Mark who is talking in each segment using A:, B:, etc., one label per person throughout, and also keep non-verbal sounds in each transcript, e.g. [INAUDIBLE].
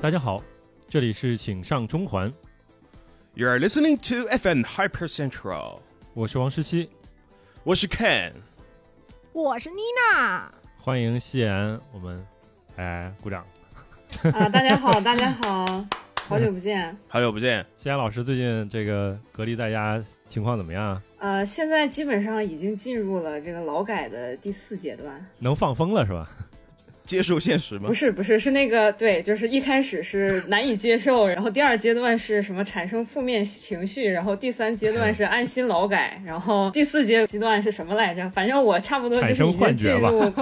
A: 大家好，这里是请上中环，
B: You're listening to FM Hyper Central，
A: 我是王十七，
B: 我是 Ken。
C: 我是妮娜。
A: 欢迎西安，我们哎鼓掌。
D: [LAUGHS] 啊，大家好，大家好，好久不见。
B: 好久不见，
A: 西安老师最近这个隔离在家情况怎么样？
D: 呃，现在基本上已经进入了这个劳改的第四阶段，
A: 能放风了是吧？
B: 接受现实吗
D: 不？是不是是那个对，就是一开始是难以接受，然后第二阶段是什么产生负面情绪，然后第三阶段是安心劳改，然后第四阶段是什么来着？反正我差不多就是已经进入，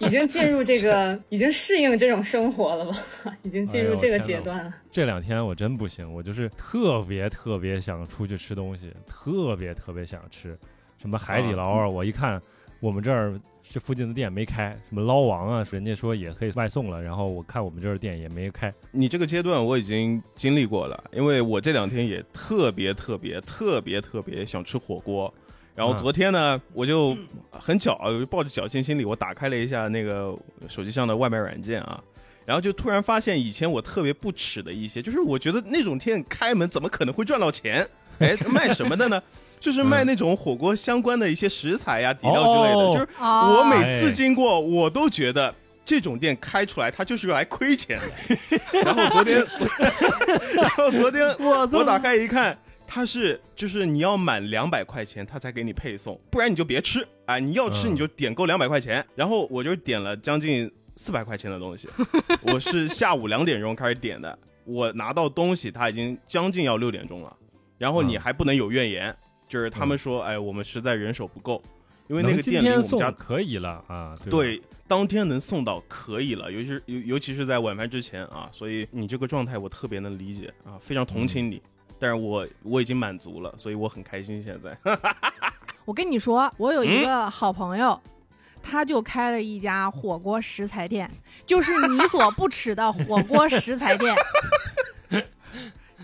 D: 已经进入这个，已经适应这种生活了吧，已经进入这个阶段了。
A: 这两天我真不行，我就是特别特别想出去吃东西，特别特别想吃什么海底捞啊！
B: 嗯
A: 我一看我们这儿这附近的店没开，什么捞王啊，人家说也可以外送了，然后我看我们这儿店也没开，
B: 你这个阶段我已经经历过了，因为我这两天也特别特别特别特别想吃火锅。然后
A: 嗯
B: 昨天呢，我就很巧，我就抱着侥幸心理，我打开了一下那个手机上的外卖软件啊，然后就突然发现以前我特别不耻的一些，就是我觉得那种店开门怎么可能会赚
A: [LAUGHS]
B: 到钱？哎，卖什么的呢？就是卖那种火锅相关的一些食材呀、啊底料之类的，
A: 哦
B: 就是
C: 啊
B: 我每次经过，我都觉得这种店开出来，它就是用来亏钱的。
A: [LAUGHS]
B: 然后昨天， [LAUGHS] 昨然后昨天
A: 我
B: 我打开一看，它是就是你要满两百块钱，它才给你配送，不然你就别吃啊！你要吃
A: 嗯
B: 你就点够两百
A: [LAUGHS]
B: 块钱。然后我就点了将近四百块钱的东西，我是下午两点钟开始点的，我拿到东西，它已经将近要六点钟了，然后你
A: 嗯
B: 还不能有怨言。就是他们说，哎，我们实在人手不够，因为那
A: 能
B: 个
A: 今
B: 店离
A: 天
B: 我们
A: 送
B: 家
A: 可以了啊，对吧
B: 对，当天能送到可以了，尤其是尤尤其是在晚饭之前啊，所以你这个状态我特别能理解啊，非常同
A: 嗯
B: 情你。但是我我已经满足了，所以我很开心。现
A: [LAUGHS]
B: 在
C: 我跟你说，我有一个好朋友，他就开了一家火锅食材店，就是你所不耻的火锅食材店， [LAUGHS]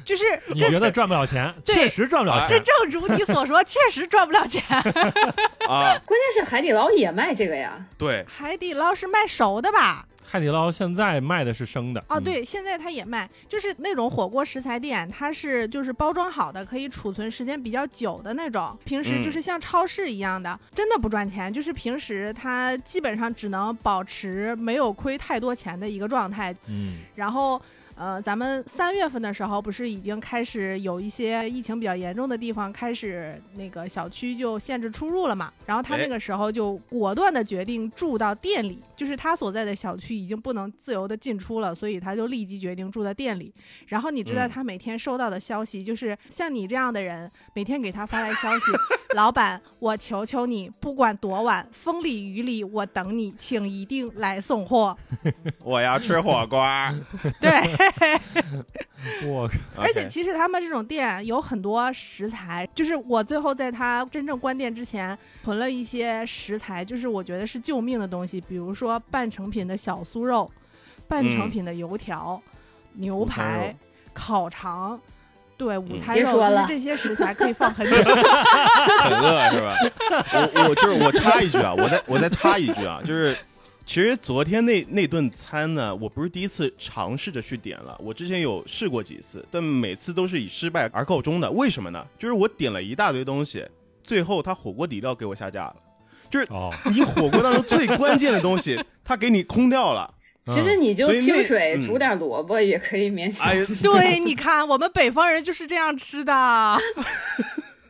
C: 就是 [LAUGHS]
A: 你
C: 这
A: 觉得赚不了钱，
C: 对哎
A: 确实赚不了
C: 这
A: 钱。
C: 正如你所说，确实赚不了钱。
B: 啊，
D: 关键是海底捞也卖这个呀，
B: 对，
C: 海底捞是卖熟的吧？
A: 海底捞现在卖的是生的
C: 哦，
A: 嗯
C: 对，现在它也卖，就是那种火锅食材店，它是就是包装好的，可以储存时间比较久的那种。平时就
B: 嗯
C: 是像超市一样的，真的不赚钱，就是平时它基本上只能保持没有亏太多钱的一个状态。
A: 嗯，
C: 然后，呃，咱们三月份的时候不是已经开始有一些疫情比较严重的地方开始那个小区就限制出入了嘛？然后他
B: 哎
C: 那个时候就果断的决定住到店里，就是他所在的小区已经不能自由的进出了，所以他就立即决定住在店里。然后你知道
B: 嗯
C: 他每天收到的消息，就是像你这样的人，每天给他发来
B: [LAUGHS]
C: 消息，老板，我求求你，不管多晚，风里雨里，我等你，请一定来送货。
B: 我要吃
A: [LAUGHS]
B: 火锅。
C: 对。
A: 嗯我
C: 而且
B: OK
C: 其实他们这种店有很多食材，就是我最后在他真正关店之前囤了一些食材，就是我觉得是救命的东西，比如说半成品的小酥肉、半
A: 嗯
C: 成品的油条、牛
B: 午餐肉
C: 排、烤肠。对，午
A: 嗯
C: 餐
D: 别
C: 肉、
D: 说
C: 就是
D: 了
C: 这些食材可以放很久。
A: [LAUGHS]
B: 很饿是吧？我我就是我插一句啊，我再我再插一句啊，就是其实昨天那那顿餐呢，我不是第一次尝试着去点了，我之前有试过几次，但每次都是以失败而告终的。为什么呢？就是我点了一大堆东西，最后他火锅底料给我下架了。
A: 哦，
B: 你火锅当中最关键的东西，他给你空掉了。
D: 嗯其实你就
B: 所以那
D: 清水
B: 嗯
D: 煮点萝卜也可以勉强
B: 哎。呀，
C: 对，你看我们北方人就是这样
A: [LAUGHS]
C: 吃的。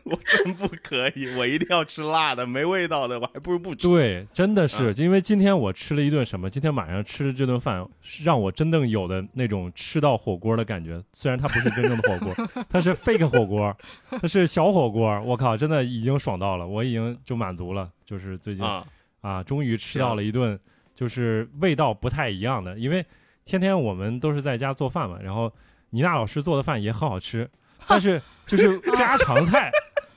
B: 我真不可以，我一定要吃辣的，没味道的，我还不如不吃。
A: 对，真的
C: 啊
A: 是，因为今天我吃了一顿什么，今天晚上吃的这顿饭，是让我真正有的那种吃到火锅的感觉。虽然它不是真正的火
C: [LAUGHS]
A: 锅，它是 fake 火锅，它是小火锅。我靠，真的已经爽到了，我已经就满足了。就是最近
B: 啊，
A: 啊，终于吃
B: 是啊
A: 到了一顿就是味道不太一样的，因为天天我们都是在家做
B: [LAUGHS]
A: 饭嘛，然后倪娜老师做的饭也很好吃，但是就是家常菜。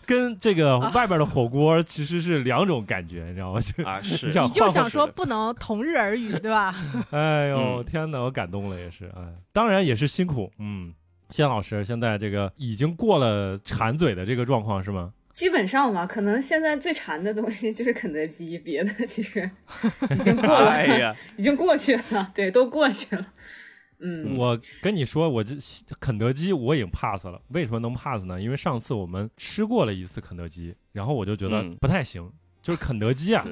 A: 跟这个外边的火锅其实是两种感觉，你知道吗？
B: [LAUGHS]
A: 就
B: 啊，是
A: 你想
C: 你就
A: 换换
C: 想
A: 水
C: 说
A: 的
C: 不能同日而语，对吧？
A: 哎呦，
B: 嗯
A: 天哪，我感动了，也是，哎，当然也是辛苦，嗯。仙老师现在这个已经过了馋嘴的这个状况是吗？
D: 基本上吧，可能现在最馋的东西就是肯德基，别的其实已经过了，
B: 哎呀，
D: [LAUGHS] 已经过去了，对，都过去了。
A: [LAUGHS]
D: 嗯，
A: 我跟你说，我这肯德基我已经 pass 了。为什么能 pass 呢？因为上次我们吃过了一次肯德基，然后我就觉得
B: 嗯
A: 不太行，就是肯德基啊，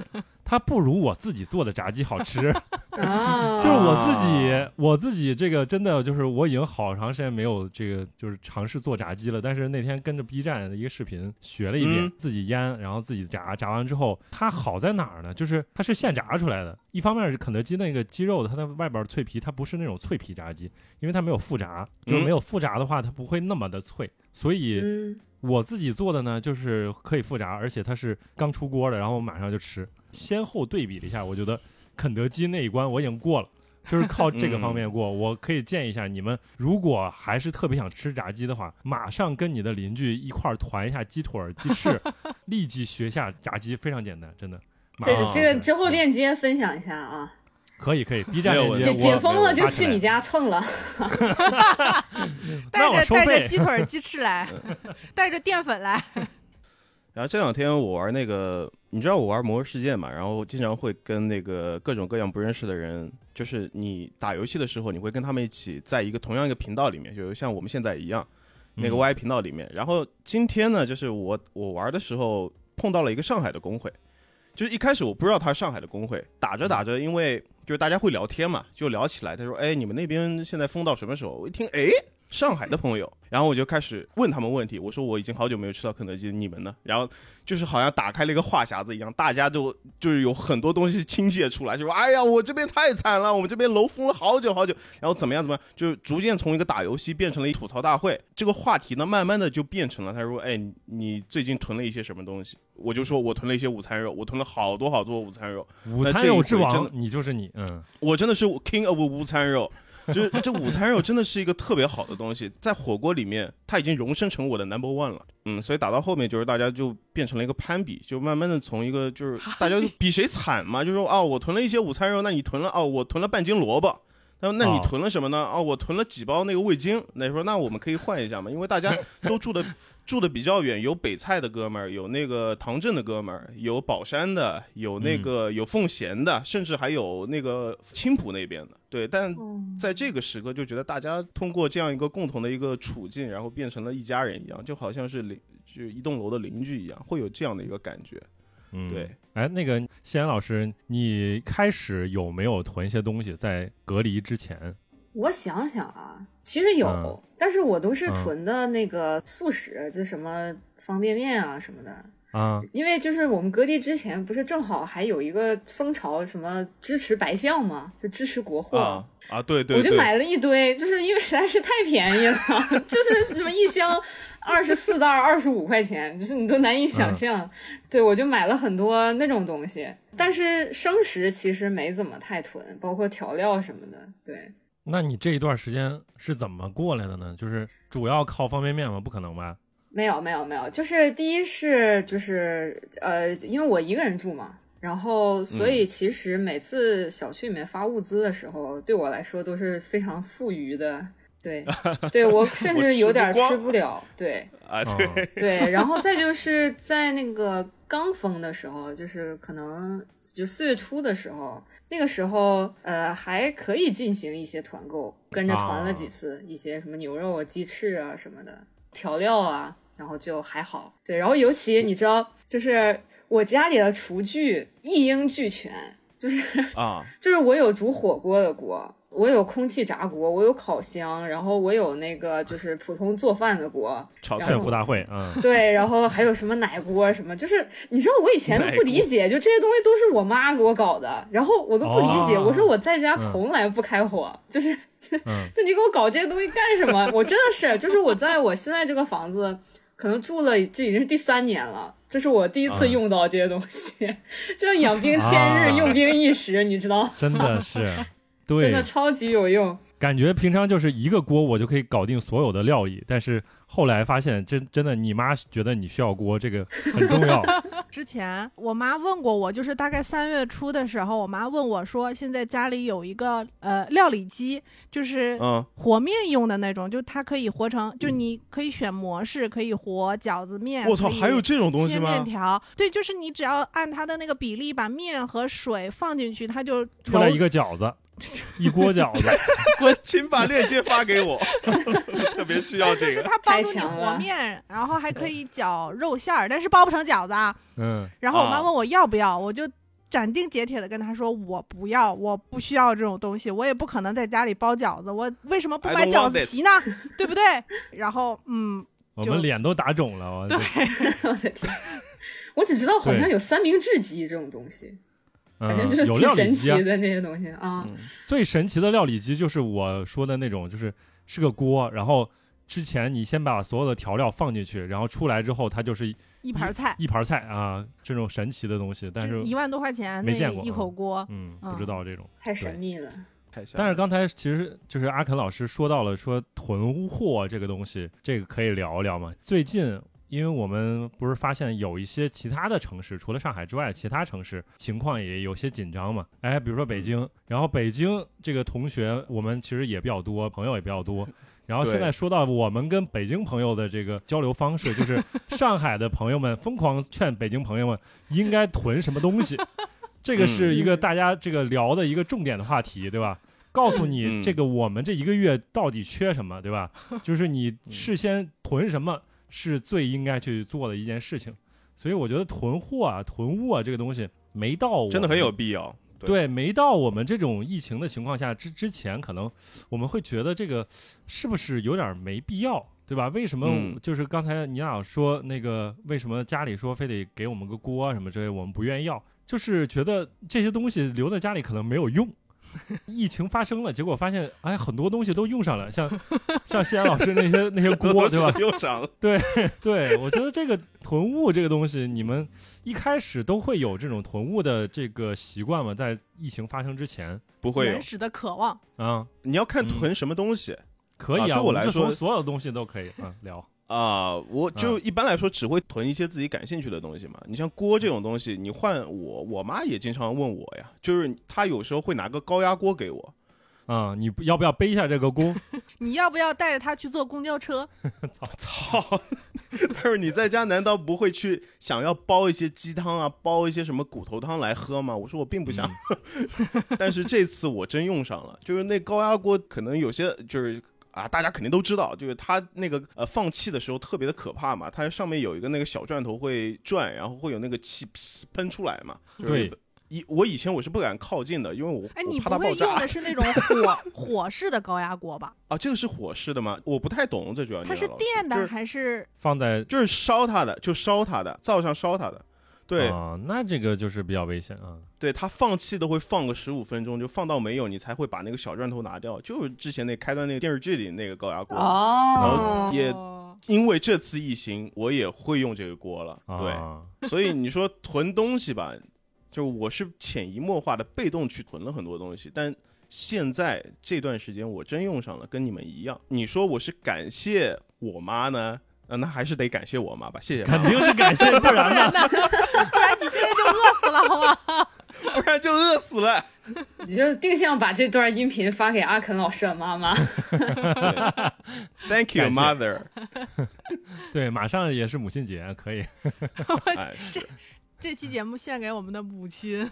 A: 它不如我自己做的炸鸡好吃。
B: 嗯
D: 啊，
A: 就是我自己，我自己这个真的就是我已经好长时间没有这个就是尝试做炸鸡了。但是那天跟着 B 站的一个视频学了一遍，
B: 嗯
A: 自己腌，然后自己炸，炸完之后它好在哪儿呢？就是它是现炸出来的。一方面是肯德基那个鸡肉，它的外边脆皮，它不是那种脆皮炸鸡，因为它没有复炸，就是
B: 嗯
A: 没有复炸的话，它不会那么的脆。所以
D: 嗯，
A: 我自己做的呢，就是可以复炸，而且它是刚出锅的，然后我马上就吃。先后对比了一下，我觉得肯德基那一关我已经过了，就是靠这个方面过。
B: 嗯
A: 我可以建议一下你们，如果还是特别想吃炸鸡的话，马上跟你的邻居一块儿团一下鸡腿儿、鸡
B: [LAUGHS]
A: 翅，立即学下炸鸡，非常简单，真的。马
D: 这
A: 上
D: 个
B: 啊
D: 这个之后链接分享一下啊，
A: 可以可以，B 站
B: 没有
A: 链接
B: 问
D: 解
A: 嗯我
D: 解封
A: 我
D: 了就
A: 发起
D: 去
A: 来
D: 你家蹭了，
A: [LAUGHS] 那
C: 带
A: 我
C: 着
A: 收
C: 带
A: 费
C: 着鸡腿儿、鸡翅来， [LAUGHS] 带着淀粉来，
B: 然后这两天我玩那个，你知道我玩《魔兽世界》嘛？然后经常会跟那个各种各样不认识的人，就是你打游戏的时候，你会跟他们一起在一个同样一个频道里面，就是像我们现在一样，那个 Y 频道里面。然后今天呢，就是我我玩的时候碰到了一个上海的工会，就是一开始我不知道他是上海的工会，打着打着，因为就是大家会聊天嘛，就聊起来。他说：“哎，你们那边现在封到什么时候？”我一听，哎。上海的朋友，然后我就开始问他们问题。我说我已经好久没有吃到肯德基，你们呢？然后就是好像打开了一个话匣子一样，大家就就是有很多东西倾泻出来，就说哎呀，我这边太惨了，我们这边楼封了好久好久，然后怎么样怎么样，就是逐渐从一个打游戏变成了一吐槽大会。这个话题呢，慢慢的就变成了他说，哎，你你最近囤了一些什么东西？我就说我囤了一些午餐肉，我囤了好多好多午餐肉，
A: 午
B: 那
A: 餐
B: 这一
A: 肉
B: 回
A: 之
B: 真
A: 王
B: 的，
A: 你就是你，嗯，
B: 我真的是 king of 午餐肉，就是这午餐肉真的是一个特别好的东西，在火锅里面它已经荣升成我的 number one 了。嗯，所以打到后面就是大家就变成了一个攀比，就慢慢的从一个就是大家就比谁惨嘛，就说啊、我囤了一些午餐肉，那你囤了哦，我囤了半斤萝卜。那那你
A: 哦
B: 囤了什么呢？哦，我囤了几包那个味精。那说那我们可以换一下嘛，因为大家都住的住的比较远，有北蔡的哥们儿，有那个唐镇的哥们儿，有宝山的，有那个有奉贤的，甚至还有那个青浦那边的。对，但在这个时刻就觉得大家通过这样一个共同的一个处境，然后变成了一家人一样，就好像是邻就一栋楼的邻居一样，会有这样的一个感觉。
A: 嗯，
B: 对，
A: 哎，那个谢岩老师，你开始有没有囤一些东西在隔离之前？
D: 我想想啊，其实有，
A: 嗯
D: 但是我都是
A: 嗯
D: 囤的那个速食，就什么方便面啊什么的。
A: 啊，
D: 因为就是我们隔离之前，不是正好还有一个风潮，什么支持白象嘛，就支持国货。
B: 啊啊，对对
D: 我就
B: 对，
D: 买了一堆，就是因为实在是太便宜了， [LAUGHS] 就是什么一箱二十四袋二十五块钱，就是你都难以
B: 嗯
D: 想象。对我就买了很多那种东西，但是生食其实没怎么太囤，包括调料什么的。对，
A: 那你这一段时间是怎么过来的呢？就是主要靠方便面吗？不可能吧？
D: 没有没有没有，就是第一是就是呃，因为我一个人住嘛，然后所
B: 嗯
D: 以其实每次小区里面发物资的时候，对我来说都是非常富余的。
B: [LAUGHS]
D: 对，对我甚
B: 我吃
D: 至有
B: 不
D: 点
B: 光
D: 吃不了。对，
B: 啊，
A: 啊 [LAUGHS]
B: 对，
D: 对，然后再就是在那个刚封的时候，就是可能就四月初的时候，那个时候呃还可以进行一些团购，跟着团了几次，一些什么牛肉啊、鸡翅啊什么的调料啊，然后就还好。对，然后尤其你知道，就是我家里的厨具一应俱全，就是。 [LAUGHS]
B: 啊，
D: 就是我有煮火锅的锅，我有空气炸锅，我有烤箱，然后我有那个就是普通做饭的锅，
B: 炒菜
A: 炫富大会啊， [LAUGHS]
D: 对，然后还有什么奶锅什么，就是你知道我以前都
B: 奶
D: 不理解，就这些东西都是我妈给我搞的，然后我都不理解，
A: 哦
D: 我说我在家从来不开火，就是
A: [LAUGHS] 嗯
D: 就你给我搞这些东西干什么？ [LAUGHS] 我真的是，就是我在我现在这个房子，可能住了这已经是第三年了。这是我第一次
A: 嗯
D: 用到这些东西， [LAUGHS] 就像养兵千
A: 啊
D: 日，用兵一时，你知道吗，
A: [LAUGHS] 真的是，
D: 真
A: 对
D: 的，超级有用。 [LAUGHS]
A: 感觉平常就是一个锅我就可以搞定所有的料理，但是后来发现真真的你妈觉得你需要锅，这个很重 [LAUGHS] 要。
C: 之前我妈问过我，就是大概三月初的时候，我妈问我说，现在家里有一个呃料理机，就是
B: 嗯，
C: 和面用的那种，就它可以和成，就你可以选模式，可以和饺子
A: 哎
C: 面。
B: 我操，
C: 可以
B: 还有这种东西
C: 切面
B: 吗？
C: 条，对，就是你只要按它的那个比例把面和水放进去，它就
A: 出来
C: 揉
A: 一个饺 [LAUGHS] 子，一锅饺子，
B: [LAUGHS] 请把链接发给我， [LAUGHS] 特别需要
C: 就
B: 这
C: 是
B: 个。
C: 它帮
D: 太
C: 助你
D: 强
C: 和
D: 了
C: 面，然后还可
B: 嗯
C: 以搅肉馅儿，但是包不成饺子啊。
A: 嗯，
C: 然后我
B: 啊
C: 妈问我要不要，我就斩钉截铁的跟她说我不要，我不需要这种东西，我也不可能在家里包饺子，我为什么不
B: I
C: 买
B: don't
C: 饺
B: want
C: 子
B: it
C: 皮呢？ [LAUGHS] 对不对？然后嗯，
A: 我
C: 就
A: 们脸都打肿了，我
C: 对，
D: 我的天，我只知道好像有三明治机这种东西，
A: 嗯
D: 反正就是
A: 有
D: 挺
A: 料理
D: 神
A: 机啊
D: 奇。的那些东西啊。
A: 最神奇的料理机就是我说的那种，就是是个锅，然后之前你先把所有的调料放进去，然后出来之后它就是
C: 一盘菜，
A: 一盘菜啊，这种神奇的东西。但是
C: 就一万多块钱
A: 没
C: 那
A: 见过
C: 一
B: 啊
C: 口锅，
A: 嗯，
C: 嗯
A: 不知道这种。
D: 太神秘了，
A: 但是刚才其实就是阿肯老师说到了说囤货这个东西，这个可以聊一聊吗？最近。因为我们不是发现有一些其他的城市，除了上海之外，其他城市情况也有些紧张嘛。 [LAUGHS] 哎，比如说北京，然后北京这个同学我们其实也比较多，朋友也比较 [LAUGHS] 多。然后现
B: 对
A: 在说到我们跟北京朋友的这个交流方式，就是 [LAUGHS] 上海的朋友们疯狂劝北京朋友们应该囤什么东 [LAUGHS] 西，这个是一个
D: 嗯
A: 大家这个聊的一个重点的话题，对吧？告诉你
B: 嗯
A: 这个我们这一个月到底缺什么，对吧？就是你事先囤什么是最应该去做的一件事情。所以我觉得囤货啊、囤物啊这个东西没到我
B: 真的很
A: 们
B: 有必要。对
A: 对，没到我们这种疫情的情况下之之前，可能我们会觉得这个是不是有点儿没必要，对吧？为什么
B: 嗯
A: 就是刚才你俩说那个为什么家里说非得给我们个锅啊什么之类，我们不愿意要，就是觉得这些东西留在家里可能没有用。 [LAUGHS] 疫情发生了，结果发现，哎，很多东西都用上了，像像谢安老师那些那些锅，
B: [LAUGHS]
A: 对吧？
B: 又上了，
A: 对，我觉得这个囤物这个东西，你们一开始都会有这种囤物的这个习惯吗？在疫情发生之前
B: 不会有
C: 原。始的渴望。
A: 啊，
B: 你要看囤什么东西
A: 可以
B: 啊对我
A: 我们
B: 来
A: 就
B: 说
A: 从所有东西都可以啊聊。
B: 啊！我就一般来说只会囤一些自己感兴趣的东西嘛。你像锅这种东西，你换我，我妈也经常问我呀，就是她有时候会拿个高压锅给我，
A: 啊、你不要不要背一下这
B: [LAUGHS]
A: 个锅？
C: 你要不要带着他去坐公交车？
B: [LAUGHS] 操！他说你在家难道不会去想要煲一些鸡汤啊，煲一些什么骨头汤来喝吗？我说我并不想，
A: 嗯
B: 但是这次我真用上了，就是那高压锅可能有些就是。啊，大家肯定都知道，就是它那个呃放气的时候特别的可怕嘛，它上面有一个那个小转头会转，然后会有那个气噗喷出来嘛。就是
A: 嗯对
B: 以我以前我是不敢靠近的，因为我
C: 哎，
B: 我
C: 你
B: 怕
C: 不
B: 它
C: 会
B: 爆
C: 用
B: 炸
C: 的是那种火火式的高压锅吧？
B: 啊。这个是火式的吗？我 [LAUGHS] 不太懂，最主要你
C: 它是
B: 知道吗
C: 电
B: 就
C: 的
B: 是
C: 还是？
A: 放在
B: 就是烧它的，就烧它的，灶上烧它的。对、
A: 啊、那这个就是比较危险啊。
B: 对，它放气都会放个十五分钟，就放到没有，你才会把那个小钻头拿掉。就是之前那开端那个电视剧里那个高压锅，然
D: 哦
B: 后也因为这次疫情，我也会用这个锅了。
A: 啊， [LAUGHS]
B: 对，所以你说囤东西吧，就我是潜移默化的被动去囤了很多东西，但。现在这段时间我真用上了，跟你们一样。你说我是感谢我妈呢，呃那还是得感谢我妈吧，谢谢妈
A: 肯
B: 妈。
A: 定是感谢，不然呢？ [LAUGHS]
C: 不然你现在就饿死了，好吗？
B: 不
C: [LAUGHS]
B: 然就饿死了。
D: 你就定向把这段音频发给阿肯老师的
B: [LAUGHS]
D: 妈妈。
B: Thank you,
A: 感谢
B: mother。
A: 对，马上也是母亲节，可以
B: 哎，是
C: 这期节目献给我们的母亲，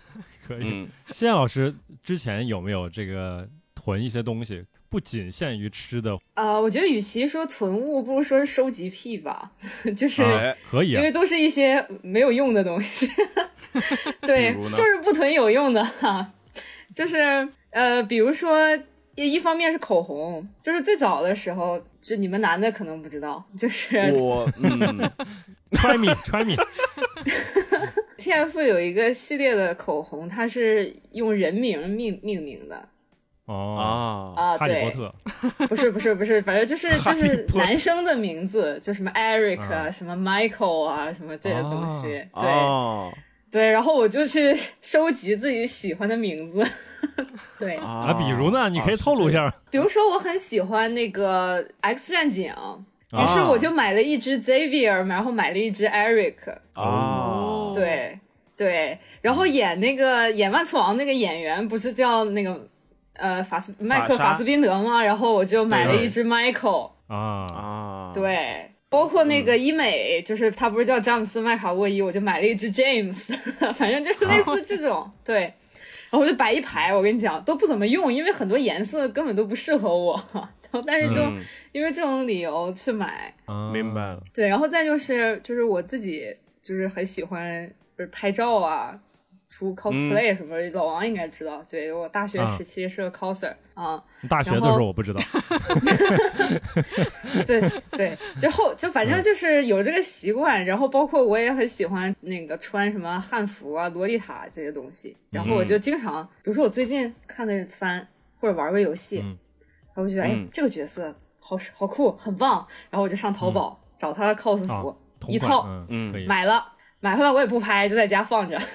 A: 可以。
B: 嗯，
A: 谢谢老师之前有没有这个囤一些东西？不仅限于吃的，
D: 呃，我觉得与其说囤物，不如说是收集癖吧， [LAUGHS] 就是
A: 啊
B: 哎、
A: 可以
D: 因
A: 啊
D: 为。都是一些没有用的东西。 [LAUGHS] 对
B: 比如，呢
D: [LAUGHS] 就是不囤有用的哈、就是呃，比如说一一方面是口红，就是最早的时候，就你们男的可能不知道， [LAUGHS] 就是
B: 我嗯，
A: Try me, try
B: [LAUGHS]
A: me。
D: TF 有一个系列的口红，它是用人名命命名的
A: 哦，
B: 啊，
D: 啊，
A: 哈利波
D: 对，
A: 特，
D: 不是不是不是，反正就是
B: 哈
D: 就
B: 利
D: 是
B: 波特嗯
D: 男生的名字，就什么 Eric 啊，
A: 啊
D: 什么 Michael 啊，什么这些东西，对。
B: 哦，
D: 对，然后我就去收集自己喜欢的名字。 [LAUGHS] 对，
A: 啊，
B: 啊
A: 比如呢，你可以透露一，下，
D: 比如说我很喜欢那个《X 战警》，
B: 啊
D: 于是我就买了一只 Xavier，然后买了一只 Eric。
B: 啊啊，
D: 对对，然后演那个演万磁王那个演员不是叫那个呃法斯麦克
B: 法沙
D: 法斯宾德吗？然后我就买了一只 Michael，
A: [LAUGHS] 啊，
B: 啊，嗯
D: 对。包括那个医美，就是他不是叫詹姆斯麦卡沃伊，我就买了一只 James，反 [LAUGHS] 正就是类似这
B: [LAUGHS]
D: 种，对。然后我就摆一排，我跟你讲都不怎么用，因为很多颜色根本都不适合我。 [LAUGHS] 然后但是就
B: 嗯，
D: 因为这种理由去买，
A: 啊
B: 明白了，
D: 对，然后再就是就是我自己就是很喜欢就是拍照啊，出 cosplay
B: 嗯
D: 什么，老王应该知道。对我大学
A: 啊
D: 时期是个 coser 啊、
A: 大学的时
D: 然
A: 候
D: 后
A: 我不
D: [LAUGHS]
A: 知道，
D: 对对，之后就反正就是有这个习惯，然后包括我也很喜欢那个穿什么汉服啊、洛丽塔这些东西，然后我就经常，比如说我最近看个番或者玩个游戏，
A: 嗯
D: 然后我就觉得、哎
B: 嗯
D: 这个角色好好酷，很棒，然后我就上淘宝、找他的 cos
A: 啊
D: 服、
A: 同
D: 一
A: 款
D: 套。
A: 嗯，
B: 嗯
A: 可以
D: 买了，买回来我也不拍，就在家放着。 [LAUGHS]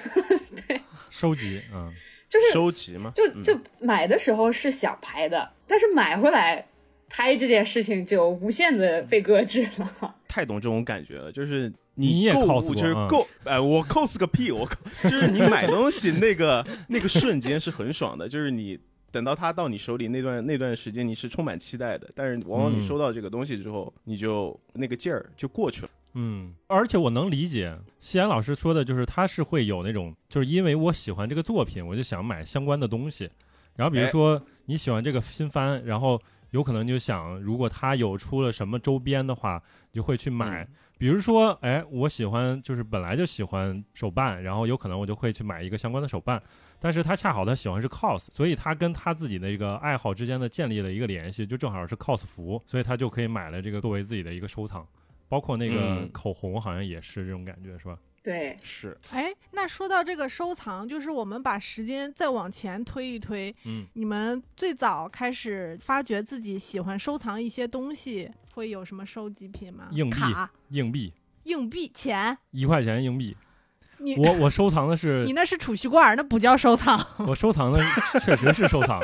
A: 收集，嗯，
D: 就是
B: 收集嘛，
D: 就就买的时候是想拍的，但是买回来拍这件事情就无限的被搁置了。 [LAUGHS]
B: 太懂这种感觉了，就是
A: 你也
B: 购
A: cos
B: 物
A: 过
B: 就是
A: 嗯
B: 购，哎，我 cos 个屁，我 [LAUGHS] cos- 就是你买东西那个那个瞬间是很爽的，就是你等到它到你手里那段那段时间你是充满期待的，但是往往
A: 嗯
B: 你收到这个东西之后，你就那个劲儿就过去了，
A: 嗯，而且我能理解西安老师说的，就是他是会有那种，就是因为我喜欢这个作品，我就想买相关的东西。然后比如
B: 哎
A: 说你喜欢这个新番，然后有可能就想，如果他有出了什么周边的话，你就会去
B: 嗯
A: 买。比如说，哎，我喜欢就是本来就喜欢手办，然后有可能我就会去买一个相关的手办。但是他恰好他喜欢是 cos，所以他跟他自己的一个爱好之间的建立了一个联系，就正好是 cos 服，所以他就可以买了这个作为自己的一个收藏。包括那个
B: 嗯
A: 口红，好像也是这种感觉，是吧？
D: 对，
B: 是
C: 哎，那说到这个收藏，就是我们把时间再往前推一推，
A: 嗯，
C: 你们最早开始发觉自己喜欢收藏一些东西，会有什么收集品吗？
A: 硬币
C: 卡、
A: 硬币，
C: 硬币、钱。
A: 一块钱硬币。
C: 你
A: 我我收藏的是
C: 你那是储蓄罐儿，那不叫收藏。
A: 我收藏的确实是收藏。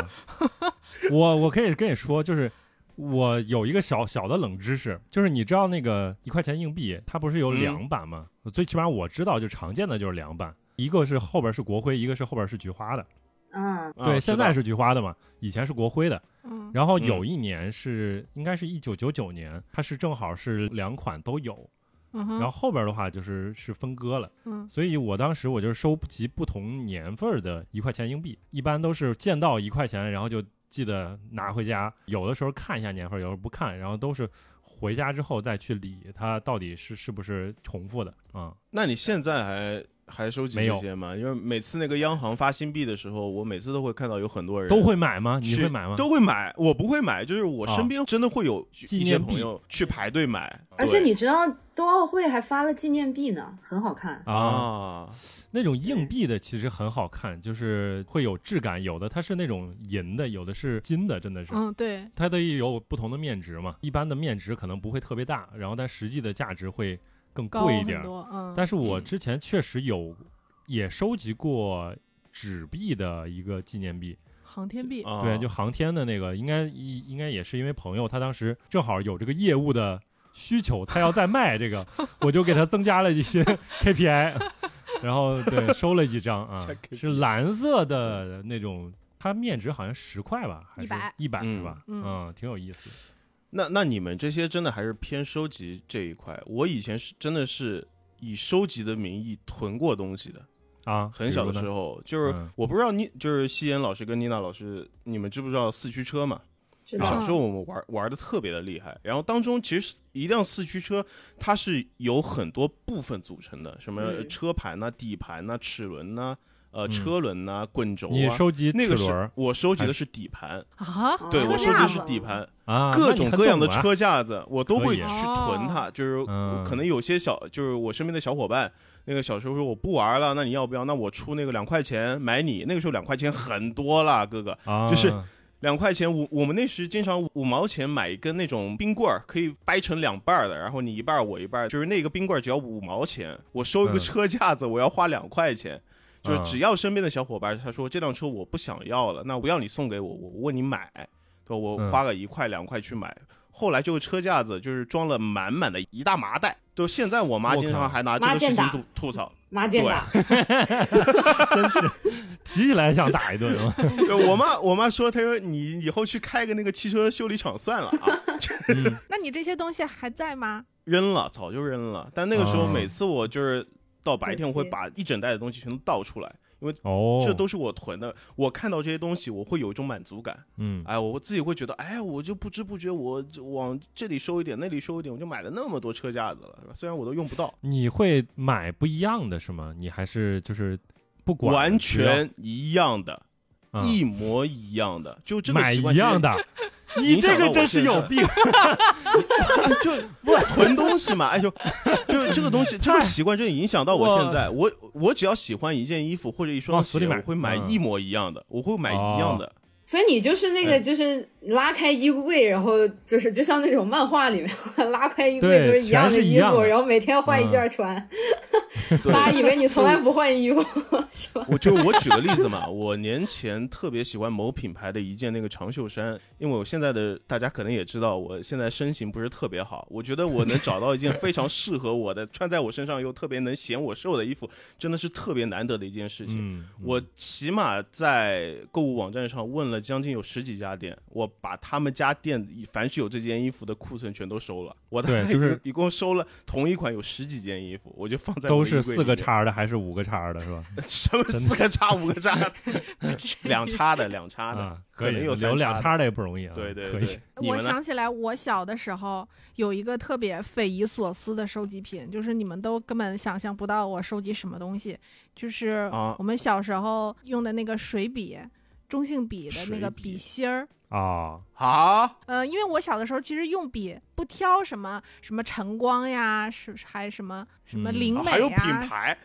A: 我我可以跟你说，就是我有一个小小的冷知识，就是你知道那个一块钱硬币，它不是有
B: 嗯
A: 两版吗？最起码我知道，就常见的就是两版，一个是后边是国徽，一个是后边是菊花的。
D: 嗯，
B: 啊
A: 对，
B: 知
A: 现
B: 道
A: 在是菊花的嘛，以前是国徽的。
C: 嗯，
A: 然后有一年是、应该是一九九九年，它是正好是两款都有，
C: 然
A: 然后后边的话就是是分割了，
C: 嗯
A: 所以我当时我就是收集不同年份儿的一块钱硬币，一般都是见到一块钱，然后就记得拿回家，有的时候看一下年份儿，有时候不看，然后都是回家之后再去理它到底是是不是重复的啊、
B: 那你现在还还收集
A: 没有
B: 这些吗？因为每次那个央行发新币的时候，我每次都会看到有很多人
A: 都会买吗？你
B: 去
A: 会买吗？
B: 都会买，我不会买，就是我
A: 啊
B: 身边真的会有
A: 纪
B: 一些
A: 念币
B: 朋友去排队买，
D: 而且
B: 对
D: 你知道冬奥会还发了纪念币呢，很好看。
A: 啊，
B: 啊，
A: 那种硬币的其实很好看，就是会有质感，有的它是那种银的，有的是金的，真的是。
C: 嗯，对，
A: 它得有不同的面值嘛，一般的面值可能不会特别大，然后但实际的价值会更
C: 高
A: 贵一点
C: 很
A: 儿。
C: 多。嗯，
A: 但是我
B: 嗯
A: 之前确实有也收集过纸币的一个纪念币，
C: 航天币，
B: 啊
A: 对，就航天的那个，应该应应该也是因为朋友他当时正好有这个业务的需求，他要再卖这个，我就给他增加了一些 [LAUGHS] KPI，然后对收了几张啊
B: 加，
A: 是
B: KPI
A: 蓝色的那种。它面值好像十块吧，还是
C: 100
A: 一百是
B: 嗯
A: 吧？
C: 嗯
A: 嗯，挺有意思。
B: 那那你们这些真的还是偏收集这一块。我以前是真的是以收集的名义囤过东西的，
A: 啊，
B: 很小
A: 比如
B: 的
A: 呢
B: 时候，就是
A: 嗯
B: 我不知道你就是西岩老师跟妮娜老师，你们知不知道四驱车嘛？
D: 知
A: 道
B: 小时候我们玩玩的特别的厉害，然后当中其实一辆四驱车它是有很多部分组成的，什么
D: 嗯
B: 车盘呐、底盘呐、齿轮呐、呃
A: 嗯
B: 车轮呐、滚轴
A: 你
B: 啊。
A: 收集
B: 那个
A: 齿轮
B: 是
A: 儿
B: 我收集的是底盘，
C: 啊，
B: 对
C: 车
B: 我收集
C: 架
B: 的
C: 子
B: 是底盘，
A: 啊，那
B: 各
A: 你
B: 种
A: 很
B: 各样的
A: 懂啊
B: 车架子，我都
A: 可
B: 会
A: 以啊
B: 去囤它。就是
A: 嗯
B: 可能有些小，就是我身边的小伙伴，那个小时候说我不玩了，那你要不要？那我出那个两块钱买你。那个时候两块钱很多了，哥哥。
A: 啊，
B: 就是两块钱五，我们那时经常五毛钱买一根那种冰棍儿，可以掰成两半儿的，然后你一半儿我一半儿，就是那个冰棍儿只要五毛钱，我收一个
A: 嗯
B: 车架子，我要花两块钱。就是
A: 啊
B: 只要身边的小伙伴他说这辆车我不想要了，那不要你送给我，我我问你买，对吧？我
A: 嗯
B: 花个一块两块去买。后来这个车架子就是装了满满的一大麻袋，就现在我妈
A: 我靠
B: 经常还拿这
D: 麻
B: 个事
D: 将
B: 情
D: 打
B: 吐吐槽。
D: 麻健
B: 对
D: 打，
A: 提起来想打一顿。啊
B: [LAUGHS] 对我妈，我妈说，她说你以后去开个那个汽车修理厂算了啊，
A: 嗯
C: 那你这些东西还在吗？
B: 扔了，早就扔了。但那个时候
A: 啊
B: 每次我就是到白天
D: 可惜
B: 我会把一整袋的东西全都倒出来，
A: 哦，
B: 这都是我囤的。我看到这些东西，我会有一种满足感。
A: 嗯
B: 哎，我自己会觉得，哎，我就不知不觉我就往这里收一点，那里收一点，我就买了那么多车架子了，是吧？虽然我都用不到，
A: 你会买不一样的是吗？你还是就是不管啊
B: 完
A: 只要
B: 全一样的，
A: 啊
B: 一模一样的，就这个
A: 买
B: 习
A: 一
B: 惯
A: 样
B: 的，
A: 的，你
B: 影响
A: 这
B: 到
A: 个
B: 我
A: 真是
B: 现在
A: 有
B: [LAUGHS]
A: 病。
B: 就就囤东西嘛，哎就就这个东西，这个习惯真的影响到我现在。我我只要喜欢一件衣服或者一双
A: 往
B: 鞋，
A: 死里买
B: 我会买
A: 嗯哦
B: 一模一样的，我会买一样的。
D: 所以你就是那
A: 哎
D: 个，就是拉开衣柜，然后就是就像那种漫画里面 [LAUGHS] 拉开衣柜
A: 对
D: 都是一样
A: 全是一
D: 衣
A: 样
D: 服，
A: 的嗯
D: 然后每天换一件
A: [LAUGHS]
D: 穿。
B: 对，
D: 妈以为你从来不换衣服，是吧？
B: 我就我举个例子嘛，我年前特别喜欢某品牌的一件那个长袖衫，因为我现在的大家可能也知道，我现在身形不是特别好，我觉得我能找到一件非常适合我的，穿在我身上又特别能显我瘦的衣服，真的是特别难得的一件事情。
A: 嗯，
B: 我起码在购物网站上问了将近有十几家店，我把他们家店凡是有这件衣服的库存全都收了。我大
A: 对
B: 概
A: 就是
B: 一共收了同一款有十几件衣服，我就放在
A: 都
B: 我的衣
A: 是
B: 柜
A: 四
B: 里
A: 个
B: 面，
A: 叉的还是五个叉的是吧？
B: 什么四个叉五个
A: [LAUGHS]
B: 叉，两叉的两叉的，
A: 啊，
B: 可
A: 可以
B: 能有三
A: 留两
B: 叉
A: 叉的也不容易啊。
B: 的。对对
A: 可以
B: 对，，你
C: 我
B: 们呢？
C: 想起来，我小的时候有一个特别匪夷所思的收集品，就是你们都根本想象不到我收集什么东西。就是
B: 啊
C: 我们小时候用的那个水笔，中性笔的那
B: 水
C: 个
B: 笔
C: 笔芯儿。
A: 啊，
B: 啊，
C: 呃，因为我小的时候其实用笔不挑什么什么晨光呀，是还什么什么
A: 嗯
C: 灵
B: 啊
C: 美
B: 还有品
C: 呀，
B: 牌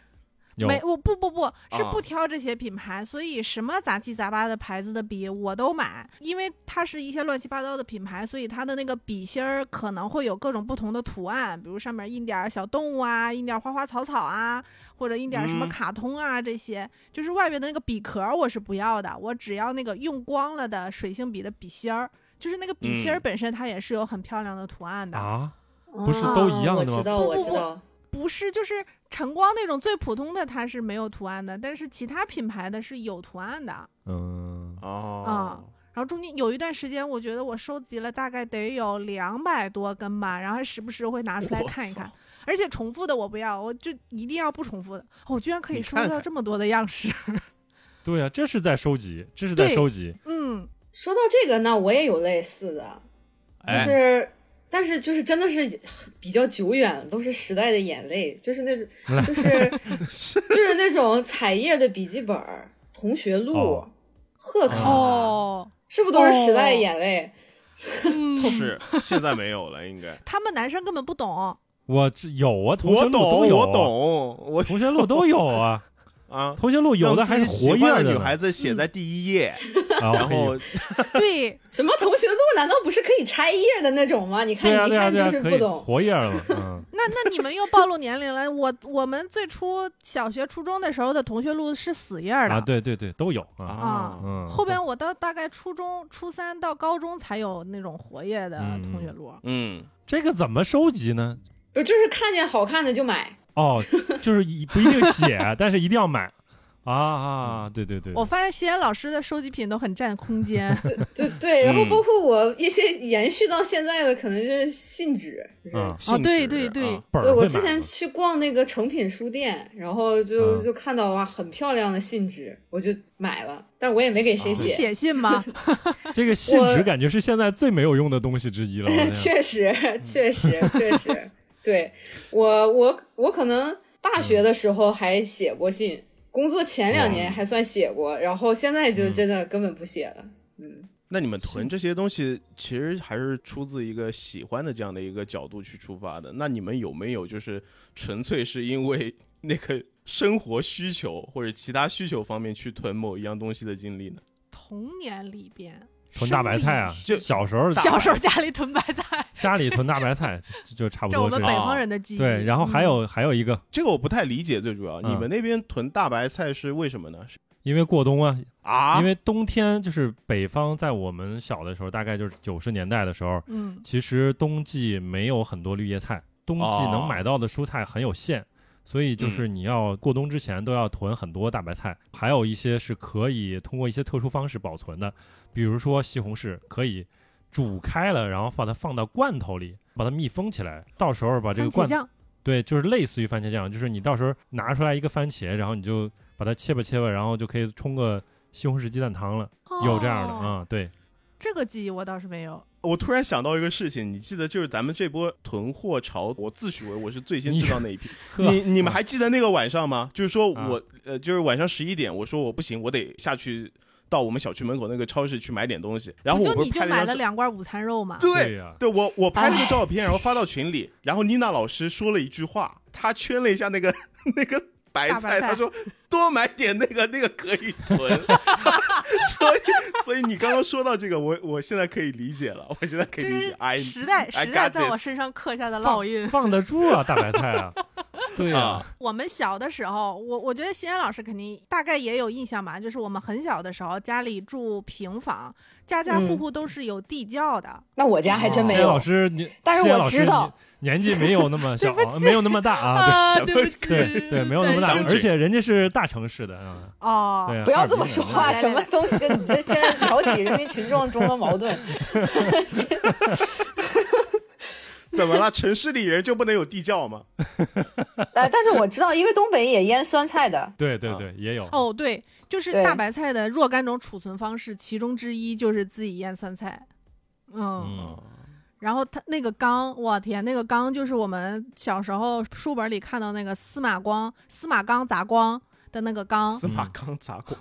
A: 有
C: 没我不不不是
B: 啊
C: 不挑这些品牌，所以什么杂七杂八的牌子的笔我都买，因为它是一些乱七八糟的品牌，所以它的那个笔芯儿可能会有各种不同的图案，比如上面印点儿小动物啊，印点儿花花草草啊，或者印点儿什么
B: 嗯
C: 卡通啊、这些，就是外面的那个笔壳儿我是不要的，我只要那个用光了的水性笔的笔芯儿。就是那个笔芯儿
B: 嗯
C: 本身，它也是有很漂亮的图案的，
A: 啊，
D: 不
A: 不是都一样的吗
D: 哦我知道，
C: 不不
D: 我知道。
C: 不是，就是晨光那种最普通的，它是没有图案的，但是其他品牌的是有图案的。
A: 嗯，
B: 哦，
C: 然后中间有一段时间，我觉得我收集了大概得有两百多根吧，然后还时不时会拿出来
B: 我
C: 看一看
B: 操。
C: 而且重复的我不要，我就一定要不重复的。哦我居然可以
B: 你
C: 收
B: 看
C: 集到
B: 看
C: 这么多的样
B: [LAUGHS]
C: 式，
A: 对啊，这是在收集，这是在
C: 对
A: 收集，
C: 嗯，
D: 说到这个，那我也有类似的，就
B: 哎
D: 是，但是就是真的是比较久远了，都是时代的眼泪，就是
A: [LAUGHS]
D: 那种，就是 [LAUGHS] 就是那种彩页的笔记本儿、同学录、
A: 哦
B: 啊
D: 贺卡，
C: 哦，
D: 是不是都是时代的眼泪？
C: 嗯，
B: 是现在没有了，应该。
C: 他们男生根本不懂。
A: 我这有啊，同学
B: 我
A: 录
B: 懂，
A: 都有，
B: 我，懂，我
A: 同学录都有
B: [LAUGHS]
A: 啊，
B: 啊，
A: 同学录有的还是
B: 让自己喜
A: 活
B: 欢
A: 页
B: 的
A: 的
B: 女
A: 呢
B: 孩子写
C: 嗯
B: 在第一页，
A: 啊
B: 然
A: 可以
B: 后
C: 对，
D: 什么同学录？难道不是可以拆页的那种吗？你看，
A: 对啊
D: 你一
A: 对啊
D: 看
A: 对
D: 就
A: 啊，
D: 是
A: 可
D: 不
A: 以
D: 懂。
A: 活页
D: [LAUGHS]
A: 了，嗯，
C: 那那你们又暴露年龄了。我我们最初小学、初中的时候的同学录是死页儿的
A: 啊，对对对，都有啊，
C: 啊
A: 嗯，
C: 后边我到大概初中初三到高中才有那种活跃的
A: 嗯
C: 同学录，
B: 嗯，
A: 这个怎么收集呢？
D: 不就是看见好看的就买，
A: 哦，就是一不一定写，但是一定要买 [LAUGHS] 啊啊，对对对，
C: 我发现西安老师的收集品都很占空
A: [LAUGHS]
C: 间。
D: 对对，然后
B: 嗯
D: 包括我一些延续到现在的，可能就是信纸，就是
A: 啊，
B: 性质
C: 哦对对对
B: 啊
A: 本
D: 对，
A: 儿
D: 我
A: 会
D: 之
A: 买
D: 前
A: 吗
D: 去逛那个诚品书店，然后就、
A: 嗯
D: 就看到哇，很漂亮的信纸，我就买了，但我也没给谁
A: 啊
C: 你
D: 写。
C: 写信
A: [LAUGHS]
C: 吗？
A: 这个信
D: 我
A: 纸感觉是现在最没有用的东西之一了，好像
D: 确实，确实，确
A: [LAUGHS]
D: 实，对我我我可能大学的时候还写过信，工作前两年还算写过，然后现在
A: 嗯
D: 就真的根本不写了。嗯，
B: 那你们囤这些东西，其实还是出自一个喜欢的这样的一个角度去出发的。那你们有没有就是纯粹是因为 [LAUGHS] 那个生活需求或者其他需求方面去囤某一样东西的经历呢？
C: 童年里边
A: 囤大白菜啊，
B: 就
A: 小时候
E: 小时候家里囤白菜，
A: 家里囤大白菜就就差不
C: 这我
A: 多
C: 们
A: 是
C: 北
A: 这样。
C: 方人的记忆。
A: 对，然后
D: 嗯
A: 还有还有一个，
B: 这个我不太理解，最主要
A: 嗯
B: 你们那边囤大白菜是为什么呢？是
A: 因为过冬啊，
B: 啊，
A: 因为冬天就是北方，在我们小的时候，大概就是九十年代的时候，
C: 嗯，
A: 其实冬季没有很多绿叶菜，冬季能买到的蔬菜很有限，所以就是你要过冬之前都要囤很多大白菜，还有一些是可以通过一些特殊方式保存的，比如说西红柿可以煮开了，然后把它放到罐头里，把它密封起来，到时候把这
C: 番
A: 个
C: 茄
A: 罐
C: 酱，
A: 对，就是类似于番茄酱，就是你到时候拿出来一个番茄，然后你就把它切吧切吧，然后就可以冲个西红柿鸡蛋汤了，有这样的
C: 哦
A: 啊、嗯对，
C: 这个记忆我倒是没有。
B: 我突然想到一个事情，你记得就是咱们这波囤货潮，我自诩为我是最先知道那一批。
A: 呵
B: 你你们还记得那个晚上吗？就是说
A: 啊
B: 我呃，就是晚上十一点，我说我不行，我得下去到我们小区门口那个超市去买点东西。然后
C: 不
B: 我
C: 就
B: 不是
C: 你就
B: 拍
C: 买
B: 一张
C: 了
B: 照
C: 两罐午餐肉嘛？
A: 对
B: 对
A: 呀、
B: 对，我我拍了个照片，然后发到群里，然后妮娜老师说了一句话，她圈了一下那个 [LAUGHS] 那个白
C: 大白
B: 菜，
C: 菜
B: 她说多买点那个那个可以囤， [LAUGHS] 所以所以你刚刚说到这个，我我现在可以理解了，我现在可以
C: 这
B: 理解
C: 是，
B: 哎，
C: 时代
B: I
C: 时代
B: got
C: 在我
B: this
C: 身上刻下的
A: 放
C: 烙印。
A: 放得住啊，大白菜啊，对呀、
B: 啊
C: 我们小的时候，我我觉得西安老师肯定大概也有印象吧，就是我们很小的时候，家里住平房，家家户户都是有地窖的。
D: 那我家还真没
A: 哦谢老
D: 有，
A: 师，你
D: 但是
A: 谢
D: 我
A: 老师
D: 知道
A: 你年纪没有那么小
C: 对不，起
A: 没有那么大啊，
C: 啊
B: 什么
C: 对不起，
A: 对
C: [LAUGHS]
A: 对对，没有那么大，
B: 对
A: 而且人家是大城市的啊，
C: 哦，
A: 对啊，
D: 不要这
A: 哈
D: 么
A: 尔滨
D: 说
A: 人
D: [LAUGHS] 话，
C: 对
D: 什么东西？你这现在挑起人民群众中的矛盾。
B: 怎么了？城市里人就不能有地窖吗？
D: 但但是我知道，因为东北也腌酸菜的，
A: 对对对，也有，
C: 哦，对，就是
D: 对
C: 大白菜的若干种储存方式，其中之一就是自己腌酸菜。嗯，
A: 嗯，
B: 哦
C: 然后它那个缸，我天，那个缸就是我们小时候书本里看到那个司马光、司马缸砸光的那个缸。
B: 司马刚砸锅，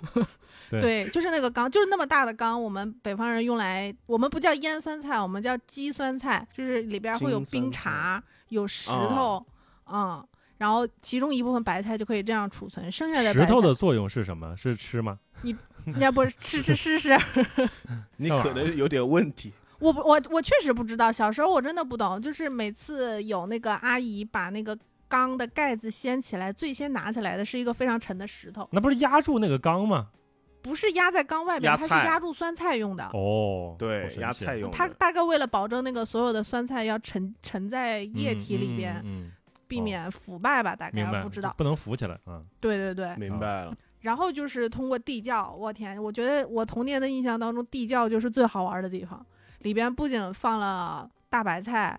A: 对
C: 对，就是那个缸，就是那么大的缸，我们北方人用来，我们不叫腌酸菜，我们叫鸡酸菜，就是里边会有
B: 金酸
C: 冰
B: 菜哦
C: 碴、有石头，嗯，然后其中一部分白菜就可以这样储存，剩下的
A: 石头
C: 白
A: 的作用是什么？是吃吗？
C: 菜，要不吃吃
B: [LAUGHS]
C: 吃吃，
B: 你
A: 干嘛
B: 可能有点问题。
C: 我不我我确实不知道，小时候我真的不懂，就是每次有那个阿姨把那个缸的盖子掀起来，最先拿起来的是一个非常沉的石头，
A: 那不是压住那个缸吗？
C: 不是压在缸外面
B: 压，
C: 它是
B: 菜
C: 压住酸菜用
D: 啊
C: 的。
A: 哦，好
B: 对，
A: 神
B: 压
A: 奇
B: 菜用的
C: 它大概为了保证那个所有的酸菜要沉沉在液体里边，
A: 嗯，嗯嗯嗯
C: 避免腐败吧，大
A: 明
C: 概
A: 白，
C: 不知道。
A: 不能浮起来啊。
C: 对对对，
B: 明白了。
C: 然后就是通过地窖，我天，我觉得我童年的印象当中，地窖就是最好玩的地方。里边不仅放了大白菜、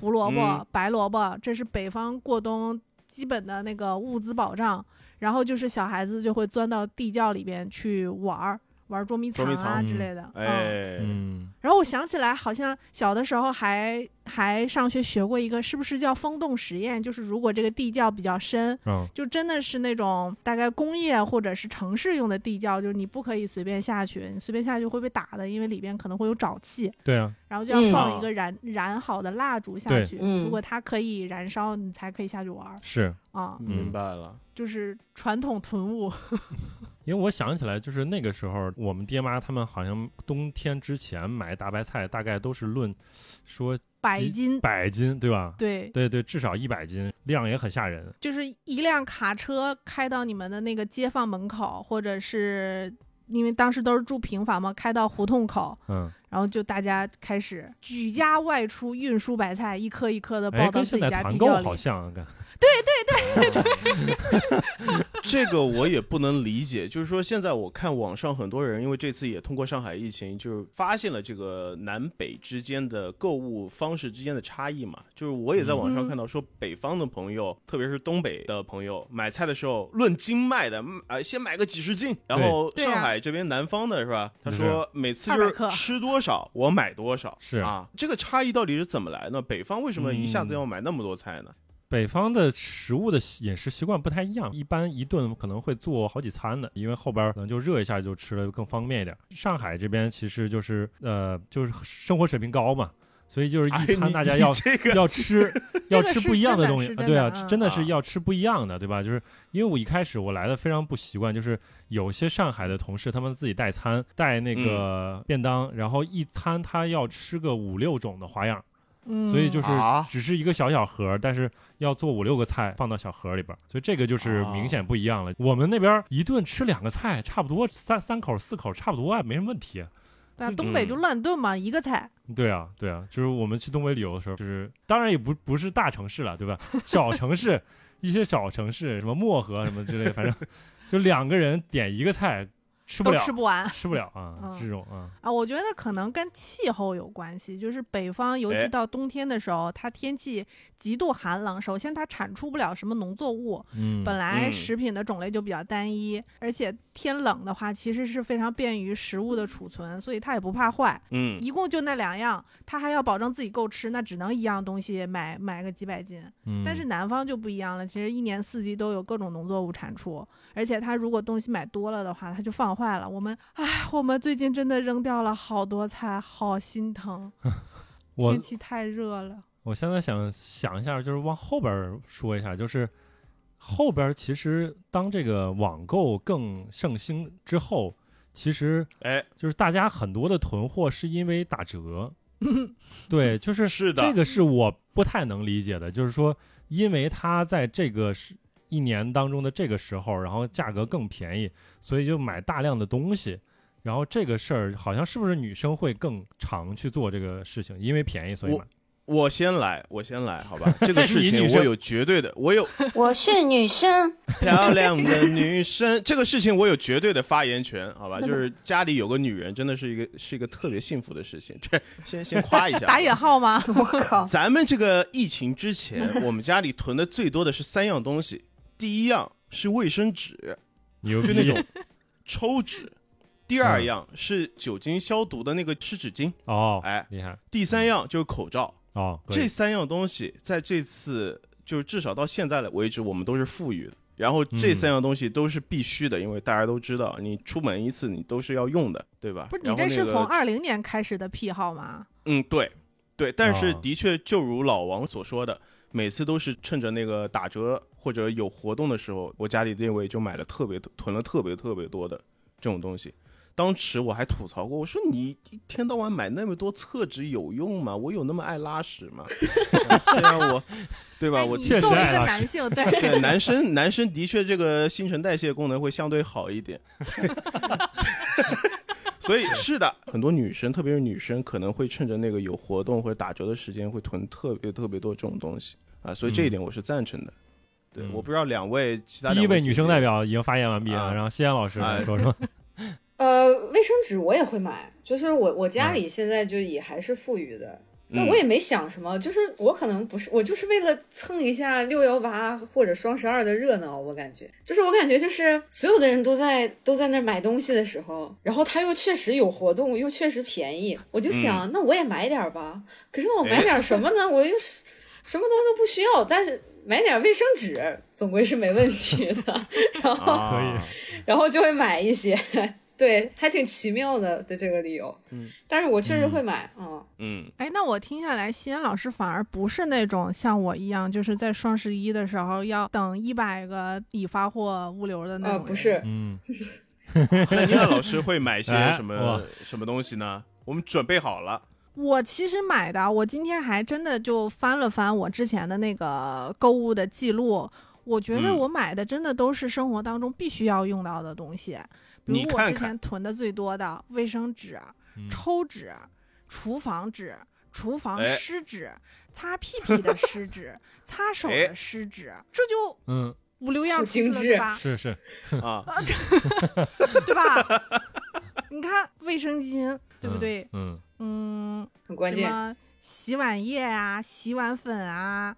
C: 胡萝卜、
B: 嗯
C: 白萝卜，这是北方过冬基本的那个物资保障。然后就是小孩子就会钻到地窖里边去玩儿，玩捉迷
B: 捉
C: 藏
B: 迷
C: 啊
A: 藏
C: 之类的。嗯
B: 哎，
A: 嗯，
C: 然后我想起来，好像小的时候还还上学学过一个，是不是叫风洞实验？就是如果这个地窖比较深，
A: 嗯，
C: 就真的是那种大概工业或者是城市用的地窖，就是你不可以随便下去，你随便下去会被打的，因为里边可能会有沼气，
A: 对啊，
C: 然后就要
D: 嗯
C: 放一个燃、燃好的蜡烛下
A: 对
C: 去，
D: 嗯
C: 如果它可以燃烧，你才可以下去玩儿
A: 是
C: 啊、
B: 明白
A: 嗯
B: 了。
C: 就是传统囤物，
A: 因为我想起来，就是那个时候，我们爹妈他们好像冬天之前买大白菜，大概都是论说
C: 百
A: 几
C: 斤，
A: 百斤，对吧？
C: 对，
A: 对对，至少一百斤，量也很吓人。
C: 就是一辆卡车开到你们的那个街坊门口，或者是因为当时都是住平房嘛，开到胡同口，
A: 嗯，
C: 然后就大家开始举家外出运输白菜，一颗一颗的
A: 哎，
C: 呃抱到
A: 跟
C: 自
A: 现
C: 己
A: 在
C: 家
A: 团
C: 地
A: 购
C: 窖
A: 好
C: 里。
A: 像，啊感
B: 这个我也不能理解，就是说现在我看网上很多人，因为这次也通过上海疫情，就是发现了这个南北之间的购物方式之间的差异嘛。就是我也在网上看到说，北方的朋
A: 嗯
B: 友，特别是东北的朋友，买菜的时候论斤卖的，嗯呃，先买个几十斤。然后
C: 对
B: 上海这边南方的是吧？他
A: 啊是
B: 说每次就
C: 200克
B: 是吃多少我买多少，
A: 是嗯
B: 啊，这个差异到底是怎么来呢？北方为什么一下子要买那么多菜呢？
A: 北方的食物的习饮食习惯不太一样，一般一顿可能会做好几餐的，因为后边儿可能就热一下就吃了更方便一点。上海这边其实就是呃，就是生活水平高嘛，所以就是
B: 哎
A: 一餐
B: 你
A: 大家要、
B: 你这个
A: 要吃要
C: 这个
A: 吃
C: 是
A: 不一样
C: 真的
A: 东西，
C: 是
A: 啊
C: 真
A: 对
C: 的
A: 啊，
C: 嗯
A: 真的是
B: 啊
A: 要吃不一样的，对吧？就是因为我一开始我来的非常不习惯，就是有些上海的同事他们自己带餐带那个便当，然后一餐他要吃个五六种的花样，
C: 嗯，
A: 所以 [LAUGHS] 就是
B: 啊
A: 只是一个小小盒儿，但是要做五六个菜放到小盒儿里边儿，所以这个就是明显不一样了。我们那边儿一顿吃两个菜，差不多三三口四口差不多啊，没什么问题。
C: 对啊东北就
B: 嗯
C: 乱炖嘛，一个菜，
A: 对啊，对啊，就是我们去东北旅游的时候，就是当然也不不是大城市了，对吧？小城市，一些小城市，什么漠河什么之类的，反正就两个人点一个菜，吃不
C: 都
A: 了，
C: 吃不完
A: 吃不了啊，
C: 嗯
A: 这种啊，
C: 啊。我觉得可能跟气候有关系，就是北方，尤其
B: 哎
C: 到冬天的时候，它天气极度寒冷，首先它产出不了什么农作物，
A: 嗯，
C: 本来
B: 嗯
C: 食品的种类就比较单一，而且天冷的话，其实是非常便于食物的储存，所以它也不怕坏。
B: 嗯，
C: 一共就那两样，它还要保证自己够吃，那只能一样东西买买个几百斤。
A: 嗯
C: 但是南方就不一样了，其实一年四季都有各种农作物产出，而且它如果东西买多了的话，它就放坏了。我们，唉，我们最近真的扔掉了好多菜，好心疼。
A: 我
C: 天气太热了，
A: 我现在想想一下，就是往后边儿说一下，就是后边儿其实当这个网购更盛行之后，其实
B: 哎，
A: 就是大家很多的囤货是因为打折，对，就是
B: 是的，
A: 这个是我不太能理解的，就是说，因为它在这个时一年当中的这个时候，然后价格更便宜，所以就买大量的东西。然后这个事儿好像是不是女生会更常去做这个事情，因为便宜所以买。
B: 我先来，我先来，好吧？这个事
A: [LAUGHS] 你女
B: 情
A: 生
B: 我有绝对的，我有
E: 我是女
D: [LAUGHS]
E: 生，
B: 漂亮的女生，这个事情我有绝对的发言权，好吧？就是家里有个女人，真的是一个是一个特别幸福的事情。这先先夸一下，啊
C: 打引
B: [LAUGHS]
C: 号吗？
E: 我靠，
B: 咱们这个疫情之前，我们家里囤的最多的是三样东西，第一样是卫生纸，
A: 牛逼！
B: 就那种抽纸；第二样是酒精消毒的那个湿纸巾，
A: 哦，
B: 哎，
A: 厉害
B: 第三样就是口罩。
A: 哦，可以
B: 这三样东西在这次就是至少到现在的为止，我们都是富裕的。然后这
A: 嗯
B: 三样东西都是必须的，因为大家都知道，你出门一次你都是要用的，对吧？
C: 不是你
B: 然后
C: 这
B: 那
C: 是
B: 个
C: 从二零年开始的癖好吗？
B: 嗯，对，对，但是
A: 啊
B: 的确，就如老王所说的，每次都是趁着那个打折或者有活动的时候，我家里那位就买了特别囤了特别特别多的这种东西。当时我还吐槽过，我说你一天到晚买那么多厕纸有用吗？我有那么爱拉屎吗？ [LAUGHS] 虽然我，对吧？
C: 哎
B: 我
C: 你
A: 确实
C: 作为
A: 爱
C: 一个
A: 拉
B: [LAUGHS]
C: 男性，对，
B: 对男生， [LAUGHS] 男生的确这个新陈代谢功能会相对好一点。 [LAUGHS] 所以是的，很多女生，特别是女生，可能会趁着那个有活动或者打折的时间，会囤特别特别多这种东西啊。所以这一点我是赞成的。对
A: 嗯，
B: 我不知道两位其他
A: 第一
B: 两
A: 位
B: 姐
A: 女生
B: 姐
A: 代表已经发言完毕啊，
B: 啊
A: 然后西安老师
B: 哎
A: 来说
B: [LAUGHS]
A: 说，
D: 呃，卫生纸我也会买，就是我我家里现在就也还是富裕的，
B: 嗯
D: 但我也没想什么，就是我可能不是，我就是为了蹭一下六幺八或者双十二的热闹，我感觉就是我感觉就是所有的人都在都在那儿买东西的时候，然后他又确实有活动，又确实便宜，我就想、那我也买点儿吧，可是我买点儿什么呢？我又是什么东西都不需要，但是买点儿卫生纸总归是没问题的， [LAUGHS] 然后。
B: 啊
A: [LAUGHS] 可以
D: 然后就会买一些， [LAUGHS] 对，还挺奇妙的，对这个理由。
B: 嗯，
D: 但是我确实会买，嗯，
B: 嗯，
C: 哎，那我听下来，西安老师反而不是那种像我一样，就是在双十一的时候要等一百个已发货物流的那
D: 啊、
C: 种、
D: 不，是，
A: 嗯，
B: 那尼尔老师会买些
A: 哎
B: 什
A: 哇
B: 么什么东西呢？我们准备好了，
C: 我其实买的，我今天还真的就翻了翻我之前的那个购物的记录，我觉得
B: 嗯
C: 我买的真的都是生活当中必须要用到的东西，比
B: 你
C: 如我
B: 看
C: 之
B: 看
C: 前囤的最多的卫生纸、
A: 嗯
C: 抽纸、厨房纸、厨房
B: 哎
C: 湿纸、擦屁屁的湿纸、 [LAUGHS] 擦手
B: 哎
C: 的湿纸，这就
A: 嗯，
C: 五六样
D: 好
C: 出去
D: 精
C: 了，对
D: 致 [LAUGHS]
C: 吧？
A: 是是， [LAUGHS]
B: 啊，
C: 对吧？你看卫生巾，对不
A: 嗯
C: 对？？
A: 嗯，
C: 嗯，
D: 很关
C: 什
D: 键。
C: 么洗碗液啊、洗碗粉啊，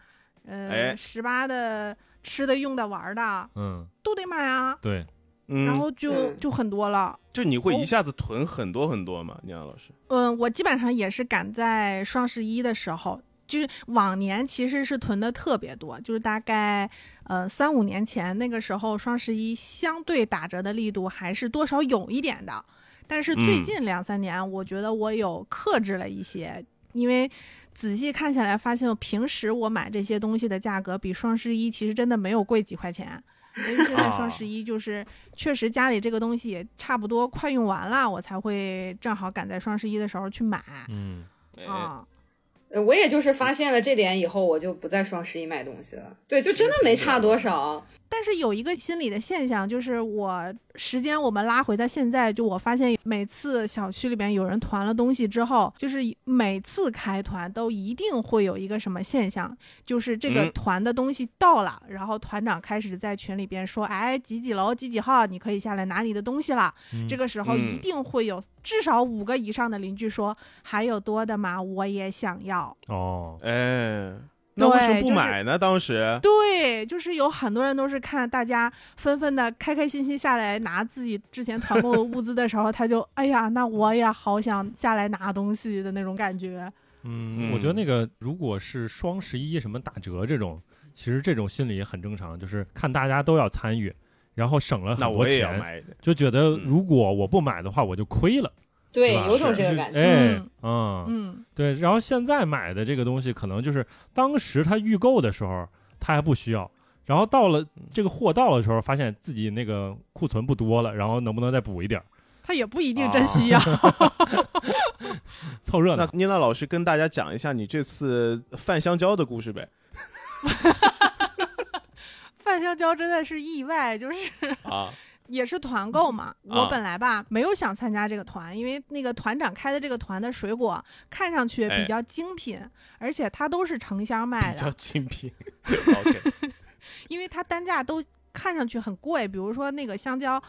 C: 呃，
B: 哎
C: 十八的吃的、用的、玩的
A: 嗯，
C: 都得买啊，
A: 对，
B: 嗯
C: 然，后哦就、
D: 嗯
C: 就很多了。
B: 就你会一下子囤很多很多吗？尼尔老师，
C: 嗯，我基本上也是赶在双十一的时候，就是往年其实是囤的特别多，就是大概呃三五年前那个时候，双十一相对打折的力度还是多少有一点的。但是最
B: 嗯
C: 近两三年，我觉得我有克制了一些，因为仔细看下来，发现我平时我买这些东西的价格比双十一其实真的没有贵几块钱。因为现在双十一就是确实家里这个东西也差不多快用完了，我才会正好赶在双十一的时候去买
A: 嗯，
B: 哎
C: 啊。
D: 呃我也就是发现了这点以后，我就不在双十一买东西了。对，就真的没差多少。
C: 但是有一个心理的现象，就是我时间我们拉回到现在，就我发现每次小区里边有人团了东西之后，就是每次开团都一定会有一个什么现象，就是这个
B: 嗯
C: 团的东西到了，然后团长开始在群里边说，哎，几几楼几几号，你可以下来拿你的东西了。
A: 嗯
C: 这个时候一
B: 嗯
C: 定会有至少五个以上的邻居说，还有多的吗？我也想要。
A: 哦，
B: 哎，那为什么
C: 对就
B: 不
C: 是
B: 买呢？当时
C: 对，就是有很多人都是看大家纷纷的开开心心下来拿自己之前团购的物资的时候，他就哎呀，那我也好想下来拿东西的那种感觉。
A: 嗯，
B: 嗯
A: 我觉得那个如果是双十一什么打折这种，其实这种心理也很正常，就是看大家都要参与，然后省了
B: 那
A: 很多
B: 我也要
A: 钱，
B: 买一点。
A: 就觉得
B: 嗯
A: 如果我不买的话，我就亏了，
D: 对，
A: 吧？
D: 有种这
A: 就
D: 个
A: 是
D: 感觉。
A: 哎
C: 嗯，
A: 嗯，
C: 嗯，
A: 对。然后现在买的这个东西，可能就是当时他预购的时候他还不需要，然后到了这个货到了的时候，发现自己那个库存不多了，然后能不能再补一点儿，
C: 他也不一定真需要。
A: 凑热
B: 那
A: 闹？
B: 妮娜老师跟大家讲一下你这次贩香蕉的故事呗。
C: 范香蕉真的是意外，就是
B: [LAUGHS] 啊，
C: 也是团购嘛。我
B: 啊
C: 本来吧没有想参加这个团，因为那个团长开的这个团的水果看上去比
B: 哎
C: 较精品，而且它都是成箱卖
B: 比
C: 的，
B: 较精品。OK，
C: 因为它单价都看上去很贵，比如说那个香蕉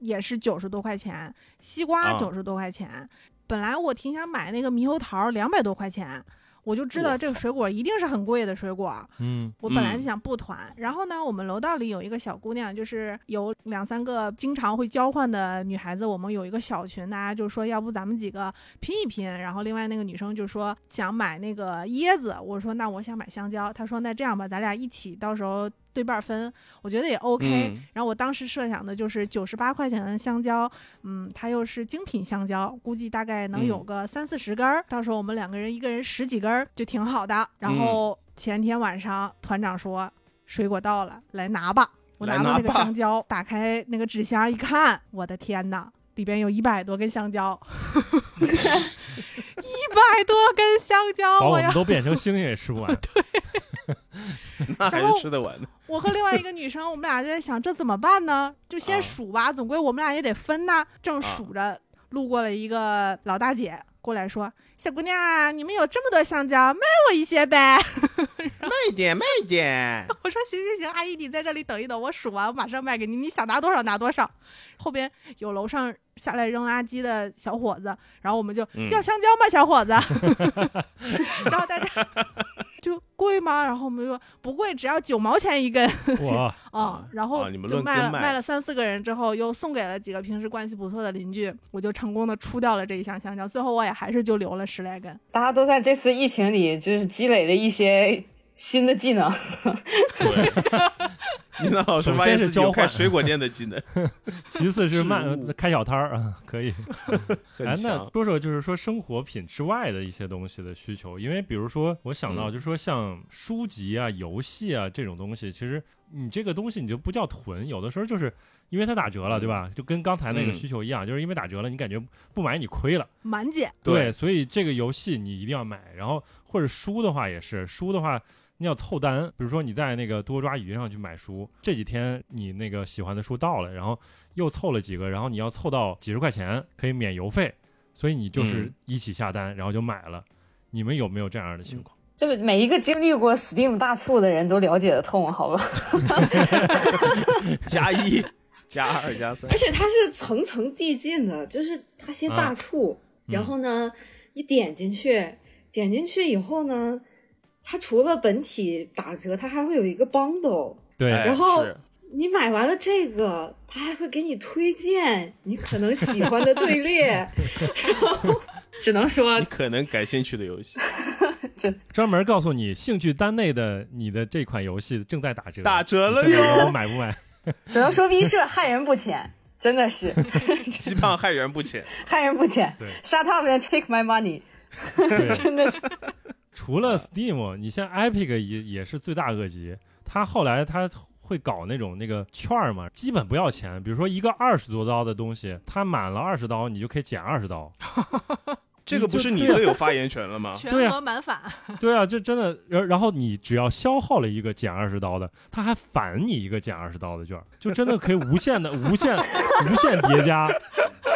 C: 也是九十多块钱，西瓜
B: 啊
C: 九十多块钱。本来我挺想买那个猕猴桃两百多块钱，我就知道
B: 我
C: 这个水果一定是很贵的水果。
A: 嗯
C: 我本
B: [LAUGHS]
C: 来
B: 嗯
C: 就想不团，然后呢，我们楼道里有一个小姑娘，就是有两三个经常会交换的女孩子，我们有一个小群，大家就说要不咱们几个拼一拼。然后另外那个女生就说想买那个椰子，我说那我想买香蕉，她说那这样吧，咱俩一起，到时候对半分，我觉得也 OK。
B: 嗯
C: 然后我当时设想的就是九十八块钱的香蕉，嗯，它又是精品香蕉，估计大概能有
B: 嗯
C: 个三四十根儿，到时候我们两个人一个人十几根儿就挺好的。然后前天晚上团长说水果到了，来拿吧。我
B: 来
C: 拿到
B: 拿
C: 那个
B: 吧
C: 香蕉，打开那个纸箱一看，我的天呐，里边有一百多根香蕉，一百多根香蕉，
A: 把我
C: 我要
A: 们都变成猩猩也吃不完。
B: 那嗯还是吃得完的。
C: 我和另外一个女生，我们俩就在想这怎么办呢？就先
B: 啊
C: 数吧，总归我们俩也得分呐。正数着，路过了一个老大姐过来说：“小姑娘啊，你们有这么多香蕉，卖我一些呗。
B: 慢一点，慢一点。”
C: [LAUGHS] 我说：“行行行，阿姨你在这里等一等，我数完我马上卖给你，你想拿多少拿多少。”后边有楼上下来扔垃圾的小伙子，然后我们就、
B: 嗯
C: 要香蕉吗，小伙子？ [LAUGHS] 然后大
B: [LAUGHS]
C: 家就贵吗？然后我们就不贵，只要九毛钱一根。
A: 哇，
C: 嗯
B: 啊，
C: 然后
B: 啊你们
C: 就
B: 论
C: 卖
B: 根
C: 了
B: 卖
C: 卖了三四个人之后，又送给了几个平时关系不错的邻居，我就成功的出掉了这一箱香蕉。最后我也还是就留了十来根。
D: 大家都在这次疫情里，就是积累了一些新的技能。 [LAUGHS]
B: 妮娜老师发现自己有开水果店的技能，
A: 其次是卖
B: 植物
A: 开小摊儿啊，可以。
B: [LAUGHS] 很
A: 哎，那
B: 强。
A: 说说就是说生活品之外的一些东西的需求，因为比如说我想到
B: 嗯
A: 就是说像书籍啊、游戏啊这种东西，其实你这个东西你就不叫囤，有的时候就是因为它打折了，
B: 嗯
A: 对吧？就跟刚才那个
B: 嗯
A: 需求一样，就是因为打折了，你感觉不买你亏了。
C: 满减，
A: 对，所以这个游戏你一定要买，然后或者书的话也是，书的话你要凑单，比如说你在那个多抓鱼上去买书，这几天你那个喜欢的书到了，然后又凑了几个，然后你要凑到几十块钱可以免邮费，所以你就是
B: 嗯
A: 一起下单，然后就买了。你们有没有这样的
B: 嗯
A: 情况？
D: 这不每一个经历过 Steam 大促的人都了解的痛，好吧？
B: 加一、 [LAUGHS] 加二、加三
D: 而，且它是层层递进的，就是它先大促，
A: 嗯
D: 然后呢，你点进去，点进去以后呢，它除了本体打折，它还会有一个 bundle。
A: 对，
B: 哎
D: 然后
B: 是
D: 你买完了这个，他还会给你推荐你可能喜欢的队
A: [LAUGHS]
D: 列，然后只能说
B: 你可能感兴趣的游
C: [LAUGHS]
B: 戏，
A: 专门告诉你兴趣单内的你的这款游戏正在打折，
B: 打折了
A: 你想
B: 哟
A: 我买不买？
D: 只能说 V 社害人不浅，真的是
A: [LAUGHS]
B: 鸡胖害人不浅。
D: 害人不浅
A: 对。
D: Shut up and take my money。
A: 对，
D: [LAUGHS] 真的是
A: 除了 Steam，你像 Epic 也也是最大恶极，他后来他会搞那种那个券儿嘛，基本不要钱，比如说一个二十多刀的东西，它满了二十刀，你就可以减二十刀。
B: 这个不是你
A: 对啊
B: 最有发言权了吗？
C: 全
A: 对啊
C: 额
B: [LAUGHS]
C: 满返，
A: 对啊，这真的，然然后你只要消耗了一个减二十刀的，他还返你一个减二十刀的券儿，就真的可以无限的无限无限叠加。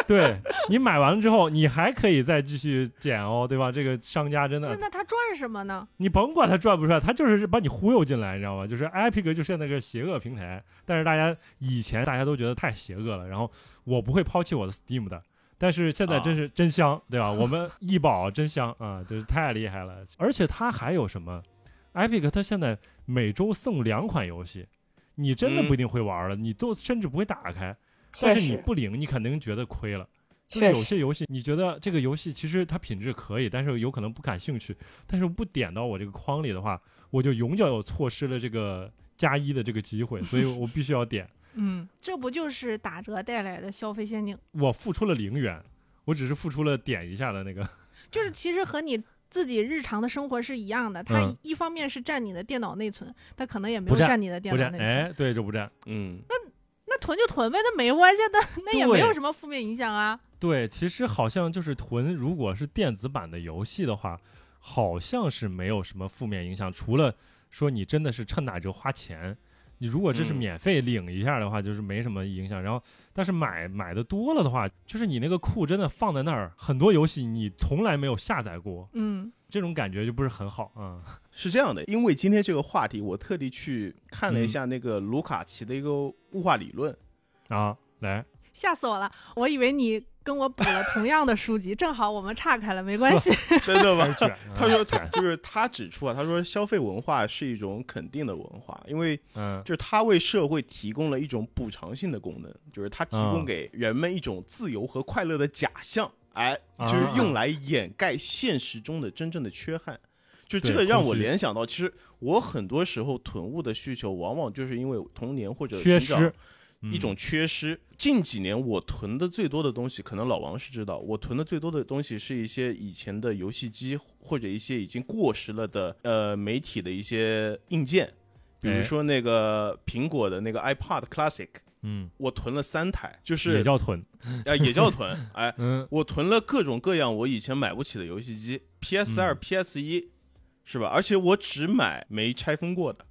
A: 对你买完了之后，你还可以再继续减哦，对吧？这个商家真
C: 不
A: 的
C: 是，那他赚什么呢？
A: 你甭管他赚不赚，他就是把你忽悠进来，你知道吗？就是 Epic 就是那个邪恶平台，但是大家以前大家都觉得太邪恶了，然后我不会抛弃我的 Steam 的，但是现在真
D: 啊
A: 是真香，对吧？我们易宝真香啊，就是太厉害了。而且它还有什么？Epic 它现在每周送两款游戏，你真的
B: 嗯
A: 不一定会玩了，你都甚至不会打开，
D: 确
A: 但是你
D: 实
A: 不领，你肯定觉得亏了。就是
D: 确
A: 有
D: 实
A: 些游戏，你觉得这个游戏其实它品质可以，但是有可能不感兴趣，但是不点到我这个框里的话，我就永久有错失了这个加一的这个机会，所以我必须要点。
C: 嗯，这不就是打折带来的消费陷阱？
A: 我付出了零元，我只是付出了点一下的那个，
C: 就是其实和你。自己日常的生活是一样的，它
A: 嗯
C: 一方面是占你的电脑内存，它可能也没
A: 不
C: 有
A: 占
C: 占你的电
A: 不
C: 脑
A: 占
C: 内，存。
A: 哎，对，就不占。
B: 嗯，
C: 那囤就囤呗，那没关系，那那也
A: 对
C: 没有什么负面影响啊。
A: 对，其实好像就是囤，如果是电子版的游戏的话，好像是没有什么负面影响，除了说你真的是趁打折花钱。你如果这是
B: 嗯
A: 免费领一下的话，就是没什么影响。然后，但是买买的多了的话，就是你那个库真的放在那儿，很多游戏你从来没有下载过，
C: 嗯，
A: 这种感觉就不是很好啊、
B: 是这样的，因为今天这个话题，我特地去看了一下那个卢卡奇的一个物化理
A: [LAUGHS]
B: 论。
A: 啊！来，
C: 吓死我了，我以为你跟我补了同样的书籍，正好我们岔开了，没关
A: [LAUGHS]
C: 系。
B: 真的。
A: 开始？卷
B: 他
A: [LAUGHS]
B: 说，
A: 卷，
B: 就是他指出啊，他说消费文化是一种肯定的文化，因为
A: 嗯
B: 就是它为社会提供了一种补偿性的功能，就是它提
A: 嗯
B: 供给人们一种自由和快乐的假象，哎，
A: 啊
B: 就是用来掩盖现实中的真正的缺憾。就这
A: 对
B: 个让
A: 空
B: 我
A: 虚
B: 联想到，其实我很多时候囤物的需求，往往就是因为童年或者
A: 缺
B: 成长
A: 失嗯
B: 一种缺失。近几年我囤的最多的东西，可能老王是知道，我囤的最多的东西是一些以前的游戏机或者一些已经过时了的呃媒体的一些硬件，比
A: 哎
B: 如说那个苹果的那个 iPod Classic，
A: 嗯，
B: 我囤了三台，就
A: 嗯也
B: 是
A: 叫囤，
B: 呃也叫囤， [LAUGHS] 哎，
A: 嗯，
B: 我囤了各种各样我以前买不起的游戏机，PS 二、
A: 嗯
B: PS 一，是吧？而且我只买没拆封过的，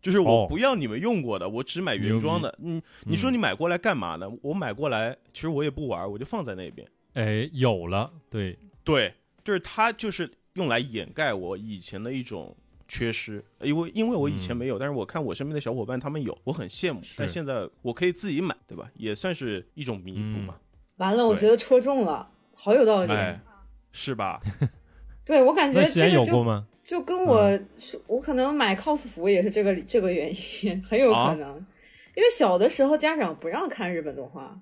B: 就是
A: 哦
B: 我不要你们用过的，我只买原装的。嗯，你说
A: 嗯
B: 你买过来干嘛呢？我买过来，其实我也不玩，我就放在那边。
A: 哎，有了，对，
B: 对，就是它就是用来掩盖我以前的一种缺失，因为因为我以前
A: 嗯
B: 没有，但是我看我身边的小伙伴他们有，我很羡慕
A: 是。
B: 但现在我可以自己买，对吧？也算是一种弥补嘛，
D: 完了，我
B: 对
D: 觉得戳中了，好有
A: 嗯
D: 道理。
B: 哎，是吧？
D: 对我感觉
A: 那之前
D: 这
A: 有
D: 个
A: 过
D: 就
A: 吗？嗯
D: 就跟我说，我可能买 cos 服也是这个这个原因，很有
A: 啊
D: 可能。因为小的时候家长不让看日本动画，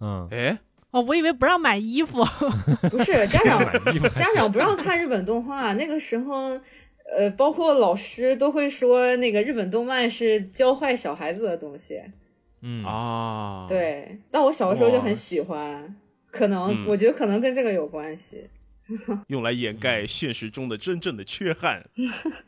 A: 嗯，
B: 哎，
C: 哦，我以为不让买衣服，
D: 不
A: [LAUGHS]
D: 是家长
A: 买衣服还
D: 家
A: 行
D: 长不让看日本动画，那个时候，呃，包括老师都会说那个日本动漫是教坏小孩子的东西。
A: 嗯
B: 啊，。
D: 对，但我小的时候就
B: 哇
D: 很喜欢，可能、
B: 嗯
D: 我觉得可能跟这个有关系。
B: 用来掩盖现实中的真正的缺憾。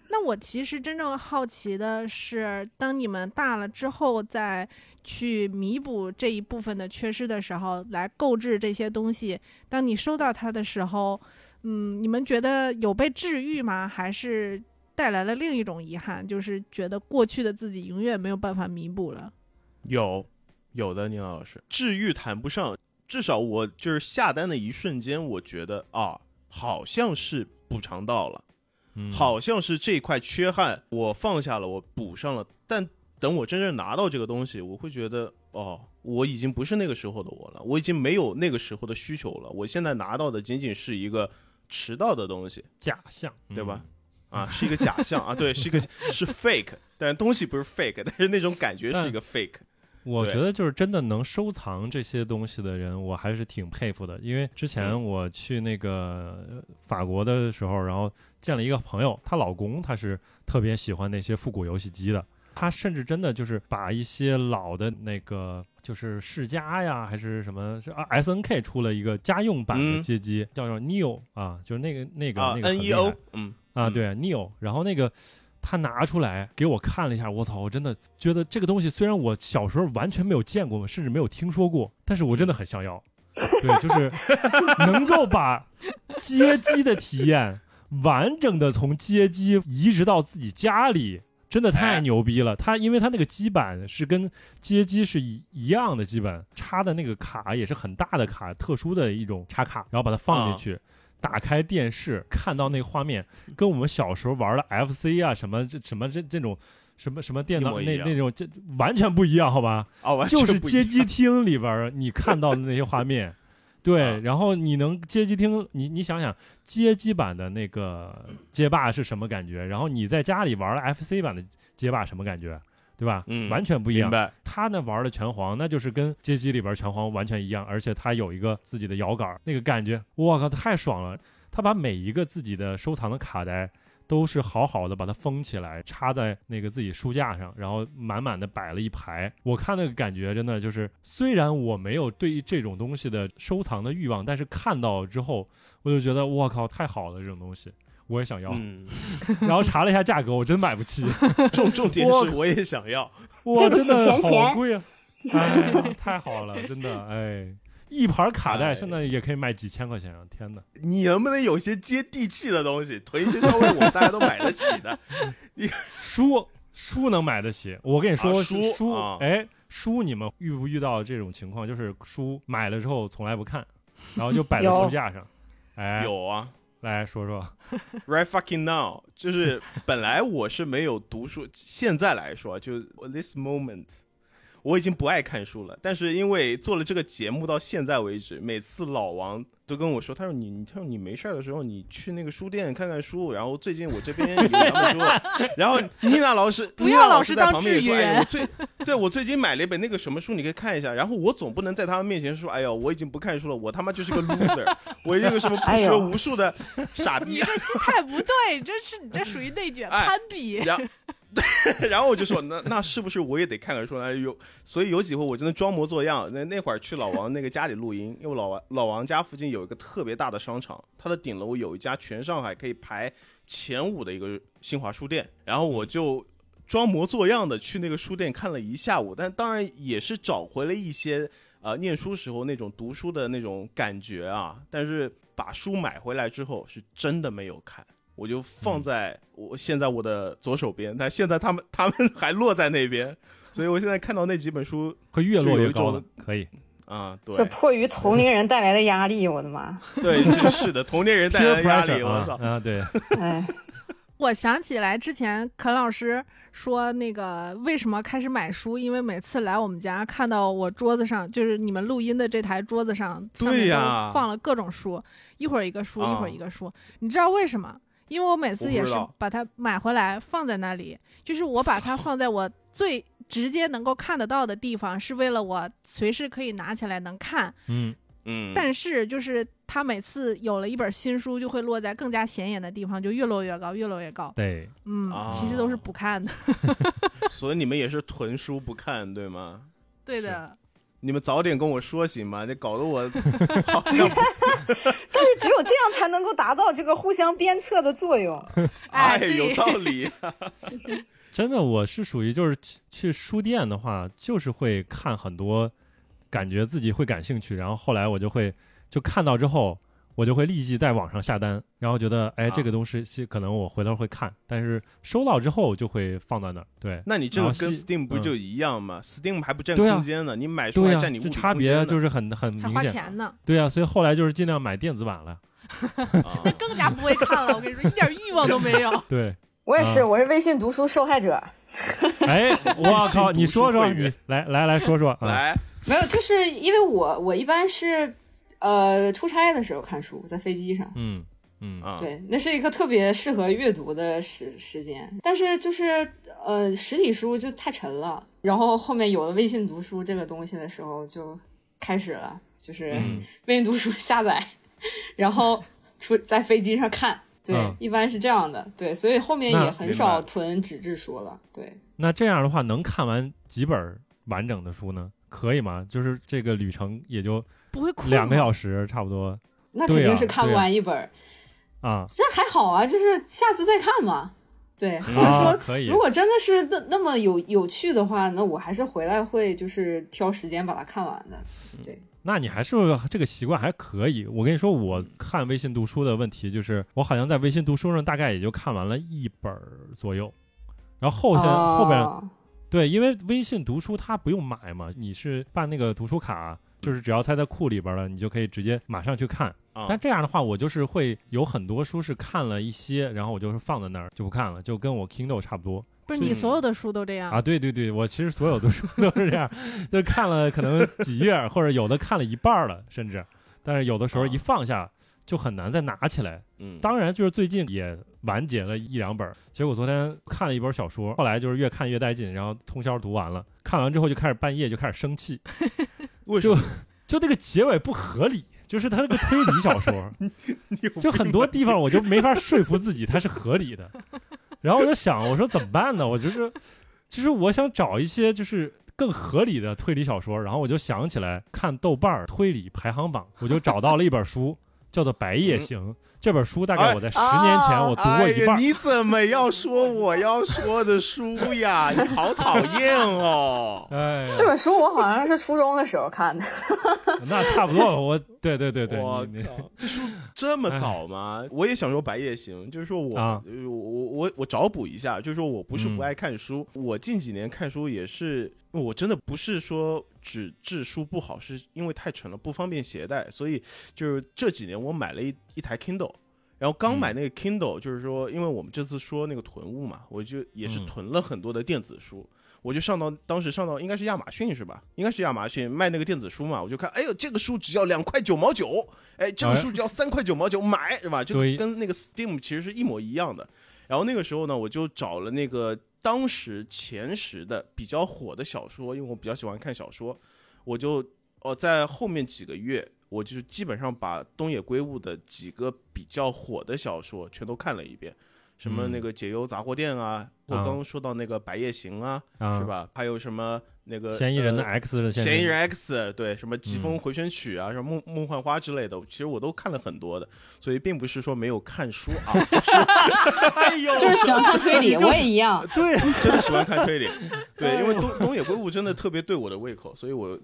C: 那我其实真正好奇的是，当你们大了之后，再去弥补这一部分的缺失的时候，来购置这些东西。当你收到它的时候，嗯，你们觉得有被治愈吗？还是带来了另一种遗憾，就是觉得过去的自己永远没有办法弥补了？
B: 有，有的，宁老师，治愈谈不上，至少我就是下单的一瞬间，我觉得啊，好像是补偿到了，
A: 嗯
B: 好像是这块缺憾我放下了，我补上了。但等我真正拿到这个东西，我会觉得哦，我已经不是那个时候的我了，我已经没有那个时候的需求了。我现在拿到的仅仅是一个迟到的东西，
A: 假象，
B: 对吧？啊，是一个假象啊，对，是一个是 fake，但是东西不是 fake，但是那种感觉是一个 fake，
A: 我
B: 对
A: 觉得就是真的能收藏这些东西的人，我还是挺佩服的。因为之前
B: 嗯
A: 我去那个呃法国的时候，然后见了一个朋友，她老公他是特别喜欢那些复古游戏机的，他甚至真的就是把一些老的那个就是世嘉呀，还是什么？是啊，S N K 出了一个家用版的
B: 嗯
A: 街机，叫做 Neo 啊，就是那个那个、
B: 啊
A: 那个很
B: ，N
A: 厉
B: E
A: 害
B: O，嗯，
A: 啊，
B: 嗯
A: 对 Neo，然后那个他拿出来给我看了一下，我操，我真的觉得这个东西虽然我小时候完全没有见过，甚至没有听说过，但是我真的很想要。对，就是
B: [LAUGHS]
A: 能够把街机的体验完整的从街机移植到自己家里。真的太
B: 哎
A: 牛逼了！它因为它那个基板是跟街机是一一样的基本，插的那个卡也是很大的卡，特殊的一种插卡，然后把它放
B: 嗯
A: 进去，打开电视看到那个画面，跟我们小时候玩的 FC 啊什么这什么这这种什么什么电
B: 一
A: 脑
B: 模一
A: 那
B: 样
A: 那种这完全不一样，好吧？
B: 哦，完全
A: 就是
B: 不一
A: 街
B: 样
A: 机厅里边儿你看到的那些画
B: [LAUGHS]
A: 面。对
B: 啊，
A: 然后你能街机厅，你你想想街机版的那个街霸是什么感觉？然后你在家里玩了 FC 版的街霸什么感觉？对吧？
B: 嗯
A: 完全不一样
B: 明。白，
A: 他那玩的拳皇，那就是跟街机里边拳皇完全一样，而且他有一个自己的摇杆儿，那个感觉，我靠，太爽了！他把每一个自己的收藏的卡带都是好好的把它封起来，插在那个自己书架上，然后满满的摆了一排。我看那个感觉真的就是，虽然我没有对于这种东西的收藏的欲望，但是看到之后，我就觉得我靠，太好了，这种东西。我也想
B: [LAUGHS]
A: 要，
B: 嗯，
A: 然后查了一下价格，我真买不起，
B: 重
A: [LAUGHS]
B: 重点
A: 我
B: 是我也想要，
A: 哇，
E: 对不
A: 真
E: 起
A: 的
E: 钱钱
A: 好
E: [LAUGHS]
A: 贵啊！哎，太好了，真的哎，一盘卡带
B: 哎
A: 现在也可以卖几千块钱啊！天哪，
B: 你能不能有些接地气的东西？囤一些稍微我们大家都买得起的，
A: 书书能买得起？我跟你说，
B: 啊
A: 是
B: 书
A: 书
B: 啊
A: 哎，书你们遇不遇到这种情况？就是书买了之后从来不看，然后就摆在
E: 有
A: 书架上。 [LAUGHS] 哎，
B: 有啊，
A: 来说说，
B: [LAUGHS] Right fucking now，就是本来我是没有读书，现在来说，就 this moment，我已经不爱看书了。但是因为做了这个节目到现在为止，每次老王都跟我说，他说你，你他说你没事儿的时候，你去那个书店看看书。然后最近我这边有两本
C: [LAUGHS]
B: 书，然后妮娜老师，
C: 不
B: 妮
C: 要
B: 娜
C: 老
B: 老
C: 是
B: 在
C: 当
B: 旁边也
C: 治愈
B: 说，哎
C: 人
B: 呦，我最对我最近买了一本那个什么书，你可以看一下。然后我总不能在他们面前说，哎呦，我已经不看书了，我他妈就是个
C: [LAUGHS]
B: loser，我一个什么不
E: 哎
B: 学
E: 呦
B: 无术的傻
C: 你
B: 逼。
C: [LAUGHS] 这心态不对，这是你这属于内卷
B: 哎
C: 攀比。
B: 然后， [LAUGHS] 然后我就说，那那是不是我也得看看书呢？有，所以有几回我真的装模作样。那那会儿去老王那个家里录音，因为老王老王家附近有一个特别大的商场，它的顶楼有一家全上海可以排前五的一个新华书店，然后我就。装模作样的去那个书店看了一下午，但当然也是找回了一些呃念书时候那种读书的那种感觉啊。但是把书买回来之后，是真的没有看。我就
A: 嗯
B: 放在我现在我的左手边，但现在他们他们 [LAUGHS] 还落在那边，所以我现在看到那几本书
A: 会越落
B: 就有
A: 越
B: 一
A: 高
B: 种
A: 了，可以
B: 啊，对
E: 这迫于同龄人带来的压力，我的妈！
B: 对，是是的，同龄人带来的
A: peer
B: 压力，
A: pressure
B: 我
A: 啊
B: 操，
A: 啊，对，
E: 哎，
C: 我想起来之前肯老师说那个为什么开始买书，因为每次来我们家看到我桌子上，就是你们录音的这台桌子上，上面
B: 对
C: 都
B: 呀
C: 放了各种书，一会儿一个书，一会
B: 啊
C: 儿一个书。你知道为什么？因为我每
B: 我
C: 次
B: 不
C: 也
B: 知
C: 是
B: 道
C: 把它买回来放在那里，就是我把它放在我最直接能够看得到的地方，是为了我随时可以拿起来能看。
A: 嗯，
B: 嗯，
C: 但是就是他每次有了一本新书，就会落在更加显眼的地方，就越落越高，越落越高。
A: 对，
C: 嗯，
B: 啊
C: 其实都是不看的。
B: 所以你们也是囤书不看，对吗？
C: [LAUGHS] 对的，
B: 你们早点跟我说行吗？这搞得我 [LAUGHS] 好像
E: 但是只有这样才能够达到这个互相鞭策的作用。
C: [LAUGHS] 哎，
B: 有
C: 对，
B: 道
C: [LAUGHS]
B: 理，
A: 真的，我是属于就是去去书店的话，就是会看很多，感觉自己会感兴趣，然后后来我就会就看到之后，我就会立即在网上下单，然后觉得哎
B: 啊
A: 这个东西是可能我回头会看，但是收到之后就会放在那儿，对。
B: 那你这个
A: 然后
B: 跟
A: 西
B: Steam 不
A: 嗯
B: 就一样吗？Steam 还不占
A: 对啊
B: 空间呢，你买书
A: 对
B: 还
A: 呀、
B: 占你物
A: 这
B: 理
A: 差
B: 空间
A: 别
B: 呢
A: 就是很很
C: 还
A: 明
C: 花
A: 显。
C: 钱呢，
A: 对呀、所以后来就是尽量买电子版了。 [LAUGHS]
B: 啊
C: 更加不会看了。我跟你说，一点欲望都没
B: 哦
C: 有。
A: 对，
E: 我也是，
A: 啊
E: 我是微信读书受害者。
A: 哎，
B: [LAUGHS]
A: 我靠，
B: 读
A: 你
B: 书
A: 说说，
B: 会员
A: 你来来来说说啊，
B: 来，
D: 没有，就是因为我我一般是呃出差的时候看书，在飞机上。
A: 嗯嗯
B: 啊，
D: 对，那是一个特别适合阅读的时时间，但是就是呃，实体书就太沉了。然后后面有了微信读书这个东西的时候，就开始了，就是
A: 嗯，
D: 微信读书下载，然后出在飞机上看。对，
A: 嗯
D: 一般是这样的。对，所以后面
A: 那
D: 也
B: 明
D: 很
B: 白
D: 少囤纸质书了。对，
A: 那这样的话能看完几本完整的书呢？可以吗？就是这个旅程也就
C: 不会困
A: 两个
C: 吗
A: 小时差不多
D: 那肯定是看不
A: 对啊对啊
D: 完一本儿，
A: 啊，
D: 这还好啊，就是下次再看嘛。对，或者
A: 啊
D: 说
A: 可以
D: 如果真的是那那么有有趣的话，那我还是回来会就是挑时间把它看完的。
A: 那你还是这个习惯还可以。我跟你说，我看微信读书的问题就是，我好像在微信读书上大概也就看完了一本儿左右，然后后现
D: 哦
A: 后边对，因为微信读书它不用买嘛，你是办那个读书卡，就是只要它在库里边了，你就可以直接马上去看。
B: 啊
A: 但这样的话，我就是会有很多书是看了一些，然后我就是放在那儿就不看了，就跟我 Kindle 差不多
C: 不是
B: 所以
C: 你所有的书都这样
A: 啊。？对对对，我其实所有的书都是这样，就看了可能几页儿，或者有的看了一半儿了，甚至，但是有的时候一放下就很难再拿起来。
B: 嗯，
A: 当然，就是最近也完结了一两本儿，结果昨天看了一本小说，后来就是越看越带劲，然后通宵读完了。看完之后就开始半夜就开始生气，
B: 为什么
A: 就那个结尾不合理，就是它那个推理小说，
B: [LAUGHS] 啊
A: 就很多地方我就没法说服自己它是合理的。然后我就想，我说怎么办呢？我就是，就是我想找一些就是更合理的推理小说。然后我就想起来看豆瓣儿推理排行榜，我就找到了一本
B: [LAUGHS]
A: 书，叫做《白夜行》。这本书大概我在十年前我读过
B: 嗯哎
A: 一半
B: 呀，
A: 儿。
B: 你怎么要说我要说的书呀？你好讨厌哦！
A: 哎呀，
E: 这本书我好像是初中的时候看的，
A: 那差不多，我对 [LAUGHS] 对对对，
B: 我
A: 你你哎
B: 靠，这书这么早吗？我也想说《白夜行》，就是说我、呃
A: 啊
B: 我我我我找补一下，就是说我不是
A: 嗯
B: 不爱看书，我近几年看书也是，我真的不是说纸质书不好，是因为太沉了不方便携带，所以就是这几年我买了一一台 Kindle。然后刚
A: 嗯
B: 买那个 Kindle，、就是说，因为我们这次说那个囤物嘛，我就也是
A: 嗯
B: 囤了很多的电子书，我就上到当时上到应该是亚马逊是吧？应该是亚马逊卖那个电子书嘛，我就看，哎呦，这个书只要两块九毛九，哎，这个
A: 哎
B: 书只要三块九毛九，买是吧？就
A: 对
B: 跟那个 Steam 其实是一模一样的。然后那个时候呢，我就找了那个当时前十的比较火的小说，因为我比较喜欢看小说，我就哦在后面几个月，我就是基本上把东野圭吾的几个比较火的小说全都看了一遍，什么
A: 嗯
B: 那个解忧杂货店啊，我
A: 啊
B: 刚刚说到那个白夜行啊，
A: 啊
B: 是？吧？还有什么那个
A: 嫌疑人的
B: 呃
A: X 的
B: 嫌疑
A: 人嗯
B: 人 X，对，什么疾风回旋曲啊，什么梦梦幻花之类的，其实我都看了很多的，所以并不是说没有看书
A: [LAUGHS]
B: 啊，
A: 哎呦，
D: 就是喜欢看
E: [LAUGHS]
D: 推理，我也一样。
A: 对，
B: 真的喜欢看推理，
A: 哎
B: 对，因为东东野圭吾真的特别对我的胃口，所以我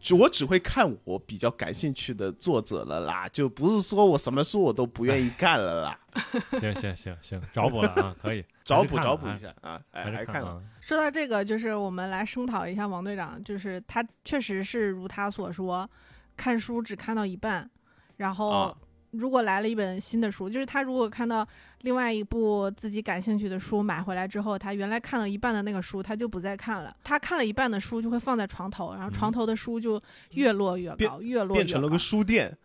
B: 只我只会看我比较感兴趣的作者了啦，就不是说我什么书我都不愿意看了啦， [LAUGHS]
A: 行行行行，找补了啊，可以
B: 找补找补一
A: 还是
B: 下啊，哎，
A: 看了，还
B: 还
A: 是
B: 看
A: 了
B: 了，
A: 啊。
C: 说到这个，就是我们来声讨一下王队长，就是他确实是如他所说，看书只看到一半，然后
B: 啊
C: 如果来了一本新的书，就是他如果看到另外一部自己感兴趣的书买回来之后，他原来看到一半的那个书他就不再看了，他看了一半的书就会放在床头，然后床头的书就越摞越高，越
B: 嗯
C: 摞越
B: 变成了
C: 高
B: 个书店，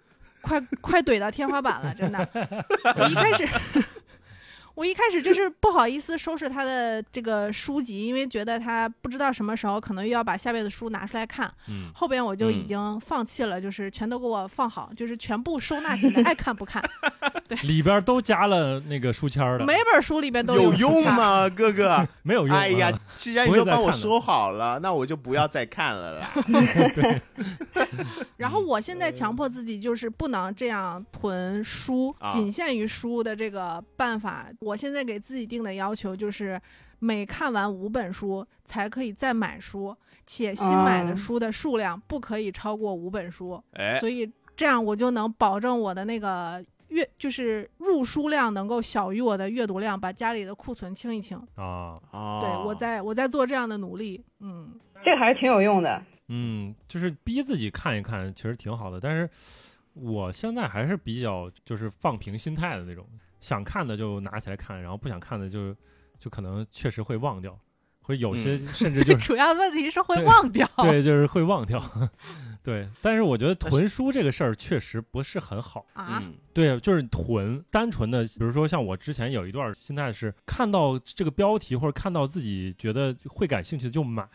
C: 快快怼到天花板了，真的。我一开始，我一开始就是不好意思收拾他的这个书籍，因为觉得他不知道什么时候可能又要把下辈子书拿出来看。
A: 嗯，
C: 后边我就已经放弃了，就是全都给我放好，就是全部收
B: [LAUGHS]
C: 纳起来，爱看不看。
A: 里边都加了那个书签儿的，
C: 每本书里边都
B: 有
C: 书
B: 用
C: 签儿？
B: 吗，哥哥？
A: 没有用啊。
B: 哎呀，既然你
A: 不会
B: 都
A: 再
B: 帮我
A: 看了
B: 收好了，那我就不要再看
A: [LAUGHS]
B: 了啦。
C: 然后我现
A: 嗯
C: 在强迫自己就是不能这样囤书，
B: 啊
C: 仅限于书的这个办法。我现在给自己定的要求就是，每看完五本书才可以再买书，且新
B: 啊
C: 买的
D: 嗯
C: 书的数量不可以超过五本书。
B: 哎，
C: 所以这样我就能保证我的那个阅，就是入书量能够小于我的阅读量，把家里的库存清一清。
A: 啊，
B: 哦
C: 对我在我在做这样的努力，嗯。
E: 这个还是挺有用的。
A: 嗯，就是逼自己看一看，其实挺好的。但是我现在还是比较就是放平心态的那种，想看的就拿起来看，然后不想看的就就可能确实会忘掉，会有些
B: 嗯
A: 甚至
B: [LAUGHS]
A: 就是、
C: 主要问题是会
A: 对
C: 忘掉。
A: 对，就是会忘掉。 [LAUGHS] 对，但是我觉得囤书这个事儿确实不是很好。
C: 啊，
B: 嗯
A: 对，就是囤，单纯的，比如说像我之前有一段心态是，看到这个标题或者看到自己觉得会感兴趣的就买，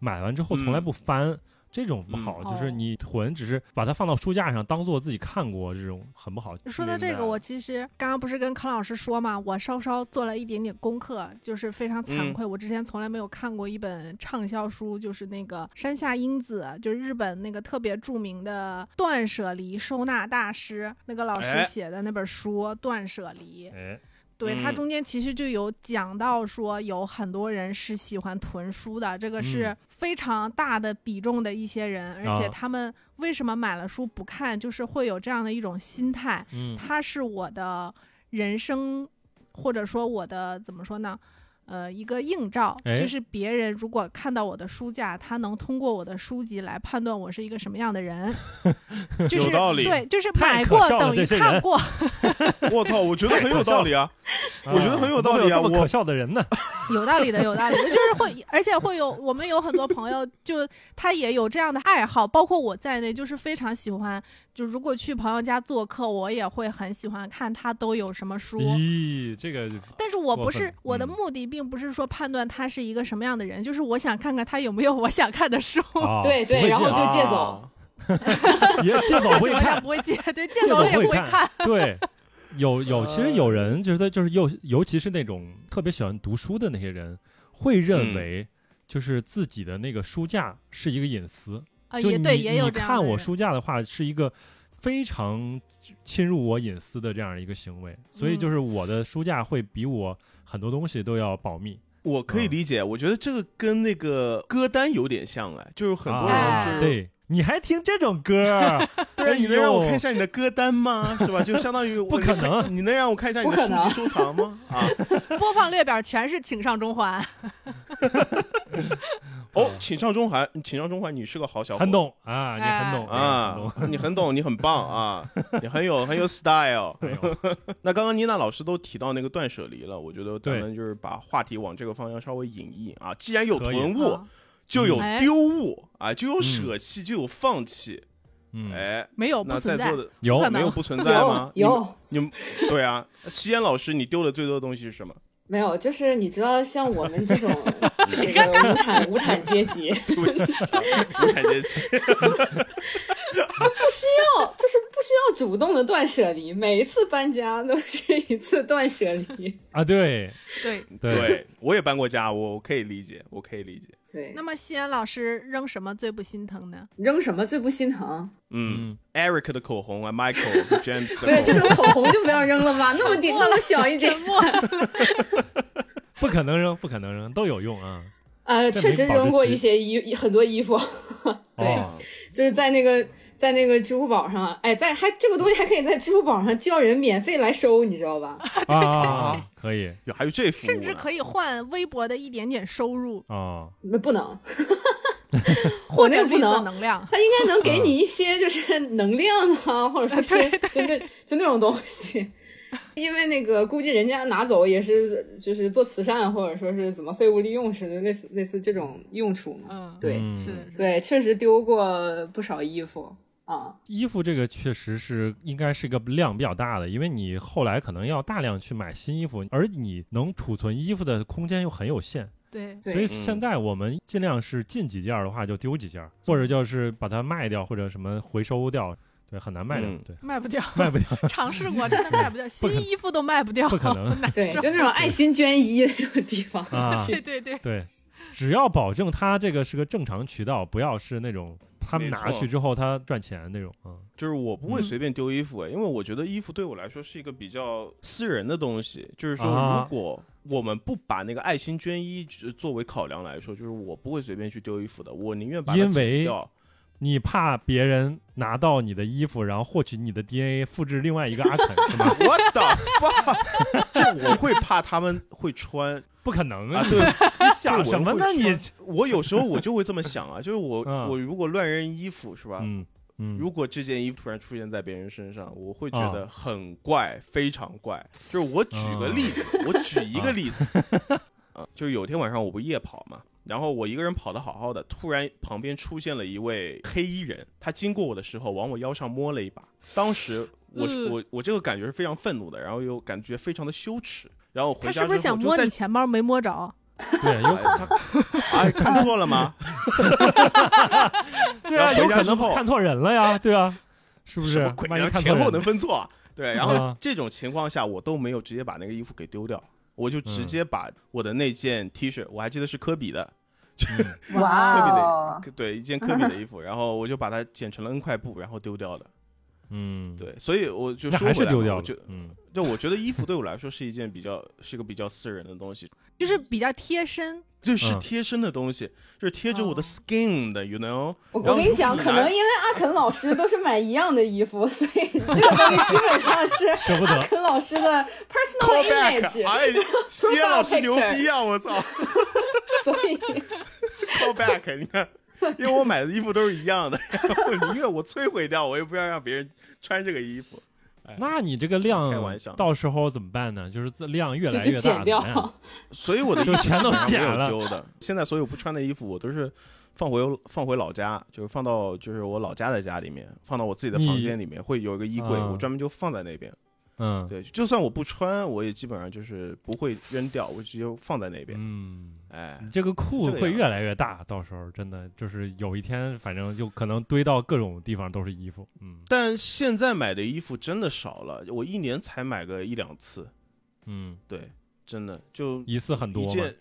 A: 买完之后从来
B: 嗯
A: 不翻，这种不好，
C: 嗯
D: 哦
A: 就是你囤，只是把它放到书架上当做自己看过，这种很不好。
C: 说到这
B: 明
C: 个，
B: 白
C: 我其实刚刚不是跟康老师说嘛，我稍稍做了一点点功课，就是非常
B: 嗯
C: 惭愧，我之前从来没有看过一本畅销书，就是那个山下英子，就是日本那个特别著名的断舍离收纳大师那个老师
B: 哎
C: 写的那本书《断舍离》。
A: 哎，
C: 对，它
B: 嗯
C: 中间其实就有讲到说，有很多人是喜欢囤书的，这个是
A: 嗯
C: 非常大的比重的一些人，而且
A: 啊
C: 他们为什么买了书不看，就是会有这样的一种心态。
A: 嗯
C: 它是我的人生，或者说我的怎么说呢？呃，一个映照，
A: 哎
C: 就是别人如果看到我的书架，他能通过我的书籍来判断我是一个什么样
A: [LAUGHS]
C: 的人，就是
B: 有道理
C: 对，就是
A: 太
C: 买
A: 可
C: 过
A: 笑了
C: 等于
A: 这些
C: 看
A: 人
C: 过， [LAUGHS]
B: 我操，我觉得很有道理
D: [LAUGHS]
B: 啊！
D: 嗯
B: 我觉得很有道理
A: 怎
B: 啊
A: 么会有这么
B: 我
A: 可笑的人呢，
C: 有道理的，有道理的，就是会，而且会有，我们有很多朋友就他也有这样的爱好，包括我在内，就是非常喜欢，就如果去朋友家做客，我也会很喜欢看他都有什么书。
A: 咦，这个就
C: 但是我
A: 过
C: 不
A: 分
C: 是我的
A: 嗯
C: 目的，并不是说判断他是一个什么样的人，就是我想看看他有没有我想看的书。 [LAUGHS]
A: 啊
D: [LAUGHS] 对对
A: 不会
D: 然后
A: 见啊
D: 就借
B: 啊
D: 走
A: 也借走不
D: [LAUGHS]
A: 会
C: 我
A: 看
C: 也，不会借，
A: [LAUGHS]
C: 对，借
A: 借
C: 走
A: 走
C: 了也
A: 会
C: 不会看。 [LAUGHS]
A: 对，有有，
C: 呃
A: 其实有人觉得就是尤尤其是那种特别喜欢读书的那些人，会认
B: 嗯
A: 为就是自己的那个书架是一个隐私，
C: 啊，
A: 就
C: 也
A: 你
C: 对，也有
A: 你
C: 这样
A: 看
C: 的
A: 我
C: 人
A: 书架的话，是一个非常侵入我隐私的这样一个行为，所以就
C: 嗯
A: 是我的书架会比我很多东西都要保密。
B: 我可以
A: 嗯
B: 理解，我觉得这个跟那个歌单有点像哎，就是很多
A: 啊
B: 人就是
A: 对，你还听这种歌儿？
B: 对啊，你能让我
A: 哎呦
B: 看一下你的歌单吗？是吧？就
A: [LAUGHS]
B: 相当于我
A: 不可能，
B: 你能让我看一下你
D: 不可
B: 的
D: 能
B: 书籍收藏吗？
A: [LAUGHS]
B: 啊，
C: 播放列表全是请上中环，
B: 哦，请上中环，请上中环，你是个
A: [LAUGHS]
B: 好小伙，
A: 很懂啊，你很懂
B: 啊，你很懂，你很棒啊，你很有很有
A: [LAUGHS]
B: style。
A: 你很懂哎呦
B: 那刚刚妮娜老师都提到那个断舍离了，我觉得咱
A: 对
B: 们就是把话题往这个方向稍微引一引啊。既然有
A: 可以
B: 囤物，
C: 啊
B: 就有
C: 哎
B: 丢物啊，就有舍弃，就有放弃。
A: 嗯，
B: 哎，
C: 没有哦不
B: 那在
C: 存在
B: 座。的
A: 有
C: 不可能
B: 没有不存在吗
D: [LAUGHS] 有？
B: 你们你
D: 有。
B: 们对啊，西安老师，你丢的最多的东西是
C: [LAUGHS]
B: 什么？
D: 没有，就是你知道，像我们这种
A: [LAUGHS]
D: 这个无产无产阶 [LAUGHS] 级，
B: 对不起，无产阶级。
D: 不需要，就是不需要主动的断舍离。每一次搬家都是一次断舍离。
A: 啊，对
C: 对，
A: [LAUGHS] 对，
B: 对，我也搬过家，我我可以理解，我可以理解。
D: 对，
C: 那么西安老师扔什么最不心疼
D: [LAUGHS]
C: 呢？
D: 扔什么最不心疼？
B: 嗯
A: 嗯，
B: ，Eric 的口红啊，Michael
C: [LAUGHS]
B: 和 James
D: 对，
B: 的
D: 这
B: 口
D: 种口红就不要扔 [LAUGHS] 了吧，那么点那么小一点
C: 沉，默。
A: 不可能扔，不可能扔，都有用啊。
D: 呃，
A: 这没
D: 确实扔过
A: 保质期
D: 一些衣很多衣服，对，
B: [LAUGHS]
A: 哦
D: 就是在那个在那个支付宝上，哎，在还这个东西还可以在支付宝上叫人免费来收，你知道吧？
A: 啊啊，啊可以
B: 红，还有这服务呢，
C: 甚至可以换微薄的一点点收
D: [LAUGHS]
C: 入，
A: 啊，
D: 那不能， [LAUGHS]
C: 获
D: 那
C: 得
D: 个不
C: 绿色
D: 能
C: 能量。
D: 它应该能给你一些就是能量啊，或者说是就那就那种东西。 [LAUGHS] 因为那个估计人家拿走也是就是做慈善或者说是怎么废物利用似的，类似类似这种用处嘛。
C: 嗯，
D: 对、
A: 嗯
C: 是的，是的。
D: 对，确实丢过不少衣服啊。
A: 衣服这个确实是应该是一个量比较大的，因为你后来可能要大量去买新衣服，而你能储存衣服的空间又很有限，
C: 对，
A: 所以
D: 对，
B: 嗯
A: 现在我们尽量是进几件儿的话就丢几件儿，或者就是把它卖掉或者什么回收掉，对，很难卖掉，
B: 嗯
A: 对，[LAUGHS]
C: 卖不掉，
A: 卖不掉，
C: 尝试过，真的卖
A: [LAUGHS]
C: 不掉，新衣服都卖不掉，
A: 不可能
D: 对，就那种爱心捐衣的那种地方
A: 啊
D: [LAUGHS]
C: [LAUGHS]
D: 去
C: 对对
A: [LAUGHS]
C: 对，
A: 对，只要保证它这个是个正常渠道，不要是那种他们
B: 没
A: 拿
B: 错
A: 去之后他赚钱那种，嗯，
B: 就是我不会
C: 嗯
B: 随便丢衣服、哎因为我觉得衣服对我来说是一个比较私人的东西。就是说，
A: 啊
B: 如果我们不把那个爱心捐衣呃作为考量来说，就是我不会随便去丢衣服的，我宁愿把它
A: 因为
B: 剪掉。
A: 你怕别人拿到你的衣服，然后获取你的 DNA，复制另外一个阿
B: [LAUGHS]
A: 肯是吗？
B: 我的妈！ [LAUGHS] 这我会怕他们会穿
A: 不可能
B: 啊
A: 啊！！
B: 对，
A: 你想什么呢？
B: 对我
A: 你
B: 会我有时候我就会这么想啊，就是我、
A: 嗯
B: 我如果乱扔衣服是吧？
A: 嗯嗯，
B: 如果这件衣服突然出现在别人身上，我会觉
C: 啊
B: 得很怪，非常怪。就是我举个例子，
C: 啊
B: [LAUGHS] 我举一个例子， [LAUGHS] 啊，就是有天晚上我不夜跑嘛，然后我一个人跑得好好的，突然旁边出现了一位黑衣人，他经过我的时候往我腰上摸了一把，当时我、
C: 嗯
B: 我我这个感觉是非常愤怒的，然后又感觉非常的羞耻，然后我回
C: 他
B: 家
C: 是不是
B: 之后
C: 想
B: 就
C: 摸
B: 在
C: 你钱包没摸着？
A: 对，有
B: [LAUGHS] 哎他哎看错了吗？
A: 对啊，
B: 然后
A: 有
B: 回家
A: 可
B: 之
A: 能
B: 后
A: 看错人了
B: [LAUGHS]
A: 呀，对啊，是不
B: 什
A: 是
B: 么鬼？？
A: 万
B: 然
A: 一
B: 后
A: 看
B: 前
A: 错
B: 后
A: 人
B: 能
A: 了，
B: 分错啊，对。然后
A: 啊
B: 这种情况下，我都没有直接把那个衣服给丢掉，我就直
A: 嗯
B: 接把我的那件 T 恤，我还记得是科比
D: [LAUGHS]
B: 的，科比
E: 哇哦，
B: 的对一件科比的衣服，然后我就把它剪成了 N 块布，然后丢掉的。
A: 嗯，，
B: 对，所以我就
A: 那
B: 说回
A: 还
B: 来
A: 是丢
B: 嘛
A: 掉
B: 我
A: 了 [LAUGHS]
B: 就，
A: 嗯，
B: 对，我觉得衣服对我来说是一件比较是个比较私人的东西，
C: 就是比较贴身。
B: 就是
A: 嗯
B: 贴身的东西，就是贴着我的
C: 哦
B: skin 的，you know。
D: 我
B: 然
D: 我
B: 后
D: 跟你
B: 如
D: 讲，
B: 果
D: 可
B: 拿
D: 能因为阿肯老师都是买一样的衣服，所以这个东西基本上是
A: 舍不得
B: [LAUGHS]
D: 阿肯老师的 personal
B: call
D: image，
B: back，哎，
D: [LAUGHS]
B: 西安老师
D: Profile
B: 牛逼啊！我操
D: 所以
B: ，call back，你看，因为我买的衣服都是一样的，然后我宁愿我摧毁掉，我也不要让别人穿这个衣服。
A: 那你这个
B: 开
A: 量
B: 玩笑
A: 到时候怎么办呢？就是这量越
D: 就
A: 来
D: 去
A: 越
D: 减
A: 大，
D: 掉
A: 怎么样
B: 所以我的衣
A: 就
B: 服
A: 全都
B: 基本上
A: 剪了
B: 没有丢的。现在所有不穿的衣服，我都是放回放回老家，就是放到就是我老家的家里面，放到我自己的
A: 你
B: 房间里面，会有一个衣柜，
A: 啊
B: 我专门就放在那边。
A: 嗯
B: 对，就算我不穿，我也基本上就是不会扔掉，我直接放在那边。
A: 嗯，
B: 哎，
A: 你这个库
B: 这个
A: 会
B: 样
A: 越来越大，到时候真的就是有一天，反正就可能堆到各种地方都是衣服，嗯
B: 但现在买的衣服真的少了，我一年才买个一两次。
A: 嗯，
B: 对，真的就
A: 一次很多
B: 一
A: 嘛，
B: 件，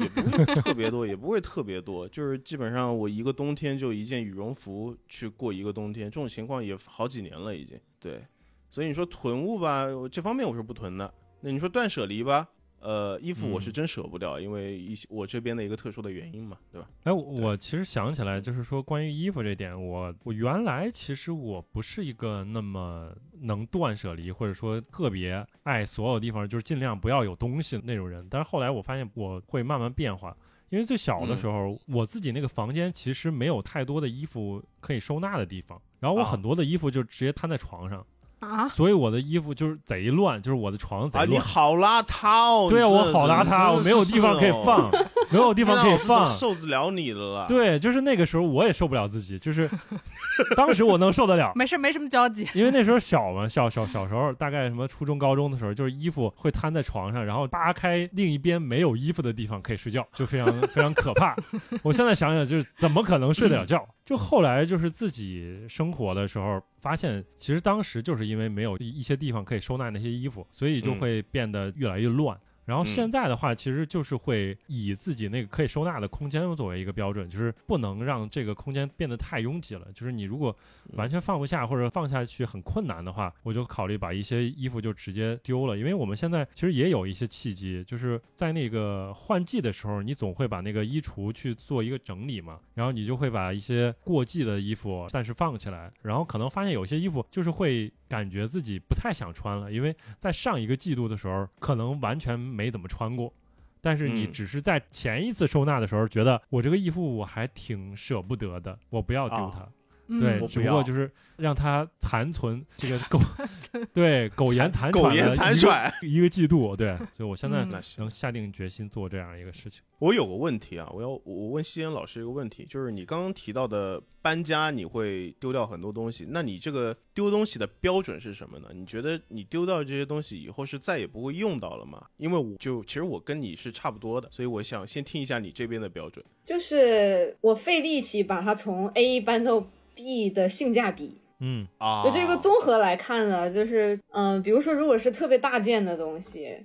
B: 也不会
A: [LAUGHS]
B: 特别多，也不会特别多，就是基本上我一个冬天就一件羽绒服去过一个冬天，这种情况也好几年了已经。对，所以你说囤物吧，我这方面我是不囤的。那你说断舍离吧，呃，衣服我是
A: 嗯
B: 真舍不掉，因为一些我这边的一个特殊的原因嘛，对吧？
A: 哎，我我其实想起来，就是说关于衣服这点，我我原来其实我不是一个那么能断舍离，或者说特别爱所有地方就是尽量不要有东西那种人。但是后来我发现我会慢慢变化，因为最小
B: 嗯
A: 的时候、我自己那个房间其实没有太多的衣服可以收纳的地方，然后我
B: 啊
A: 很多的衣服就直接摊在床上，
C: 啊，
A: 所以我的衣服就是贼乱，就是我的床贼
B: 啊，你
A: 乱。
B: 好邋遢哦！
A: 对啊，
B: 你这
A: 我好邋
B: 人真的
A: 遢，我没有地方可以
B: 是哦
A: 放，没有地方可以
B: 那
A: 放
B: 我是。受得了你的了。
A: 对，就是那个时候我也受不了自己，就是 [LAUGHS] 当时我能受得了，
C: 没事，没什么交集。
A: 因为那时候小嘛，小小小时候，大概什么初中、高中的时候，就是衣服会摊在床上，然后扒开另一边没有衣服的地方可以睡觉，就非常 [LAUGHS] 非常可怕。我现在想想，就是怎么可能睡得了觉？就后来就是自己生活的时候，发现其实当时就是因为没有一一些地方可以收纳那些衣服，所以就
B: 嗯
A: 会变得越来越乱。然后
B: 嗯
A: 现在的话，其实就是会以自己那个可以收纳的空间作为一个标准，就是不能让这个空间变得太拥挤了。就是你如果完全放不下或者放下去很困难的话，我就考虑把一些衣服就直接丢了。因为我们现在其实也有一些契机，就是在那个换季的时候，你总会把那个衣橱去做一个整理嘛，然后你就会把一些过季的衣服暂时放起来，然后可能发现有些衣服就是会感觉自己不太想穿了，因为在上一个季度的时候，可能完全没怎么穿过，但是你
B: 嗯
A: 只是在前一次收纳的时候，觉得我这个衣服我还挺舍不得的，我不要丢
B: 啊
A: 它。
C: 嗯、
A: 对，
B: 我
A: 只
B: 不
A: 不过
B: 要
A: 就是让它残存这个苟， [LAUGHS] 对苟延残喘
B: 苟
A: 了
B: 延残
A: 一个
B: 喘，
A: [LAUGHS] 一个季度，对，所以我现在
C: 嗯
B: 那行
A: 能下定决心做这样一个事情。
B: 我有个问题啊，我要我问西安老师一个问题，就是你刚刚提到的搬家，你会丢掉很多东西，那你这个丢东西的标准是什么呢？你觉得你丢掉这些东西以后是再也不会用到了吗？因为我就其实我跟你是差不多的，所以我想先听一下你这边的标准。
D: 就是我费力气把它从 A 搬到 B 的性价比。
A: 嗯
B: 啊
D: 就这个综合来看呢，就是嗯、比如说如果是特别大件的东西，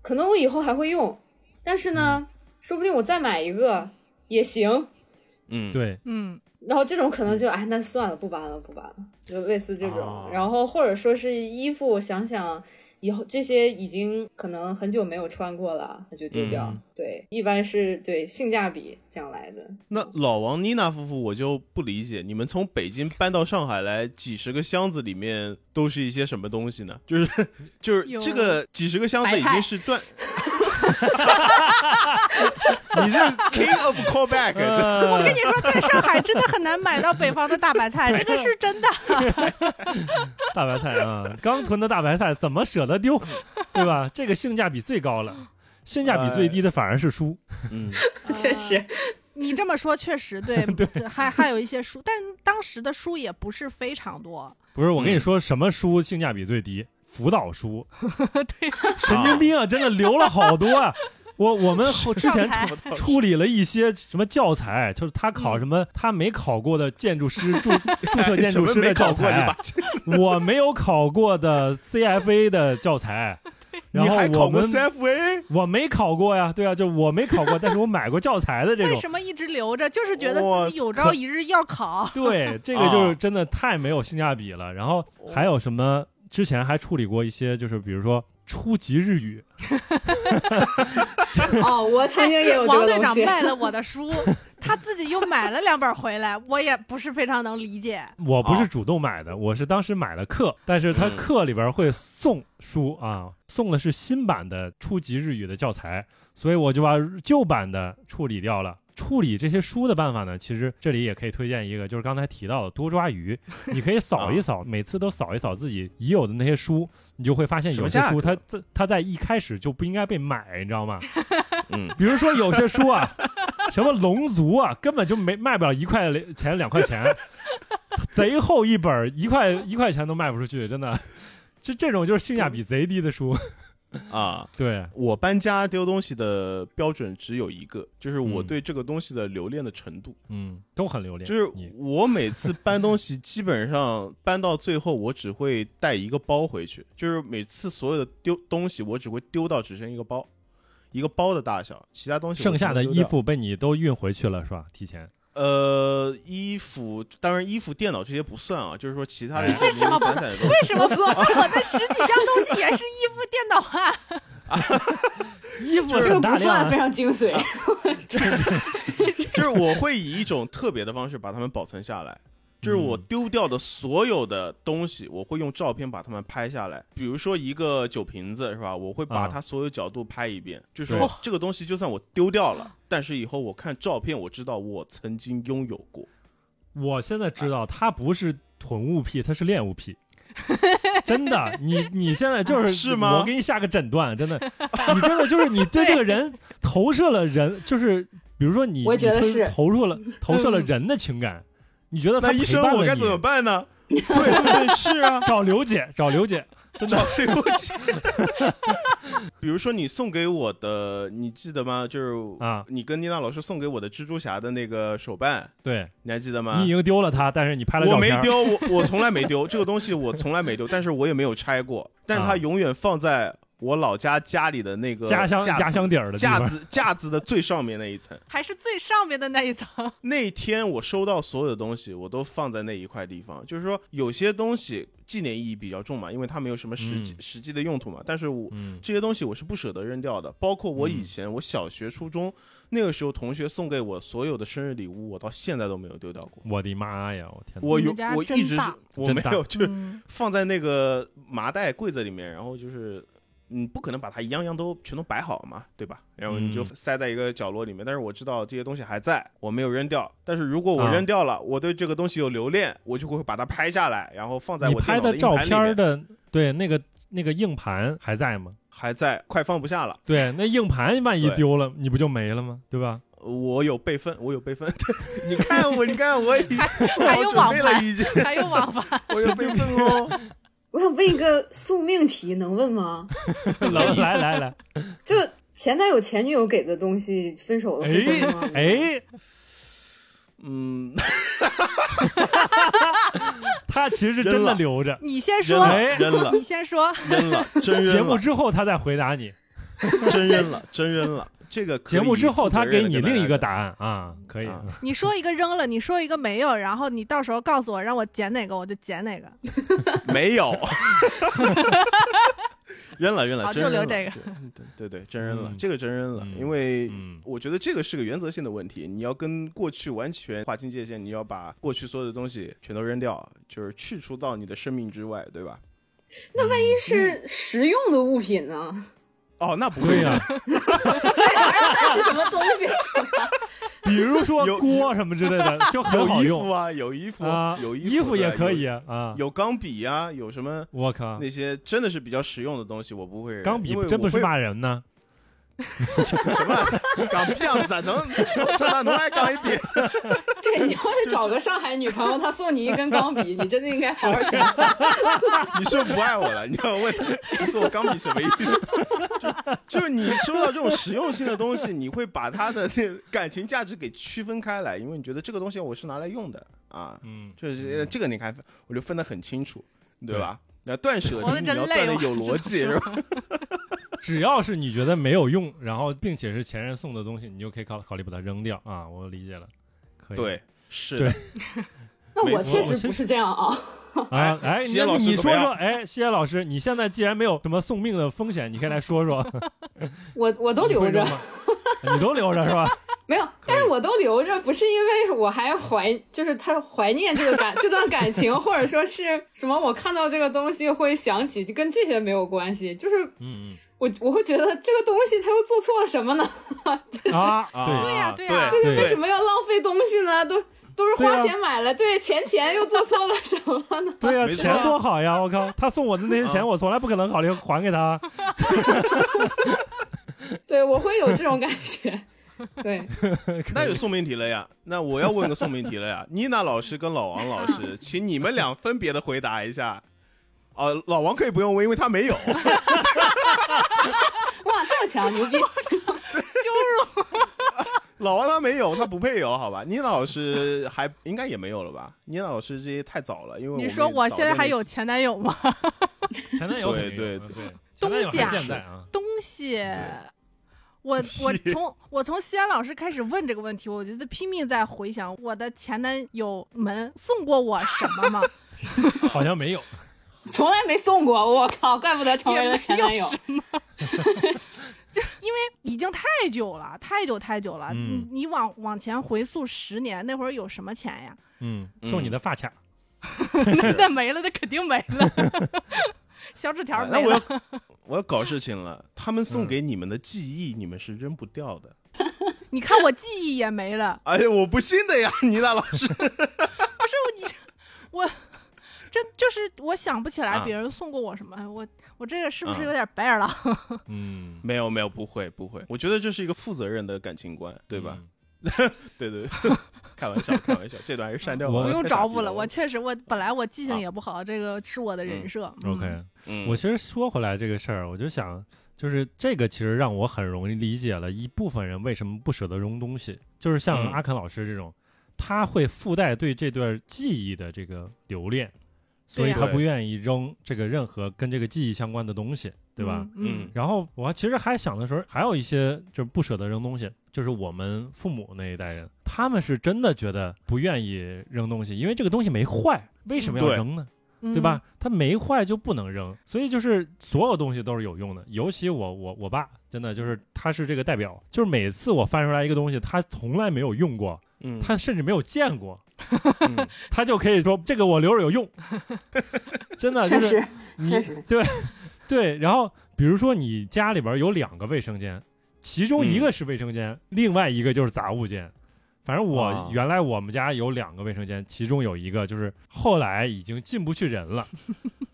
D: 可能我以后还会用，但是呢，说不定我再买一个也行。
B: 嗯，
A: 对，
C: 嗯，
D: 然后这种可能就哎，那算了，不搬了，不搬了，就类似这种。
B: 哦
D: 然后或者说是衣服，想想以后这些已经可能很久没有穿过了，那就丢掉。
A: 嗯
D: 对，一般是对性价比这样来的。
B: 那老王妮娜夫妇我就不理解，你们从北京搬到上海来，几十个箱子里面都是一些什么东西呢？就是 [LAUGHS] 就是
C: 有
B: 这个几十个箱子已经
D: 白菜
B: 是
D: [LAUGHS]
B: 断。你这 King of
A: 嗯
B: Callback，这哎
A: 我
C: 我跟你说，在上海真的很难买到北方的大白菜，这个是真的。
A: [LAUGHS] 大白菜啊，刚囤的大白菜怎么舍得丢，对吧？这个性价比最高了，性价比最低的反而是书。
B: 嗯，
D: [LAUGHS] 确实，
C: 你这么说确实对，对还还有一些书，但是当时的书也不是非常多。
A: 不是，我
B: 嗯
A: 跟你说，什么书性价比最低？辅导书，哎
C: 对，
A: 神经病啊！真的留了好多啊！ [LAUGHS] 我我们后之前 [LAUGHS]
B: 啊
C: 上台
A: 处理了一些什么教材，就是他考什
C: 嗯
A: 么他没考过的建筑师
C: [LAUGHS]
A: 注注册建筑师的教材，啊我没有考过的 CFA 的教
B: [LAUGHS]
A: 材，然
B: 你还
A: 后我
B: 考过
A: 们
B: CFA？
A: 我没考过呀，对啊，就我没考过，但是我买过教材的这
C: 为
A: 种。
C: 什么一直留着？就是觉得
B: 我
C: 自己有朝一日要考。
A: 对，这个就是真的太没有性价比了。然后还有什
B: 哦
A: 么？之前还处理过一些，就是比如说初级日语，
D: [LAUGHS] 哦，我曾经也有这
C: 王
D: 个
C: 队
D: 东
C: 长
E: [LAUGHS]
D: 西。
C: 卖了我的书，他自己又买了两本回来，我也不是非常能理解。
A: 我不
B: 哦
A: 是主动买的，我是当时买了课，但是他
B: 嗯
A: 课里边会送书啊，送的是新版的初级日语的教材，所以我就把旧版的处理掉了。处理这些书的办法呢，其实这里也可以推荐一个，就是刚才提到的多抓鱼，你可以扫一
B: 啊
A: 扫，每次都扫一扫自己已有的那些书，你就会发现有些
B: 什么价
A: 书
B: 格
A: 它在它在一开始就不应该被买，你知道吗？
B: 嗯，
A: 比如说有些书啊， [LAUGHS] 什么龙族啊，根本就没卖不了一块钱两块钱， [LAUGHS] 贼厚一本儿，一块一块钱都卖不出去，真的。这这种就是性价比贼低的书，
B: [LAUGHS] 啊，
A: [LAUGHS] 对，
B: 我搬家丢东西的标准只有一个，就是我
A: 嗯
B: 对这个东西的留恋的程度。
A: 嗯，都很留恋。
B: 就是
A: 你
B: 我每次搬东西，基本上搬到最后，我只会带一个包回去。就是每次所有的丢东西，我只会丢到只剩一个包，一个包的大小，其他东西我
A: 剩下的
B: 全部
A: 衣
B: 丢掉。
A: 服被你都运回去了是吧？提前
B: 呃，衣服当然衣服、电脑这些不算啊，就是说其他的一些
C: 为什么不
B: 零零散
C: 算
B: 散的东西
C: 为什么说我的十几箱东西也是衣服、 [LAUGHS] 电脑啊？
A: 衣服
D: 这个
A: 很大
D: 不算
E: 啊
A: 量啊
D: 非，常精髓，
B: [LAUGHS] 就是我会以一种特别的方式把它们保存下来。就是我
A: 嗯
B: 丢掉的所有的东西，我会用照片把它们拍下来。比如说一个酒瓶子是吧？我会把
A: 啊
B: 它所有角度拍一遍，就
A: 对
B: 说这个东西就算我丢掉了，但是以后我看照片，我知道我曾经拥有过。
A: 我现在知道它不是囤物癖，它是恋物
D: [LAUGHS]
A: 癖。真的，你你现在就是
B: [LAUGHS] 是吗
A: 我给你下个诊断，
B: [LAUGHS]
A: 真的，你真的就是你对这个人投射了人， [LAUGHS] 就是比如说你，
D: 我觉得
A: 你投
D: 是嗯
A: 投入了投射了人的情感，你觉得他
B: 那
A: 陪
B: 医生，
A: 伴
B: 我
A: 了
B: 该
A: 你
B: 怎么办呢？对对对，是啊，
A: 找刘姐，找刘姐，真的
B: 找刘姐。 [LAUGHS] 比如说你送给我的，你记得吗？就是
A: 啊，
B: 你跟妮娜老师送给我的蜘蛛侠的那个手办，
A: 对
B: 你还记得吗？
A: 你已经丢了他，但是你拍了
B: 我
A: 照
B: 没
A: 片，
B: 丢，我我从来没丢这个东西，我从来没丢，但是我也没有拆过，但
A: 啊
B: 它永远放在我老家家里的那个
A: 家乡
B: 架
A: 家
B: 子
A: 乡底儿的地
B: 架
A: 方，
B: 子架子的最上面那一层。
C: 还是最上面的那一层。
B: 那天我收到所有的东西，我都放在那一块地方。就是说，有些东西纪念意义比较重嘛，因为它没有什么实际、
A: 嗯
B: 实际的用途嘛。但是我
A: 嗯
B: 这些东西我是不舍得扔掉的，包括我以
A: 嗯
B: 前我小学、初中那个时候同学送给我所有的生日礼物，我到现在都没有丢掉过。
A: 我的妈呀，我天哪，
B: 我
C: 你
B: 有
C: 们家
B: 我
C: 真
B: 一直是
C: 大
B: 我
A: 真
B: 没
A: 大
B: 有就是
C: 嗯，
B: 放在那个麻袋柜子里面，然后就是你不可能把它一样样都全都摆好嘛，对吧？然后你就
A: 嗯
B: 塞在一个角落里面。但是我知道这些东西还在，我没有扔掉。但是如果我
A: 啊
B: 扔掉了，我对这个东西有留恋，我就会把它拍下来，然后放在
A: 你
B: 我
A: 拍
B: 电脑
A: 的照
B: 硬盘里
A: 片
B: 面
A: 的对那个那个硬盘还在吗？
B: 还在，快放不下了。
A: 对，那硬盘万一
B: 对
A: 丢了，你不就没了吗？对吧？ [LAUGHS]
B: 我有备份，我有备份。 [LAUGHS] 对你看我，你看我已经做
C: 还有
B: 好准备
C: 网
B: 了， [LAUGHS]
C: 盘 [LAUGHS]
B: 已经
C: 还有网吧，
B: 我有备份哦。
E: [LAUGHS] 我想问一个宿命题，能问吗？
A: 来来来来，
E: 就前男友、前女友给的东西，分手了会分吗
A: 哎？，哎，
B: 嗯，
A: 他其实是真的留着，
C: 你先
B: 扔
C: 说，
B: 了，扔了
C: 你，先说。
B: 扔了，
A: [LAUGHS]
B: 真
A: 节
B: 扔
A: 目
B: 了。
A: 之后他再回答你，
B: [LAUGHS] 真扔了，真扔了。这个可
A: 节
B: 以
A: 目之后他给你
B: 负责任地
A: 另一个
B: 跟大
A: 答案啊，可以，
B: 啊
C: 你说一个扔了，你说一个没有，然后你到时候告诉我，让我捡哪个我就捡哪个。
B: 家 [LAUGHS] 讲，没有，扔了扔了，
C: 好
B: 真扔了
C: 就留这个 [LAUGHS]
B: 对对对，真扔了
A: 嗯，
B: 这个真扔了，
A: 嗯
B: 因为。 [LAUGHS]
A: 嗯，
B: 我觉得这个是个原则性的问题，你要跟过去完全划清界限，你要把过去所有的东西全都扔掉，就是去除到你的生命之外，对吧？
A: 那万一
D: 这是实用的物品
E: [LAUGHS]
D: 呢，
B: 哦，那不会
A: 对呀，
D: 那是什么东西？ [LAUGHS] 是吧
A: 比如说
B: 有
A: 锅什么之类
B: [LAUGHS]
A: 的，就
B: 有
A: 很好
B: 衣
A: 用
B: 服啊，有衣服，
A: 啊，
B: 有
A: 衣
B: 服
A: 服
B: 对
A: 也可以
B: 有
A: 啊，
B: 有钢笔呀、有什么
A: 我靠，
B: 那些真的是比较实用的东西，我不会扔
A: 钢笔
B: 因为
A: 真
B: 我
A: 不是
B: 会
A: 骂人 [LAUGHS] 呢，
B: 什么？港屁样子啊，能这哪能爱港一点？
E: 这
D: 对，你要是找个上海女朋友，她送你一根钢笔，你真的应 [LAUGHS] 该好好想想。
B: 你是不是不爱我了？你要问你送我钢笔什么意思？ [LAUGHS] 就就是你收到这种实用性的东西，你会把它的那感情价值给区分开来，因为你觉得这个东西我是拿来用的啊，
A: [LAUGHS] 嗯，
B: 就是呃这个你看，我就分得很清楚，对吧？那断舍
C: 活得
B: 离你
C: 真
B: 要
C: 累
B: 断
C: 哦
B: 的
C: 我
B: 有逻辑，是吧？
A: 只要是你觉得没有用，然后并且是前任送的东西，你就可以考考虑把它扔掉啊。我理解了，可以。
B: 对，是
A: 对
B: 的
D: 那
B: 没
D: 我
B: 错
D: 确实不是这样啊，
A: 啊，哎，
B: 谢
A: 那
B: 老师
A: 你
B: 怎么
A: 说
B: 样
A: 说，哎，谢谢老师，你现在既然没有什么送命的风险，你可以来说说，
D: 我我都
A: 你会
D: 留
A: 扔，
D: 着
A: 吗，你都留着是
B: [LAUGHS]
A: 吧？
D: 没有，但是我都留着，不是因为我还怀，就是他怀念这个感这段感情，或者说是什么，我看到这个东西会想起，就跟这些没有关系，就是
A: 嗯
D: 我我会觉得这个东西他又做错了什么呢？
A: 嗯啊，对，
C: 对呀对
B: 对
C: 呀
D: 就是
A: 对
D: 为什么要浪费东西呢？都都是
A: 对
D: 花
A: 啊
D: 钱买了，对,、钱钱又做错了什么 [LAUGHS] 呢？
A: 对呀、
B: 没错啊
A: 钱多好呀！我靠，他送我的那些钱，
B: 啊
A: 我从来不可能考虑还给
B: [LAUGHS]
A: 他。
D: 对我会有这种感觉，对，
B: 那有送命题了呀？那我要问个送命题了呀？妮娜老师跟老王老师， [LAUGHS] 请你们俩分别的回答一下。哦、老王可以不用问，因为他没有。
D: 哇，这么强，牛逼！
C: 羞辱。
B: 老王他没有，他不配有，好吧？妮娜老师还应该也没有了吧？妮娜老师这些太早了，因为我们
C: 你说我现在还有
B: 早
C: 前男友吗？ [LAUGHS]
A: 前男友
B: 对
A: 肯定有
B: 对
A: 嗯对，前男
C: 东
A: 友
C: 西啊
A: 还健在
B: [LAUGHS]
A: 啊，
C: 东西，我我从我从西安老师开始问这个问题，我就在拼命在回想我的前男友们送过我什么吗？
A: 好像没有。
D: 从来没送过，我靠，怪不得成为了前男友
C: 也没有。
D: [LAUGHS]
C: 已经太久了，太久太久了。
A: 嗯
C: 你你往往前回溯十年，那会儿有什么钱
A: [LAUGHS]
C: 呀？
A: 嗯，
B: 嗯
A: 送你的发卡，
C: 那那没了，那肯定没了。 [LAUGHS] 小纸
A: 哎
C: 条
B: 恋
C: 没
B: 啊那我
C: 了，
B: 要 [LAUGHS] 我要搞事情了。他们送给你们的记忆，你们是扔不掉的。
C: 你看我记忆也没了。
B: 哎呀，我不信的呀， [LAUGHS] 妮娜老师。
C: 不是我你，我真就是我想不起来
B: 啊
C: 别人送过我什么。哎我我这个是不是
B: 啊
C: 有点白眼狼？
A: 嗯，
B: 没有没有，不会不会。我觉得这是一个负责任的感情观，对吧？
A: 嗯？
B: 对对，开玩笑开玩笑，这段还是删掉吧。
A: 我
C: 不用
B: 太傻
C: 找
B: 逼
C: 补了，
B: 了
C: 我确实我本来我记性
B: 啊
C: 也不好，这个是我的人
B: 嗯
C: 设。嗯
A: OK，
B: 嗯
A: 我其实说回来这个事儿，我就想，就是这个其实让我很容易理解了一部分人为什么不舍得扔东西，就是像
B: 嗯
A: 阿肯老师这种，他会附带对这段记忆的这个留恋，所以
C: 对
A: 他
B: 呀
A: 不愿意扔这个任何跟这个记忆相关的东西，对吧？？
C: 嗯，
A: 然后我还其实还想的时候，还有一些就是不舍得扔东西，就是我们父母那一代人，他们是真的觉得不愿意扔东西，因为这个东西没坏，为什么要
B: 对
A: 扔呢？
C: 嗯
A: 对吧？？它没坏就不能扔，所以就是所有东西都是有用的。尤其我我我爸真的就是他是这个代表，就是每次我翻出来一个东西，他从来没有用过，
B: 嗯，
A: 他甚至没有见过，
B: [LAUGHS] 嗯
A: 他就可以说这个我留着有
D: [LAUGHS]
A: 用，真的就是
D: 实，
A: 你
D: 确实
A: 对对。然后比如说你家里边有两个卫生间，其中
D: 嗯
A: 一个是卫生间，另外一个就是杂物间。反正我、
B: 啊
A: 原来我们家有两个卫生间，其中有一个就是后来已经进不去人了，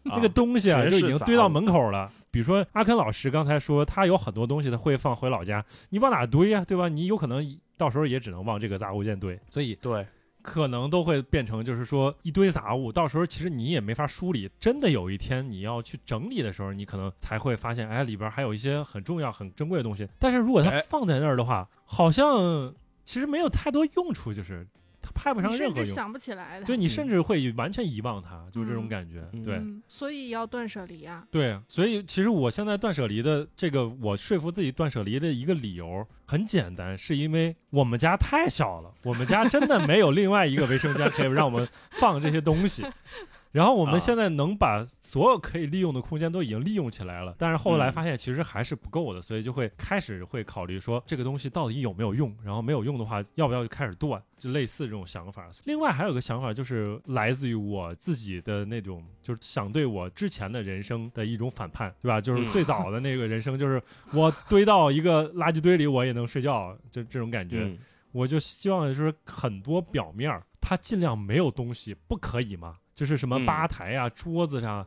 A: 那个东西啊
B: 全
A: 就是已经堆到门口了。比如说阿肯老师刚才说他有很多东西他会放回老家，你往哪堆呀、对吧？你有可能到时候也只能往这个杂物间堆，所以
B: 对，
A: 可能都会变成就是说一堆杂物，到时候其实你也没法梳理。真的有一天你要去整理的时候，你可能才会发现，哎，里边还有一些很重要、很珍贵的东西。但是如果它
B: 哎
A: 放在那儿的话，好像其实没有太多用处，就是它派不上
C: 你
A: 任
C: 甚
A: 何
C: 至
A: 用。
C: 想不起来的。
A: 对你
B: 嗯
A: 甚至会完全遗忘它，就是这种
C: 嗯
A: 感觉。
B: 嗯
A: 对
C: 嗯，所以要断舍离啊。
A: 对，所以其实我现在断舍离的这个，我说服自己断舍离的一个理由很简单，是因为我们家太小了，我们家真的没有另外一个卫生间可以让我们放这些东西。然后我们
B: 啊
A: 现在能把所有可以利用的空间都已经利用起来了，但是后来
B: 嗯
A: 发现其实还是不够的，所以就会开始会考虑说这个东西到底有没有用，然后没有用的话，要不要就开始断，就类似这种想法。另外还有个想法就是来自于我自己的那种，就是想对我之前的人生的一种反叛，对吧？就是
B: 嗯
A: 最早的那个人生，就是我堆到一个垃圾堆里我也能睡觉，就这种感觉。
B: 嗯
A: 我就希望就是很多表面儿，它尽量没有东西，不可以吗？就是什么
B: 嗯
A: 吧台啊、桌子上，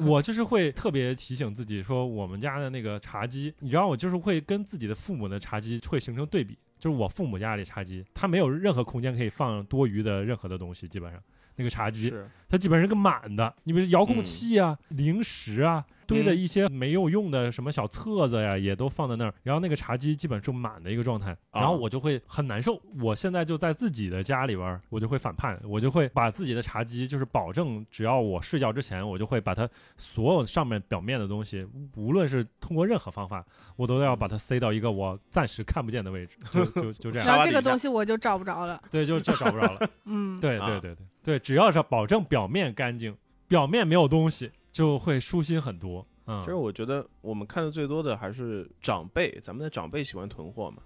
A: 我就是会特别提醒自己说，我们家的那个茶几，你知道，我就是会跟自己的父母的茶几会形成对比。就是我父母家里茶几，它没有任何空间可以放多余的任何的东西，基本上那个茶几
B: 是
A: 它基本上是个满的。你比如遥控器啊、零食啊，堆的
B: 嗯
A: 一些没有用的什么小册子呀，也都放在那儿。然后那个茶几基本是满的一个状态，
B: 啊
A: 然后我就会很难受。我现在就在自己的家里边儿，我就会反叛，我就会把自己的茶几，就是保证只要我睡觉之前，我就会把它所有上面表面的东西，无论是通过任何方法，我都要把它塞到一个我暂时看不见的位置，就就就这
B: [LAUGHS]
A: 样。
C: 然
B: 沙
C: 后
B: 发
C: 这
B: 底
C: 个
B: 下
C: 东西我就找不着了。
A: 对，就就找不着了。
C: 嗯，
A: 对
B: 啊
A: 对对对对，只要是保证表面干净，表面没有东西，就会舒心很多。嗯
B: 其实我觉得我们看的最多的还是长辈，咱们的长辈喜欢囤货嘛，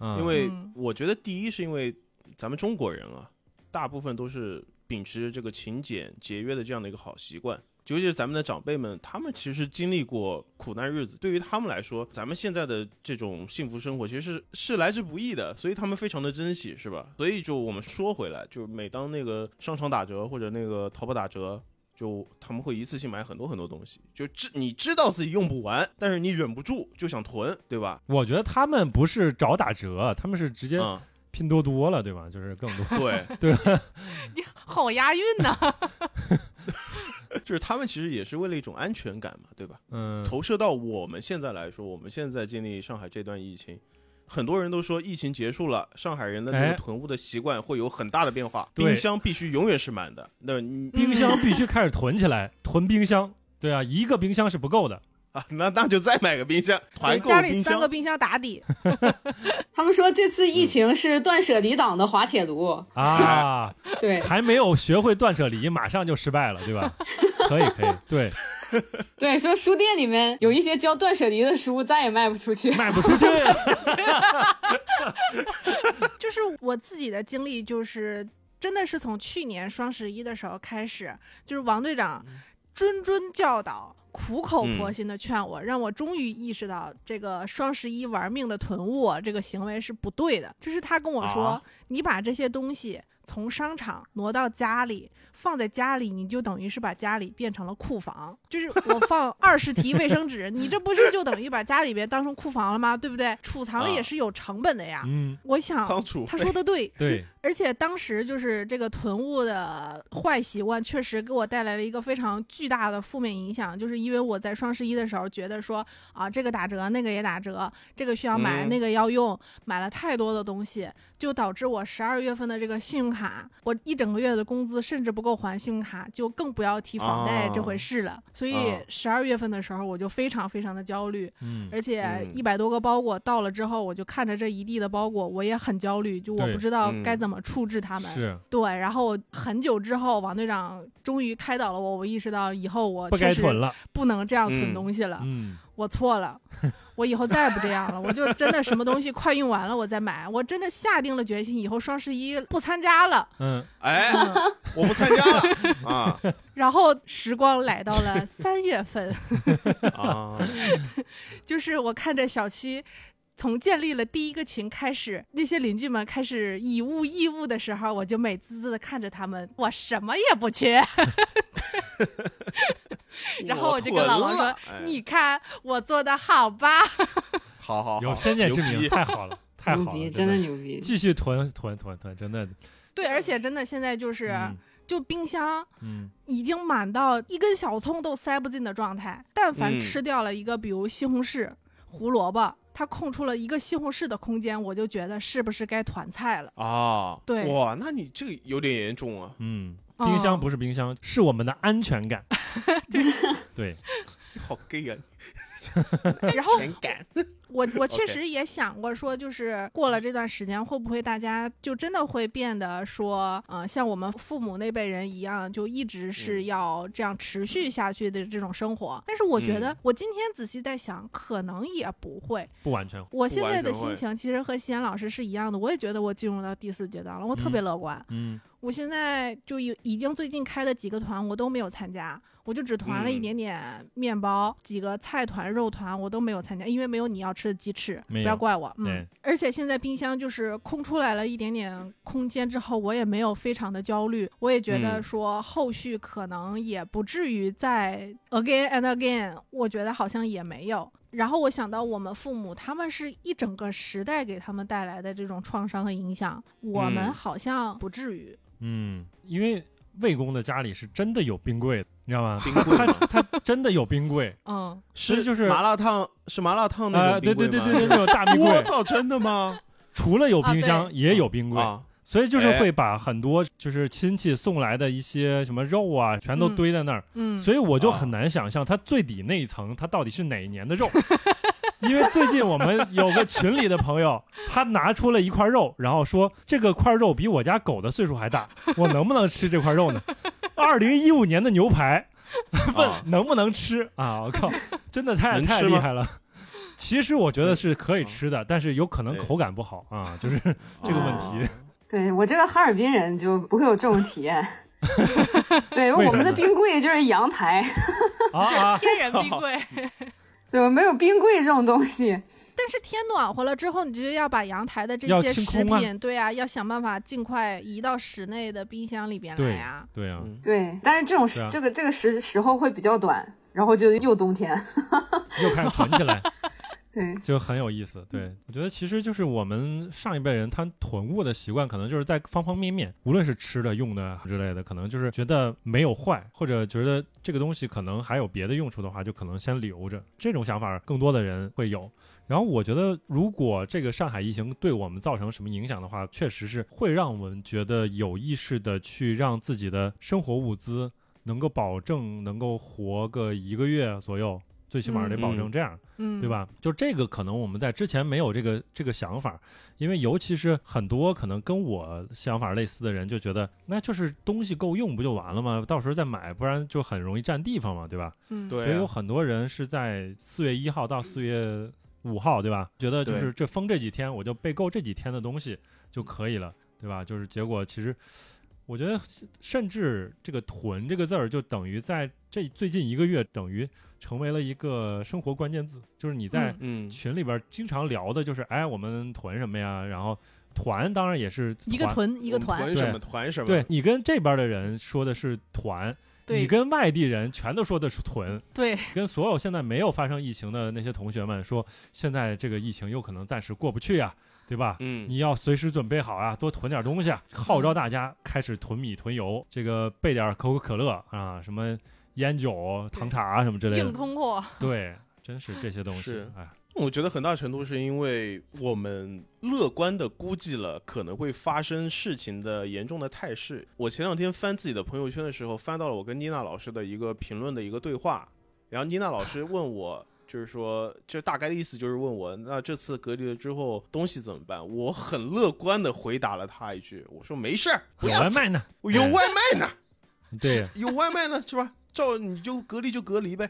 A: 嗯，
B: 因为
C: 嗯
B: 我觉得第一是因为咱们中国人啊，大部分都是秉持这个勤俭节约的这样的一个好习惯。尤其是咱们的长辈们，他们其实经历过苦难日子，对于他们来说，咱们现在的这种幸福生活其实是是来之不易的，所以他们非常的珍惜，是吧？所以就我们说回来，就是每当那个商场打折或者那个淘宝打折，就他们会一次性买很多很多东西，就知你知道自己用不完，但是你忍不住就想囤，对吧？
A: 我觉得他们不是找打折，他们是直接
B: 嗯，
A: 拼多多了，对吧？就是更多。
B: [LAUGHS] 对，
C: 好押韵呢。
B: 就是他们其实也是为了一种安全感嘛，对吧？
A: 嗯，
B: 投射到我们现在来说，我们现在经历上海这段疫情，很多人都说疫情结束了，上海人的那
A: 哎
B: 个囤物的习惯会有很大的变化，
A: 对
B: 冰箱必须永远是满的。那你
C: 嗯
A: 冰箱必须开始囤起来，囤冰箱。对啊，一个冰箱是不够的。
B: 啊，那那就再买个冰箱，团
C: 给
B: 购
C: 家里
B: 冰
C: 三个
B: 箱。
C: 冰箱打底，
D: 他们说这次疫情是断舍离党的滑铁卢，
B: [LAUGHS]
A: 啊，
D: [LAUGHS] 对
A: 还没有学会断舍离，马上就失败了，对
B: [LAUGHS]
A: 吧？可以可以，对，
D: 对，说书店里面有一些教断舍离的书再也卖不出去。
A: 卖不出去。
B: [LAUGHS]
C: 就是我自己的经历，就是真的是从去年双十一的时候开始，就是王队长
B: 嗯
C: 谆谆教导、苦口婆心的劝我，让我终于意识到这个双十一玩命的囤物啊这个行为是不对的。就是他跟我说，
B: 啊
C: 你把这些东西从商场挪到家里，放在家里，你就等于是把家里变成了库房。就是我放二十提卫生纸，你这不是就等于把家里边当成库房了吗？对不对？储藏
B: 啊
C: 也是有成本的呀。
A: 嗯，
C: 我想
B: 仓储
C: 他
B: 费
C: 说的对，
A: 对，
C: 而且当时就是这个囤物的坏习惯，确实给我带来了一个非常巨大的负面影响，就是因为我在双十一的时候觉得说啊，这个打折，那个也打折，这个需要买，
B: 嗯
C: 那个要用，买了太多的东西，就导致我十二月份的这个信用卡，我一整个月的工资甚至不够还信用卡，就更不要提房贷这回事了。所以
B: 啊
C: 十二月份的时候，我就非常非常的焦虑，
A: 嗯，
C: 而且
B: 嗯
C: 一百多个包裹到了之后，我就看着这一地的包裹，我也很焦虑，就我
A: 对
C: 不知道
B: 嗯
C: 该怎么处置它们。
A: 是
B: 呃
C: 对，然后很久之后，王队长终于开导了我，我意识到以后我
A: 不该
C: 确实
A: 囤了。
C: 不能这样
B: 嗯
C: 囤东西了，
A: 嗯，
C: 我错
A: [LAUGHS]
C: 了。我以后再也不这样了，我就真的什么东西快用完了我再买，我真的下定了决心，以后双十一不参加了。
A: 嗯，
B: 哎，
C: 嗯
B: 我不参加
C: [LAUGHS]
B: 了啊
C: 然后时光来到了三月份，
B: 啊！
C: 就是我看着小区从建立了第一个群开始，那些邻居们开始以物易物的时候，我就美滋滋的看着他们，我什么也不缺。 [LAUGHS] 然后我就跟老王
B: 我囤
C: 说
B: 了哎：“
C: 你看我做的好吧
B: 好好好
A: 有先见之
B: 哦牛
A: 明，
B: 逼
A: 太好了，太
B: [LAUGHS]
A: 好了，
D: 真
A: 的
D: 的牛逼！
A: 继续囤囤囤囤，真的？”
C: 对，而且真的现在就是，
B: 啊
A: 嗯
C: 就冰箱
A: 嗯
C: 已经满到一根小葱都塞不进的状态。但凡
B: 嗯
C: 吃掉了一个，比如西红柿、胡萝卜，它空出了一个西红柿的空间，我就觉得是不是该团
B: [LAUGHS]
C: 菜了？
B: 啊！
C: 对
B: 哇，那你这个有点严重啊！
A: 嗯，
C: 哦
A: 冰箱不是冰箱，是我们的安全感。
B: 哎
A: 对
B: 好 gay 啊！
C: 然后
B: 全感
C: 我我确
B: OK
C: 实也想过说，就是过了这段时间，会不会大家就真的会变得说，呃，像我们父母那辈人一样，就一直是
B: 嗯
C: 要这样持续下去的这种生活？但是我觉得
B: 嗯，
C: 我今天仔细在想，可能也不会。
A: 不完全。
C: 我现
B: 完
C: 在的
B: 全会
C: 心情其实和西安老师是一样的，我也觉得我进入到第四阶段了，我特别
A: 嗯
C: 乐观。
A: 嗯
C: 我现在就已已经最近开的几个团我都没有参加，我就只团了一
B: 嗯
C: 点点面包，几个菜团、肉团我都没有参加，因为没有你要吃的鸡翅，不
A: 没有
C: 要怪我。嗯
A: 对，
C: 而且现在冰箱就是空出来了一点点空间之后，我也没有非常的焦虑，我也觉得
B: 嗯
C: 说后续可能也不至于再 again and again，我觉得好像也没有。然后我想到我们父母，他们是一整个时代给他们带来的这种创伤和影响，我们
B: 嗯
C: 好像不至于。
A: 嗯，因为魏公的家里是真的有冰柜的，你知道
B: [LAUGHS]
A: 吗？
B: 冰棍啊
A: 他他真的有冰柜，
C: 嗯，
A: 这就是
B: 麻辣烫，是麻辣烫那
A: 啊、
B: 种
A: 对
B: 冰
A: 对
B: 棍
A: 对对
B: 吗
A: 对，那种大
B: [LAUGHS]
A: 冰
B: 我
A: 柜，
B: 操，真的吗？
A: 除了有
C: 啊
A: 冰
C: 对
A: 箱，也有 [LAUGHS] 冰柜，
B: 啊，
A: 所以就是
B: 哎
A: 会把很多就是亲戚送来的一些什么肉啊，全都
C: 嗯
A: 堆在那儿，
C: 嗯，
A: 所以我就
B: 啊
A: 很难想象它最底那一层它到底是哪一年的
B: [LAUGHS]
A: 肉。因为最近我们有个群里的朋友，他拿出了一块肉，然后说这个块肉比我家狗的岁数还
B: [LAUGHS]
A: 大，我能不能吃这块肉呢？二零一五年的牛排， [LAUGHS] 问
B: 啊
A: 能不能吃啊？我
B: [LAUGHS]
A: 靠，真的太
B: 能
A: 太
B: 吃
A: 厉
B: 吗
A: 害了。其实我觉得是可以
B: 嗯
A: 吃的，但是有可能
B: 对
A: 口感不好啊，
B: [LAUGHS]
A: 就是这个问题
B: 啊。
D: 对我这个哈尔滨人就不会有这种体验。
A: [LAUGHS]
D: 对，因为我们的冰柜就是阳台，
A: 啊啊，
C: 天然冰柜。 [LAUGHS]
D: 对吧？没有冰柜这种东西。
C: 但是天暖和了之后，你就要把阳台的这
A: 要
C: 些
A: 清
C: 食
A: 空啊
C: 品，对啊，要想办法尽快移到室内的冰箱里边来
A: 对
C: 呀、
A: 对啊，
B: 嗯
D: 对，但是这种时、
A: 对啊
D: 这个这个时时候会比较短，然后就又冬天。
A: 又开始囤起来，
D: 对，
A: 就很有意思。对，我觉得其实就是我们上一辈人他囤物的习惯，可能就是在方方面面，无论是吃的、用的之类的，可能就是觉得没有坏，或者觉得这个东西可能还有别的用处的话，就可能先留着。这种想法更多的人会有。然后我觉得，如果这个上海疫情对我们造成什么影响的话，确实是会让我们觉得有意识的去让自己的生活物资能够保证能够活个一个月左右，最起码得保证
B: 嗯
A: 这样。
C: 嗯，
A: 对？吧？就这个可能我们在之前没有这个这个想法，因为尤其是很多可能跟我想法类似的人就觉得，那就是东西够用不就完了吗？到时候再买，不然就很容易占地方嘛，对吧？
C: 嗯，
B: 对啊
A: 所以有很多人是在四月一号到四月五号，对吧？觉得就是
B: 对
A: 这封这几天，我就备够这几天的东西就可以了，对吧？就是结果其实，我觉得甚至这个“囤”这个字儿，就等于在这最近一个月，等于成为了一个生活关键字，就是你在
C: 嗯
B: 嗯，
A: 群里边经常聊的，就是哎，我们囤什么呀？然后团当然也是
C: 一个囤一个团，
B: 团什么团什么，
A: 对你跟这边的人说的是团，你
C: 对
A: 跟外地人全都说的是囤，
C: 对，
A: 跟所有现在没有发生疫情的那些同学们说，现在这个疫情有可能暂时过不去呀、啊对吧？
B: 嗯，
A: 你要随时准备好啊，多囤点东西啊，号召大家开始囤米囤油，这个备点可口可乐啊，什么烟酒、糖茶啊什么之类
C: 硬
A: 的，
C: 通货，
A: 对，真是这些东西
B: 是，
A: 哎，
B: 我觉得很大程度是因为我们乐观的估计了可能会发生事情的严重的态势。我前两天翻自己的朋友圈的时候，翻到了我跟妮娜老师的一个评论的一个对话，然后妮娜老师问我。就是说，这大概的意思就是问我，那这次隔离了之后东西怎么办？我很乐观的回答了她一句，我说没事儿，不
A: 有啊
B: 要
A: 外
B: 紧，
A: 卖呢，
B: 有外卖呢，
A: 对。
C: [LAUGHS]
B: 有外卖呢，是吧？照你就隔离就隔离呗。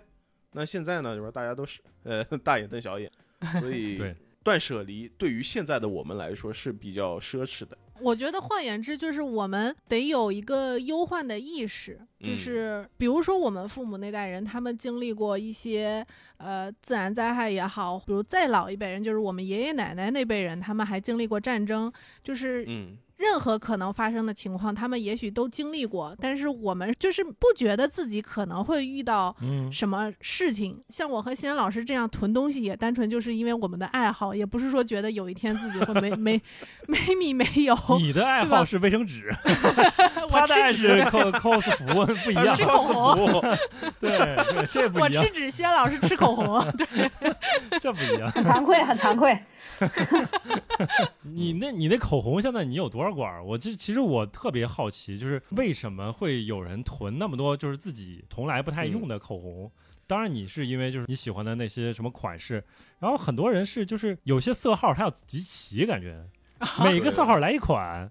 B: 那现在呢，就是大家都是呃大眼瞪小眼，所以
A: 对
B: 断舍离对于现在的我们来说是比较奢侈的。
C: 我觉得换言之，就是我们得有一个忧患的意识，
B: 嗯
C: 就是比如说我们父母那代人，他们经历过一些呃自然灾害也好，比如再老一辈人，就是我们爷爷奶奶那辈人，他们还经历过战争，就是
B: 嗯，
C: 任何可能发生的情况，他们也许都经历过，但是我们就是不觉得自己可能会遇到
A: 嗯，
C: 什么事情。像我和西安老师这样囤东西，也单纯就是因为我们的爱好，也不是说觉得有一天自己会没没没米没油。
A: 你的爱
C: 对吧
A: 好是卫生纸，
C: [LAUGHS] 我
A: 他的爱
C: 吃
A: 是
C: 纸，
A: cos cos 服 [LAUGHS] 不一
B: 但
A: 样
B: 是，
C: 吃口红
B: cos 服
A: 对对，这不
C: 我
A: 一样
C: 吃，纸，西安老师吃
A: [LAUGHS]
C: 口红。对，
A: 这不一样。
E: 很惭愧，很惭愧。
C: 嗯
A: 你那你那口红现在你有多少管儿？我这其实我特别好奇，就是为什么会有人囤那么多，就是自己从来不太
C: 嗯
A: 用的口红。当然，你是因为就是你喜欢的那些什么款式，然后很多人是就是有些色号它要集齐，感
C: [LAUGHS]
A: 觉每个色号来一款，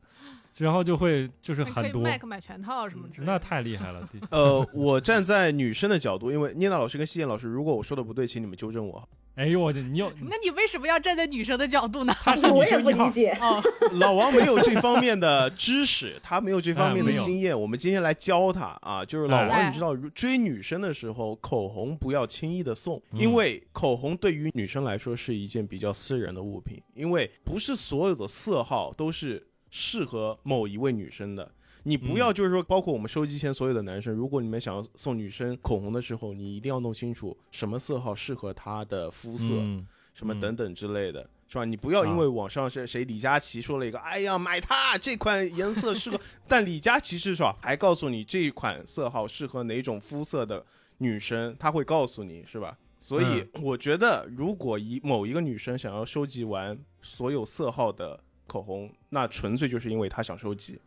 A: 然后就会就是
C: 可
A: 很
C: 以
A: 多，嗯
C: Mac 买全套什么之类的。
A: 那太厉害了。
B: 呃，我站在女生的角度，因为妮娜老师跟西燕老师，如果我说的不对，请你们纠正我。
A: 哎呦我的，你有
F: 那你为什么要站在女生的角度呢？
A: 他是
E: 我也
A: 女生
E: 不
A: 一号
E: 理，解。
F: 哦，
B: [LAUGHS] 老王没有这方面的知识，他没有这方
A: 哎
B: 面的
A: 没有
B: 经验。我们今天来教他啊，就是老
C: 哎
B: 王，你知道如追女生的时候，口红不要轻易的送，
A: 嗯
B: 因为口红对于女生来说是一件比较私人的物品，因为不是所有的色号都是适合某一位女生的。你
A: 嗯
B: 不要就是说，包括我们收集前所有的男生，如果你们想要送女生口红的时候，你一定要弄清楚什么色号适合她的肤色。
A: 嗯
B: 什么
A: 嗯
B: 等等之类的，是吧？你不要因为网上谁谁李佳琦说了一个，哎呀，买它这款颜色适合，但李佳琦是吧？还告诉你这款色号适合哪种肤色的女生，他会告诉你是吧？所以我觉得，如果一某一个女生想要收集完所有色号的口红，那纯粹就是因为她想收集。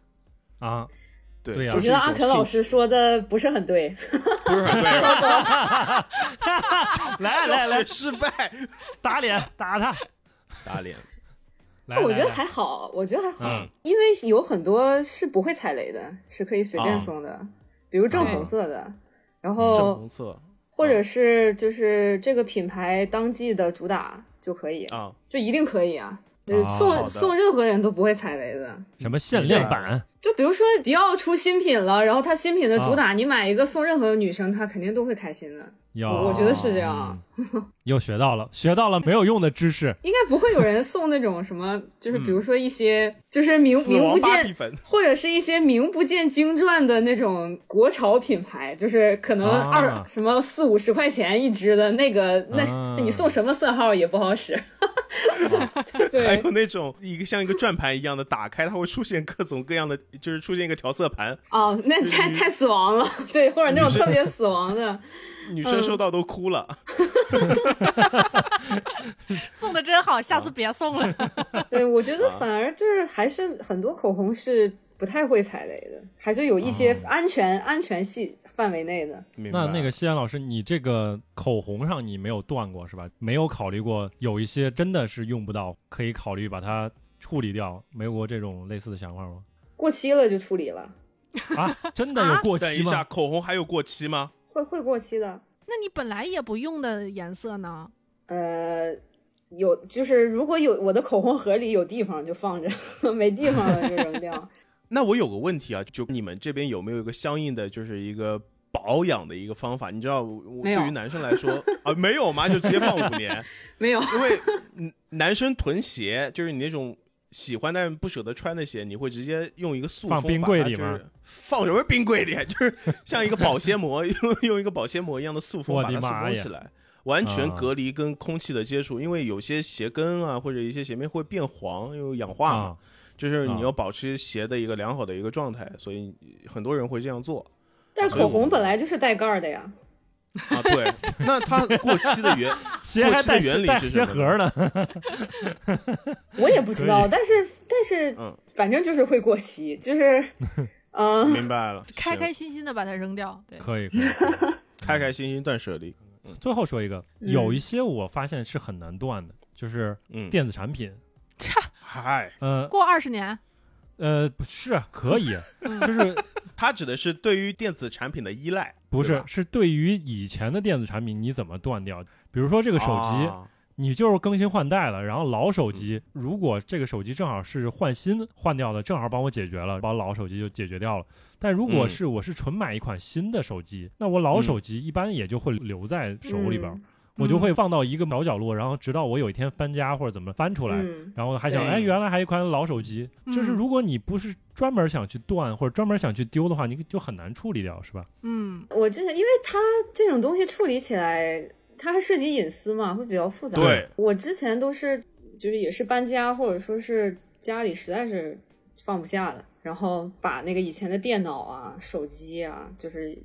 A: 啊，
C: [LAUGHS]
B: 对，
A: 对呀
D: 我
B: 就是
D: 觉
B: 一
D: 得
B: 种
D: 阿肯老
B: 兴
D: 师说的不是很对，
B: [LAUGHS]
D: [LAUGHS]
B: 不是很对是吧，
A: 来来
B: 教
A: 来
B: 学，失败，
A: 打脸打他，
B: 打脸。
A: 来，
D: 我觉得
A: 来
D: 还好，我觉得还好，
A: 嗯
D: 因为有很多是不会踩雷的，是可以随便送的，比如正红色的，然
B: 啊正
D: 后
B: 红色
D: 或者是就是这个品牌当季的主打就可以，
B: 啊，
D: 就一定可以啊，
A: 哦
D: 送
B: 好的
D: 送任何人都不会踩雷的。
A: 什么限量
C: 啊
A: 版，
D: 就比如说迪奥出新品了，然后它新品的
B: 啊
D: 主打，你买一个送任何女生，她肯定都会开心的。
A: 要
B: 啊
D: 我我觉得是这样，啊
A: 嗯又学到了，学到了没有用的知识，
D: 应该不会有人送那种什么，就是比如说一些就是名
B: 死
D: 名不
B: 亡芭比
D: 见，
B: 粉，
D: 或者是一些名不见经传的那种国潮品牌，就是可能
A: 啊
D: 二、什么四五十块钱一支的那个，那、
A: 啊
D: 那你送什么色号也不好
A: [LAUGHS]
D: 使。
A: 哎
B: 还
D: 对
B: 有那种一个像一个转盘一样的，打开它会出现各种各样的，就是出现一个调色盘，
D: 哦，那
A: 嗯
D: 太太死亡了，对，或者那种特别死
A: [LAUGHS]
D: 亡的，
B: 女生收到都哭了。
F: 送的真好，
A: 嗯
F: 下次别送
A: [LAUGHS]
F: 了。
D: 对，我觉
A: 啊
D: 得反而就是还是很多口红是不太会踩雷的，还是有一些
A: 啊
D: 安全、安全系范围内的。
B: 明白
A: 那那个西安老师，你这个口红上你没有断过是吧？没有考虑过有一些真的是用不到，可以考虑把它处理掉，没有过这种类似的想法
B: [LAUGHS]
A: 吗？
D: 过期了就处理了，
A: 啊，真的有过
B: 啊等
A: 期
B: 一
A: 吗
B: 下，？口红还有过期吗？
D: 会会过期的。
C: 那你本来也不用的颜色呢？
D: 呃，有就是如果有我的口红盒里有地方就放着， [LAUGHS] 没地方了就扔掉。
B: 那我有个问题啊，就你们这边有没有一个相应的，就是一个保养的一个方法？你知道，我我
D: 没有
B: 对于男生来
D: [LAUGHS]
B: 说啊，没有吗？就直接放五年，
D: 没有，
B: 因为嗯男生囤鞋，就是你那种。喜欢但不舍得穿的鞋，你会直接用一个塑封
A: 放冰
B: 把
A: 柜
B: 它
A: 里
B: 就
A: 吗
B: 是放什么冰柜里？啊就是像一个保鲜膜， [LAUGHS] 用用一个保鲜膜一样的塑封
A: 我
B: 把
A: 的
B: 它塑
A: 妈
B: 封
A: 呀
B: 起来，完全
A: 啊
B: 隔离跟空气的接触。因为有些鞋跟啊，或者一些鞋面会变黄，因为氧化嘛。
A: 啊，
B: 就是
A: 啊
B: 你要保持鞋的一个良好的一个状态，所以很多人会这样做
A: [LAUGHS]
D: 但是口红本来就是带盖儿的呀。
B: 啊。对， [LAUGHS] 那它过期的原
A: 啊鞋还带
B: 过期的原理
A: 带
B: 是
A: 鞋
B: 什么呢
A: 盒
B: [LAUGHS]
A: 呢，
D: 我也不知道
A: 可，以
D: 但是但是、
B: 嗯
D: 反正就是会过期，
A: [LAUGHS]
D: 就是，嗯、
B: 明白了，
C: [LAUGHS] 开
B: 行
C: 开心心的把它扔掉。对，
A: 可以。可以
B: 开开心心断舍离，
A: 最后说一个，
D: 嗯
A: 有一些我发现是很难断的，就是
B: 嗯，
A: 电子产品，
B: 嗨，
A: 呃
C: 过二十年，
A: 呃，不是可以，啊
B: 嗯
A: 就是
B: 它指的是对于电子产品的依赖，
A: 不
B: 对
A: 是
B: 吧
A: 是对于以前的电子产品你怎么断掉？比如说这个手机，
B: 啊
A: 你就是更新换代了，然后老
B: 嗯
A: 手机，如果这个手机正好是换新换掉的，正好帮我解决了，把老手机就解决掉了。但如果
B: 嗯
A: 是我是纯买一款新的手机，那我老手机一般也就会留在手里边儿，
D: 嗯
A: 我就会放到一个小角落，然后直到我有一天搬家或者怎么翻出来，
D: 嗯，
A: 然后还想，
D: 对
A: 哎，原来还有一款老手机，就是
C: 嗯
A: 如果你不是专门想去断或者专门想去丢的话，你就很难处理掉，是吧？
C: 嗯，
D: 我之前因为它这种东西处理起来，它还涉及隐私嘛，会比较复杂。
B: 对，
D: 我之前都是就是也是搬家，或者说是家里实在是放不下了，然后把那个以前的电脑啊、手机啊，就是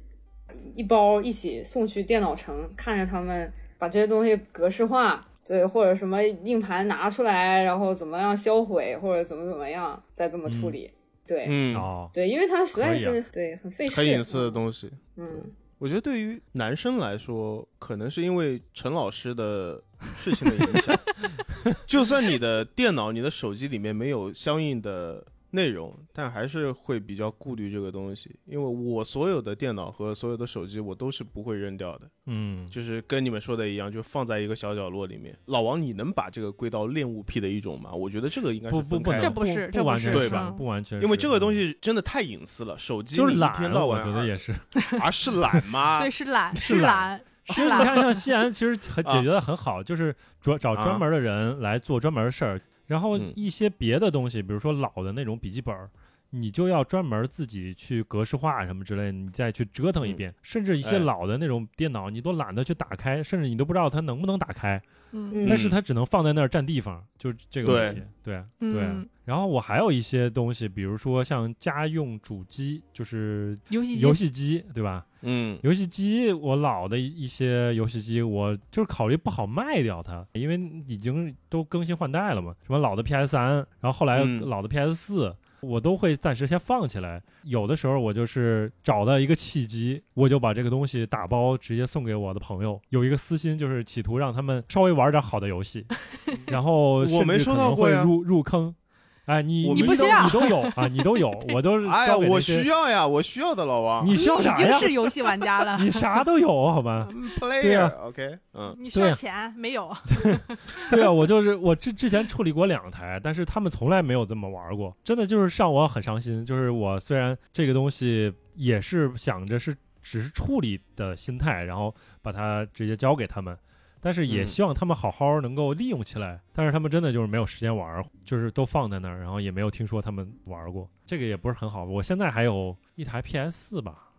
D: 一包一起送去电脑城，看着他们把这些东西格式化。对，或者什么硬盘拿出来，然后怎么样销毁，或者怎么怎么样，再这么处理。对、
B: 嗯，
A: 哦，
D: 对，因为它实在
A: 可以啊
D: 是、对很费事，
B: 很隐私的东西。
D: 嗯，
B: 我觉得对于男生来说，可能是因为陈老师的事情的影响，就算你的电脑、你的手机里面没有相应的内容，但还是会比较顾虑这个东西，因为我所有的电脑和所有的手机我都是不会扔掉的，
A: 嗯，
B: 就是跟你们说的一样，就放在一个小角落里面。老王，你能把这个归到恋物癖的一种吗？我觉得这个应该是
A: 不不
B: 分
A: 不
B: 开
A: 能，
B: 的
F: 这不是这
A: 不
F: 不
A: 完
F: 是
A: 全
B: 对
A: 是
B: 吧
A: 不完全是，
B: 因为这个东西真的太隐私了，手机
A: 就
B: 你
A: 是
B: 一
A: 懒，
B: 天到
A: 我
B: 晚
A: 觉得也
B: [LAUGHS]
A: 是。
B: 啊是懒
C: [LAUGHS]
B: 吗？
F: 对，是懒，
A: 是
F: 是
A: 懒啊
F: 懒，
A: 其实你看，像西安其实 [LAUGHS] 很解决的很好，就是专找
B: 啊
A: 专门的人来做专门的事儿，然后
B: 嗯
A: 一些别的东西，比如说老的那种笔记本儿，你就要专门自己去格式化什么之类的，你再去折腾一遍。甚至一些
B: 哎
A: 老的那种电脑，你都懒得去打开，甚至你都不知道它能不能打开，
C: 嗯
E: 嗯
A: 但是它只能放在那儿占地方，就是这个问题。对对
C: 嗯
A: 然后我还有一些东西，比如说像家用主机，就是
F: 游戏机
A: 游戏机，对吧？
B: 嗯
A: 游戏机，我老的一些游戏机，我就是考虑不好卖掉它，因为已经都更新换代了嘛。什么老的 PS 三，然后后来
B: 嗯
A: 老的 PS 四、我都会暂时先放起来。有的时候我就是找到一个契机，我就把这个东西打包直接送给我的朋友，有一个私心就是企图让他们稍微玩点好的游
B: [LAUGHS]
A: 戏，然后
B: 我
A: 甚
B: 没
A: 至
B: 收
A: 可
B: 到
A: 能
B: 过
A: 会
B: 呀
A: 入入坑。哎，你
B: 我
A: 你
B: 没
A: 都
F: 收到
A: [LAUGHS] 你都有啊，你都有，我都是
B: 哎呀，
A: 交给那
B: 我
A: 些
B: 需要呀，我需要的老王
A: 你需要
F: 已
A: 啥
F: 经
A: 呀？
F: 是游戏玩家了
A: [LAUGHS] 。你啥都有好吗？
B: 嗯
A: 对啊
B: player，OK，嗯，
F: 你需
A: 对啊
F: 要钱没有？
A: 对啊，我就是我之之前处理过两台，但是他们从来没有这么玩过，真的就是让我很伤心。就是我虽然这个东西也是想着是只是处理的心态，然后把它直接交给他们，但是也
B: 嗯
A: 希望他们好好能够利用起来。但是他们真的就是没有时间玩，就是都放在那儿，然后也没有听说他们玩过，这个也不是很好。我现在还有一台 PS 四吧，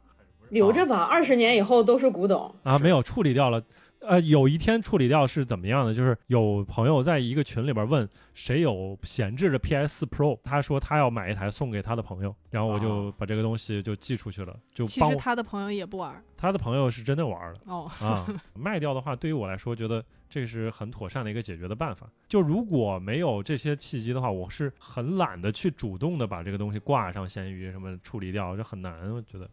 D: 留着吧，二十年以后都是古董。
A: 啊，没有处理掉了。呃，有一天处理掉是怎么样的？就是有朋友在一个群里边问谁有闲置的 PS 4 Pro，他说他要买一台送给他的朋友，然后我就把这个东西就寄出去了，就
C: 其
A: 帮
C: 实
A: 我
C: 他的朋友也不玩儿
A: 他的朋友是真的玩了
F: 哦，
A: 啊。卖掉的话，对于我来说，觉得这个是很妥善的一个解决的办法。就如果没有这些契机的话，我是很懒得去主动的把这个东西挂上闲鱼什么处理掉，这很难。我觉得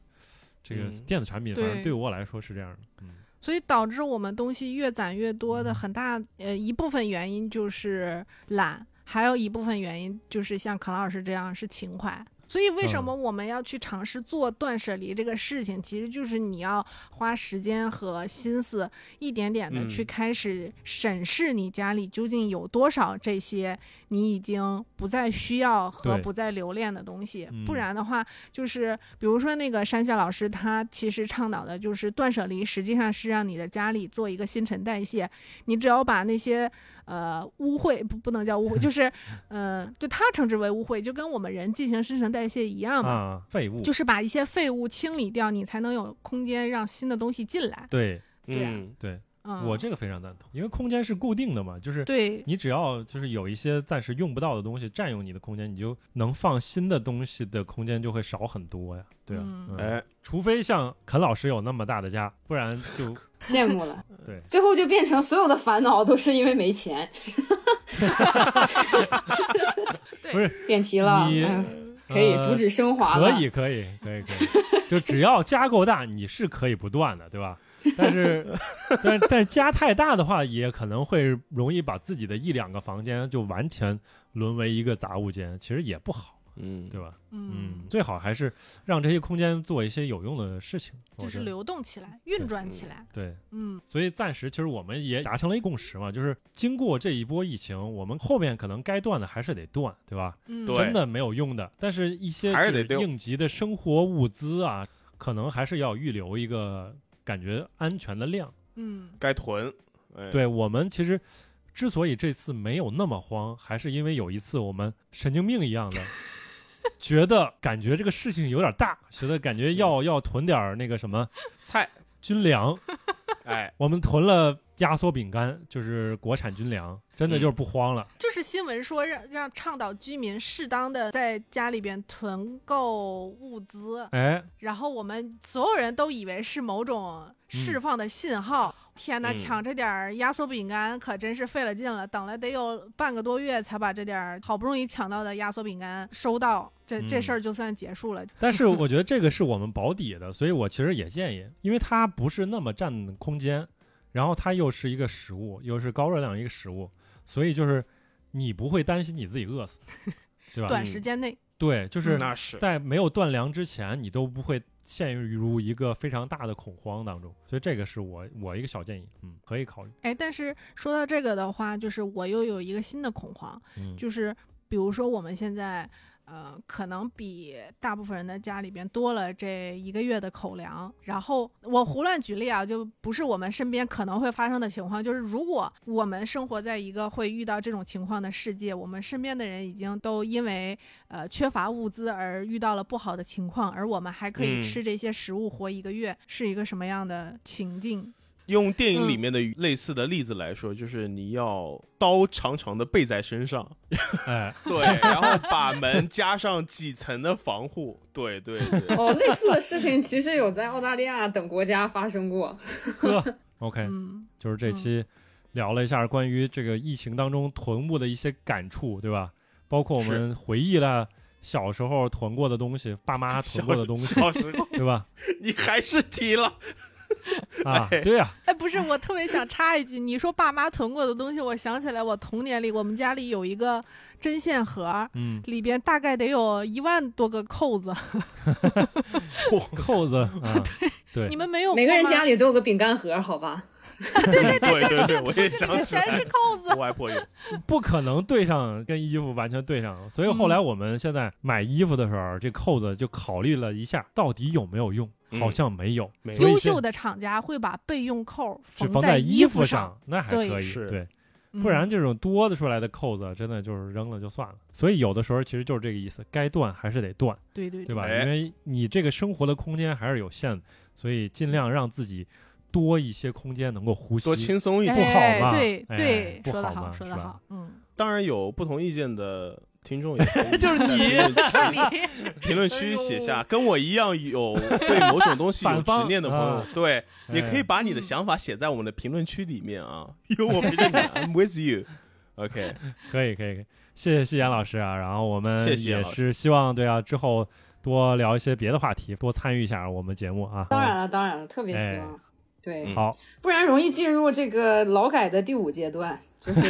A: 这个
B: 嗯
A: 电子产品，反正
C: 对
A: 对我来说是这样的。嗯。
C: 所以导致我们东西越攒越多的很大呃一部分原因就是懒，还有一部分原因就是像康老师这样是情怀。所以为什么我们要去尝试做断舍离这个事情？其实就是你要花时间和心思，一点点的
B: 嗯
C: 去开始审视你家里究竟有多少这些你已经不再需要和
A: 对
C: 不再留恋的东西
A: 嗯。
C: 不然的话，就是比如说那个山下老师，他其实倡导的就是断舍离，实际上是让你的家里做一个新陈代谢。你只要把那些呃污秽不不能叫污
A: [LAUGHS]
C: 秽，就是呃，就他称之为污秽，就跟我们人进行新陈代谢一样嘛，
A: 啊，废物，
C: 就是把一些废物清理掉，你才能有空间让新的东西进来。
A: 对、
C: 对啊
B: 嗯
C: 嗯，
A: 我这个非常赞同，因为空间是固定的嘛，就是
C: 对
A: 你只要就是有一些暂时用不到的东西占用你的空间，你就能放新的东西的空间就会少很多呀，对啊，
C: 嗯
B: 哎，
A: 除非像肯老师有那么大的家，不然就，
D: 羡慕了
A: 对
D: 最后就变成所有的烦恼都是因为没钱。
A: [LAUGHS] 不是
D: [LAUGHS] 变题了，
A: 你
D: 哎可以
A: 呃
D: 阻止升华了。
A: 可以可以可以可以，就只要家够大，你是可以不断的，对吧？但是，但但家太大的话，也可能会容易把自己的一两个房间就完全沦为一个杂物间，其实也不好，
B: 嗯，
A: 对吧？
C: 嗯
A: 嗯，，最好还是让这些空间做一些有用的事情，我
C: 就
A: 觉
C: 是
A: 得
C: 流动起来，运转起来。
A: 对。
C: 嗯，
A: 所以暂时其实我们也达成了一共识嘛，就是经过这一波疫情，我们后面可能该断的还是得断，对吧？
C: 嗯
B: 对
A: 真的没有用的，但是一些
B: 还是得
A: 就
B: 丢
A: 应急的生活物资啊，可能还是要预留一个感觉安全的量。
C: 嗯，
B: 该囤，哎，
A: 对我们其实之所以这次没有那么慌，还是因为有一次我们神经病一样的， [LAUGHS] 觉得感觉这个事情有点大，觉得感觉要要囤点儿那个什么
B: 菜，
A: 军粮，
B: 哎，
A: 我们囤了压缩饼干，就是国产军粮，真的就是不慌了。
C: 就是新闻说让让倡导居民适当的在家里边囤购物资，
A: 哎，
C: 然后我们所有人都以为是某
A: 嗯
C: 种释放的信号。天哪，
B: 嗯
C: 抢这点儿压缩饼干可真是费了劲了，等了得有半个多月才把这点儿好不容易抢到的压缩饼干收到，这、这
A: 嗯
C: 事儿就算结束了。
A: 但 [LAUGHS] 是我觉得这个是我们保底的，所以我其实也建议，因为它不是那么占空间，然后它又是一个食物，又是高热量一个 [LAUGHS] 食物，所以就是你不会担心你自己饿死，对吧？嗯
C: 短时间内，
A: 对，就是 [LAUGHS]
B: 那是
A: 在没有断粮之前，你都不会陷入一个非常大的恐慌当中。所以这个是我我一个小建议，嗯，可以考虑。
C: 哎，但是说到这个的话，就是我又有一个新的恐慌，
A: 嗯，
C: 就是比如说我们现在，呃，可能比大部分人的家里边多了这一个月的口粮。然后我胡乱举例啊，就不是我们身边可能会发生的情况。就是如果我们生活在一个会遇到这种情况的世界，我们身边的人已经都因为呃缺乏物资而遇到了不好的情况，而我们还可
B: 嗯
C: 以吃这些食物活一个月，是一个什么样的情境？
B: 用电影里面的类似的例子来说，就是你要刀长长的背在身上， [LAUGHS]
A: 哎，
B: 对，然后把门加上几层的防护，对对对，
D: 哦，类似的事情其实有在澳大利亚等国家发生过。
A: 呵，OK，
C: 嗯，
A: 就是这期聊了一下关于这个疫情当中囤物的一些感触，对吧？包括我们回忆了小时候囤过的东西，爸妈 [LAUGHS] 囤过的东西，
B: 小时候
A: 对吧？
B: 你还是提了，
A: 啊，
B: 哎
A: 对呀、
C: [LAUGHS] 哎，不是，我特别想插一句，你说爸妈囤过的东西，我想起来，我童年里我们家里有一个针线盒，
B: [LAUGHS]
A: 嗯，
C: 里边大概得有一万多个扣子，
B: [LAUGHS]
A: 扣子啊，对，
C: 你们没有
D: 每个人
C: 过吗
D: 家里都有个饼干盒，好吧？
B: 对对对，我也想起
F: 全
B: 来
F: 是
B: 了，
F: 扣子。
B: [LAUGHS] 我外婆有，
A: 不可能对上，跟衣服完全对上。所以后
B: 嗯
A: 来我们现在买衣服的时候，这扣子就考虑了一下，到底有没有用？
B: 嗯
A: 好像没有。
B: 没
A: 所以
C: 优
A: 现
C: 秀的厂家会把备用扣
A: 只
C: 缝
A: 在
C: 衣
A: 服
C: 上，，
A: 那还
C: 对
A: 可以。
B: 是
A: 对，
C: 嗯
A: 不然这种多的出来的扣子，真的就是扔了就算了。所以有的时候其实就是这个意思，该断还是得断，
C: 对对
A: 对吧？
B: 哎
A: 因为你这个生活的空间还是有限的，所以尽量让自己多一些空间能够呼吸。
B: 多轻松一点。
A: 不好
C: 哎
A: 嘛
C: 对
A: 哎
C: 对，
A: 不
C: 说的
A: 好嘛
C: 说的
A: 是吧
C: 好，
D: [LAUGHS]
C: 嗯，
B: 当然有不同意见的听众也可以
A: 就是
B: [LAUGHS]
A: 你
B: 在评论区评论区写下，跟我一样有对某种东西有
A: 反方
B: 执念的朋友
A: 啊，
B: 对，
A: 哎
B: 也可以把你的想法写在我们的评论区里面啊。 [LAUGHS] 有我陪着你，I'm with you。OK，
A: 可以可以，可以，谢谢夕颜老师啊，然后我们
B: 谢谢
A: 也
B: 老师
A: 是希望对啊，之后多聊一些别的话题，多参与一下我们节目啊。
D: 当然了，当然了，特别希
A: 哎
D: 望。对，
B: 嗯
A: 好，
D: 不然容易进入这个劳改的第五阶段，就是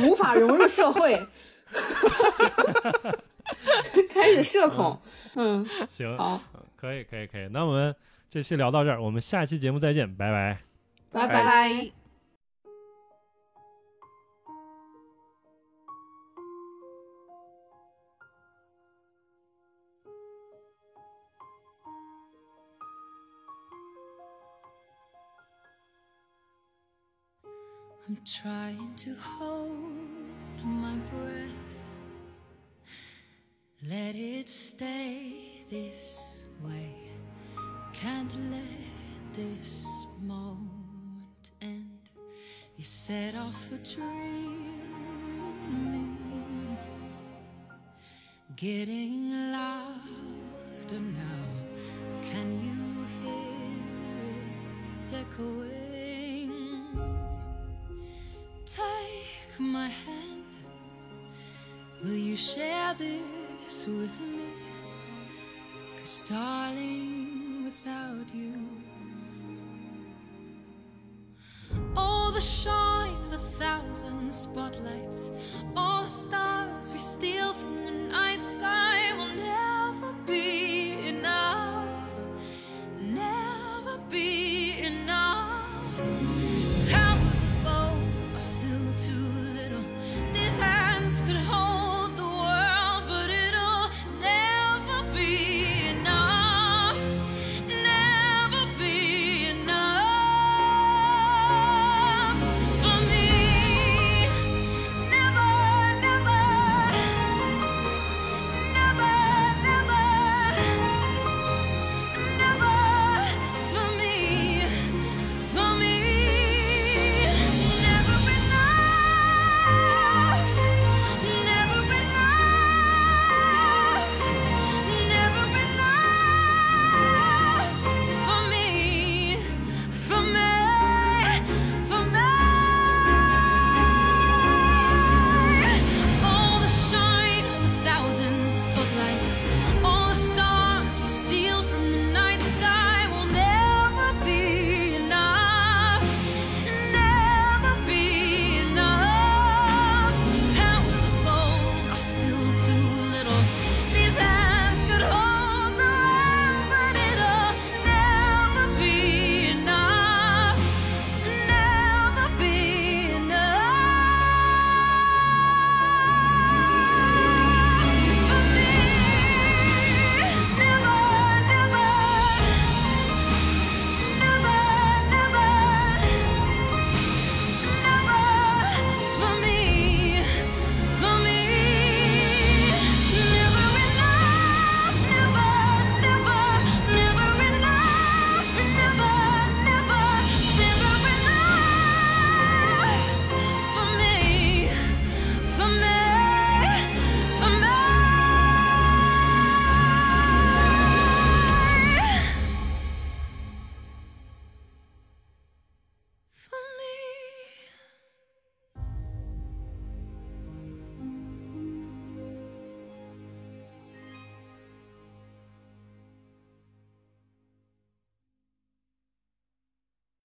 D: [LAUGHS] 无法融入社会， [LAUGHS] 开始社恐。嗯，
A: 行，
D: 好，
A: 可以可以可以，那我们这期聊到这儿，我们下期节目再见，拜拜。
D: 拜
B: 拜
C: 拜。
G: I'm trying to hold my breath. Let it stay this way. Can't let this moment end. You set off a dream in me. Getting louder now. Can you hear it echoing? Take my hand. Will you share this with me? Cause, darling, without you, all the shine of a thousand spotlights, all the stars we steal from the night sky.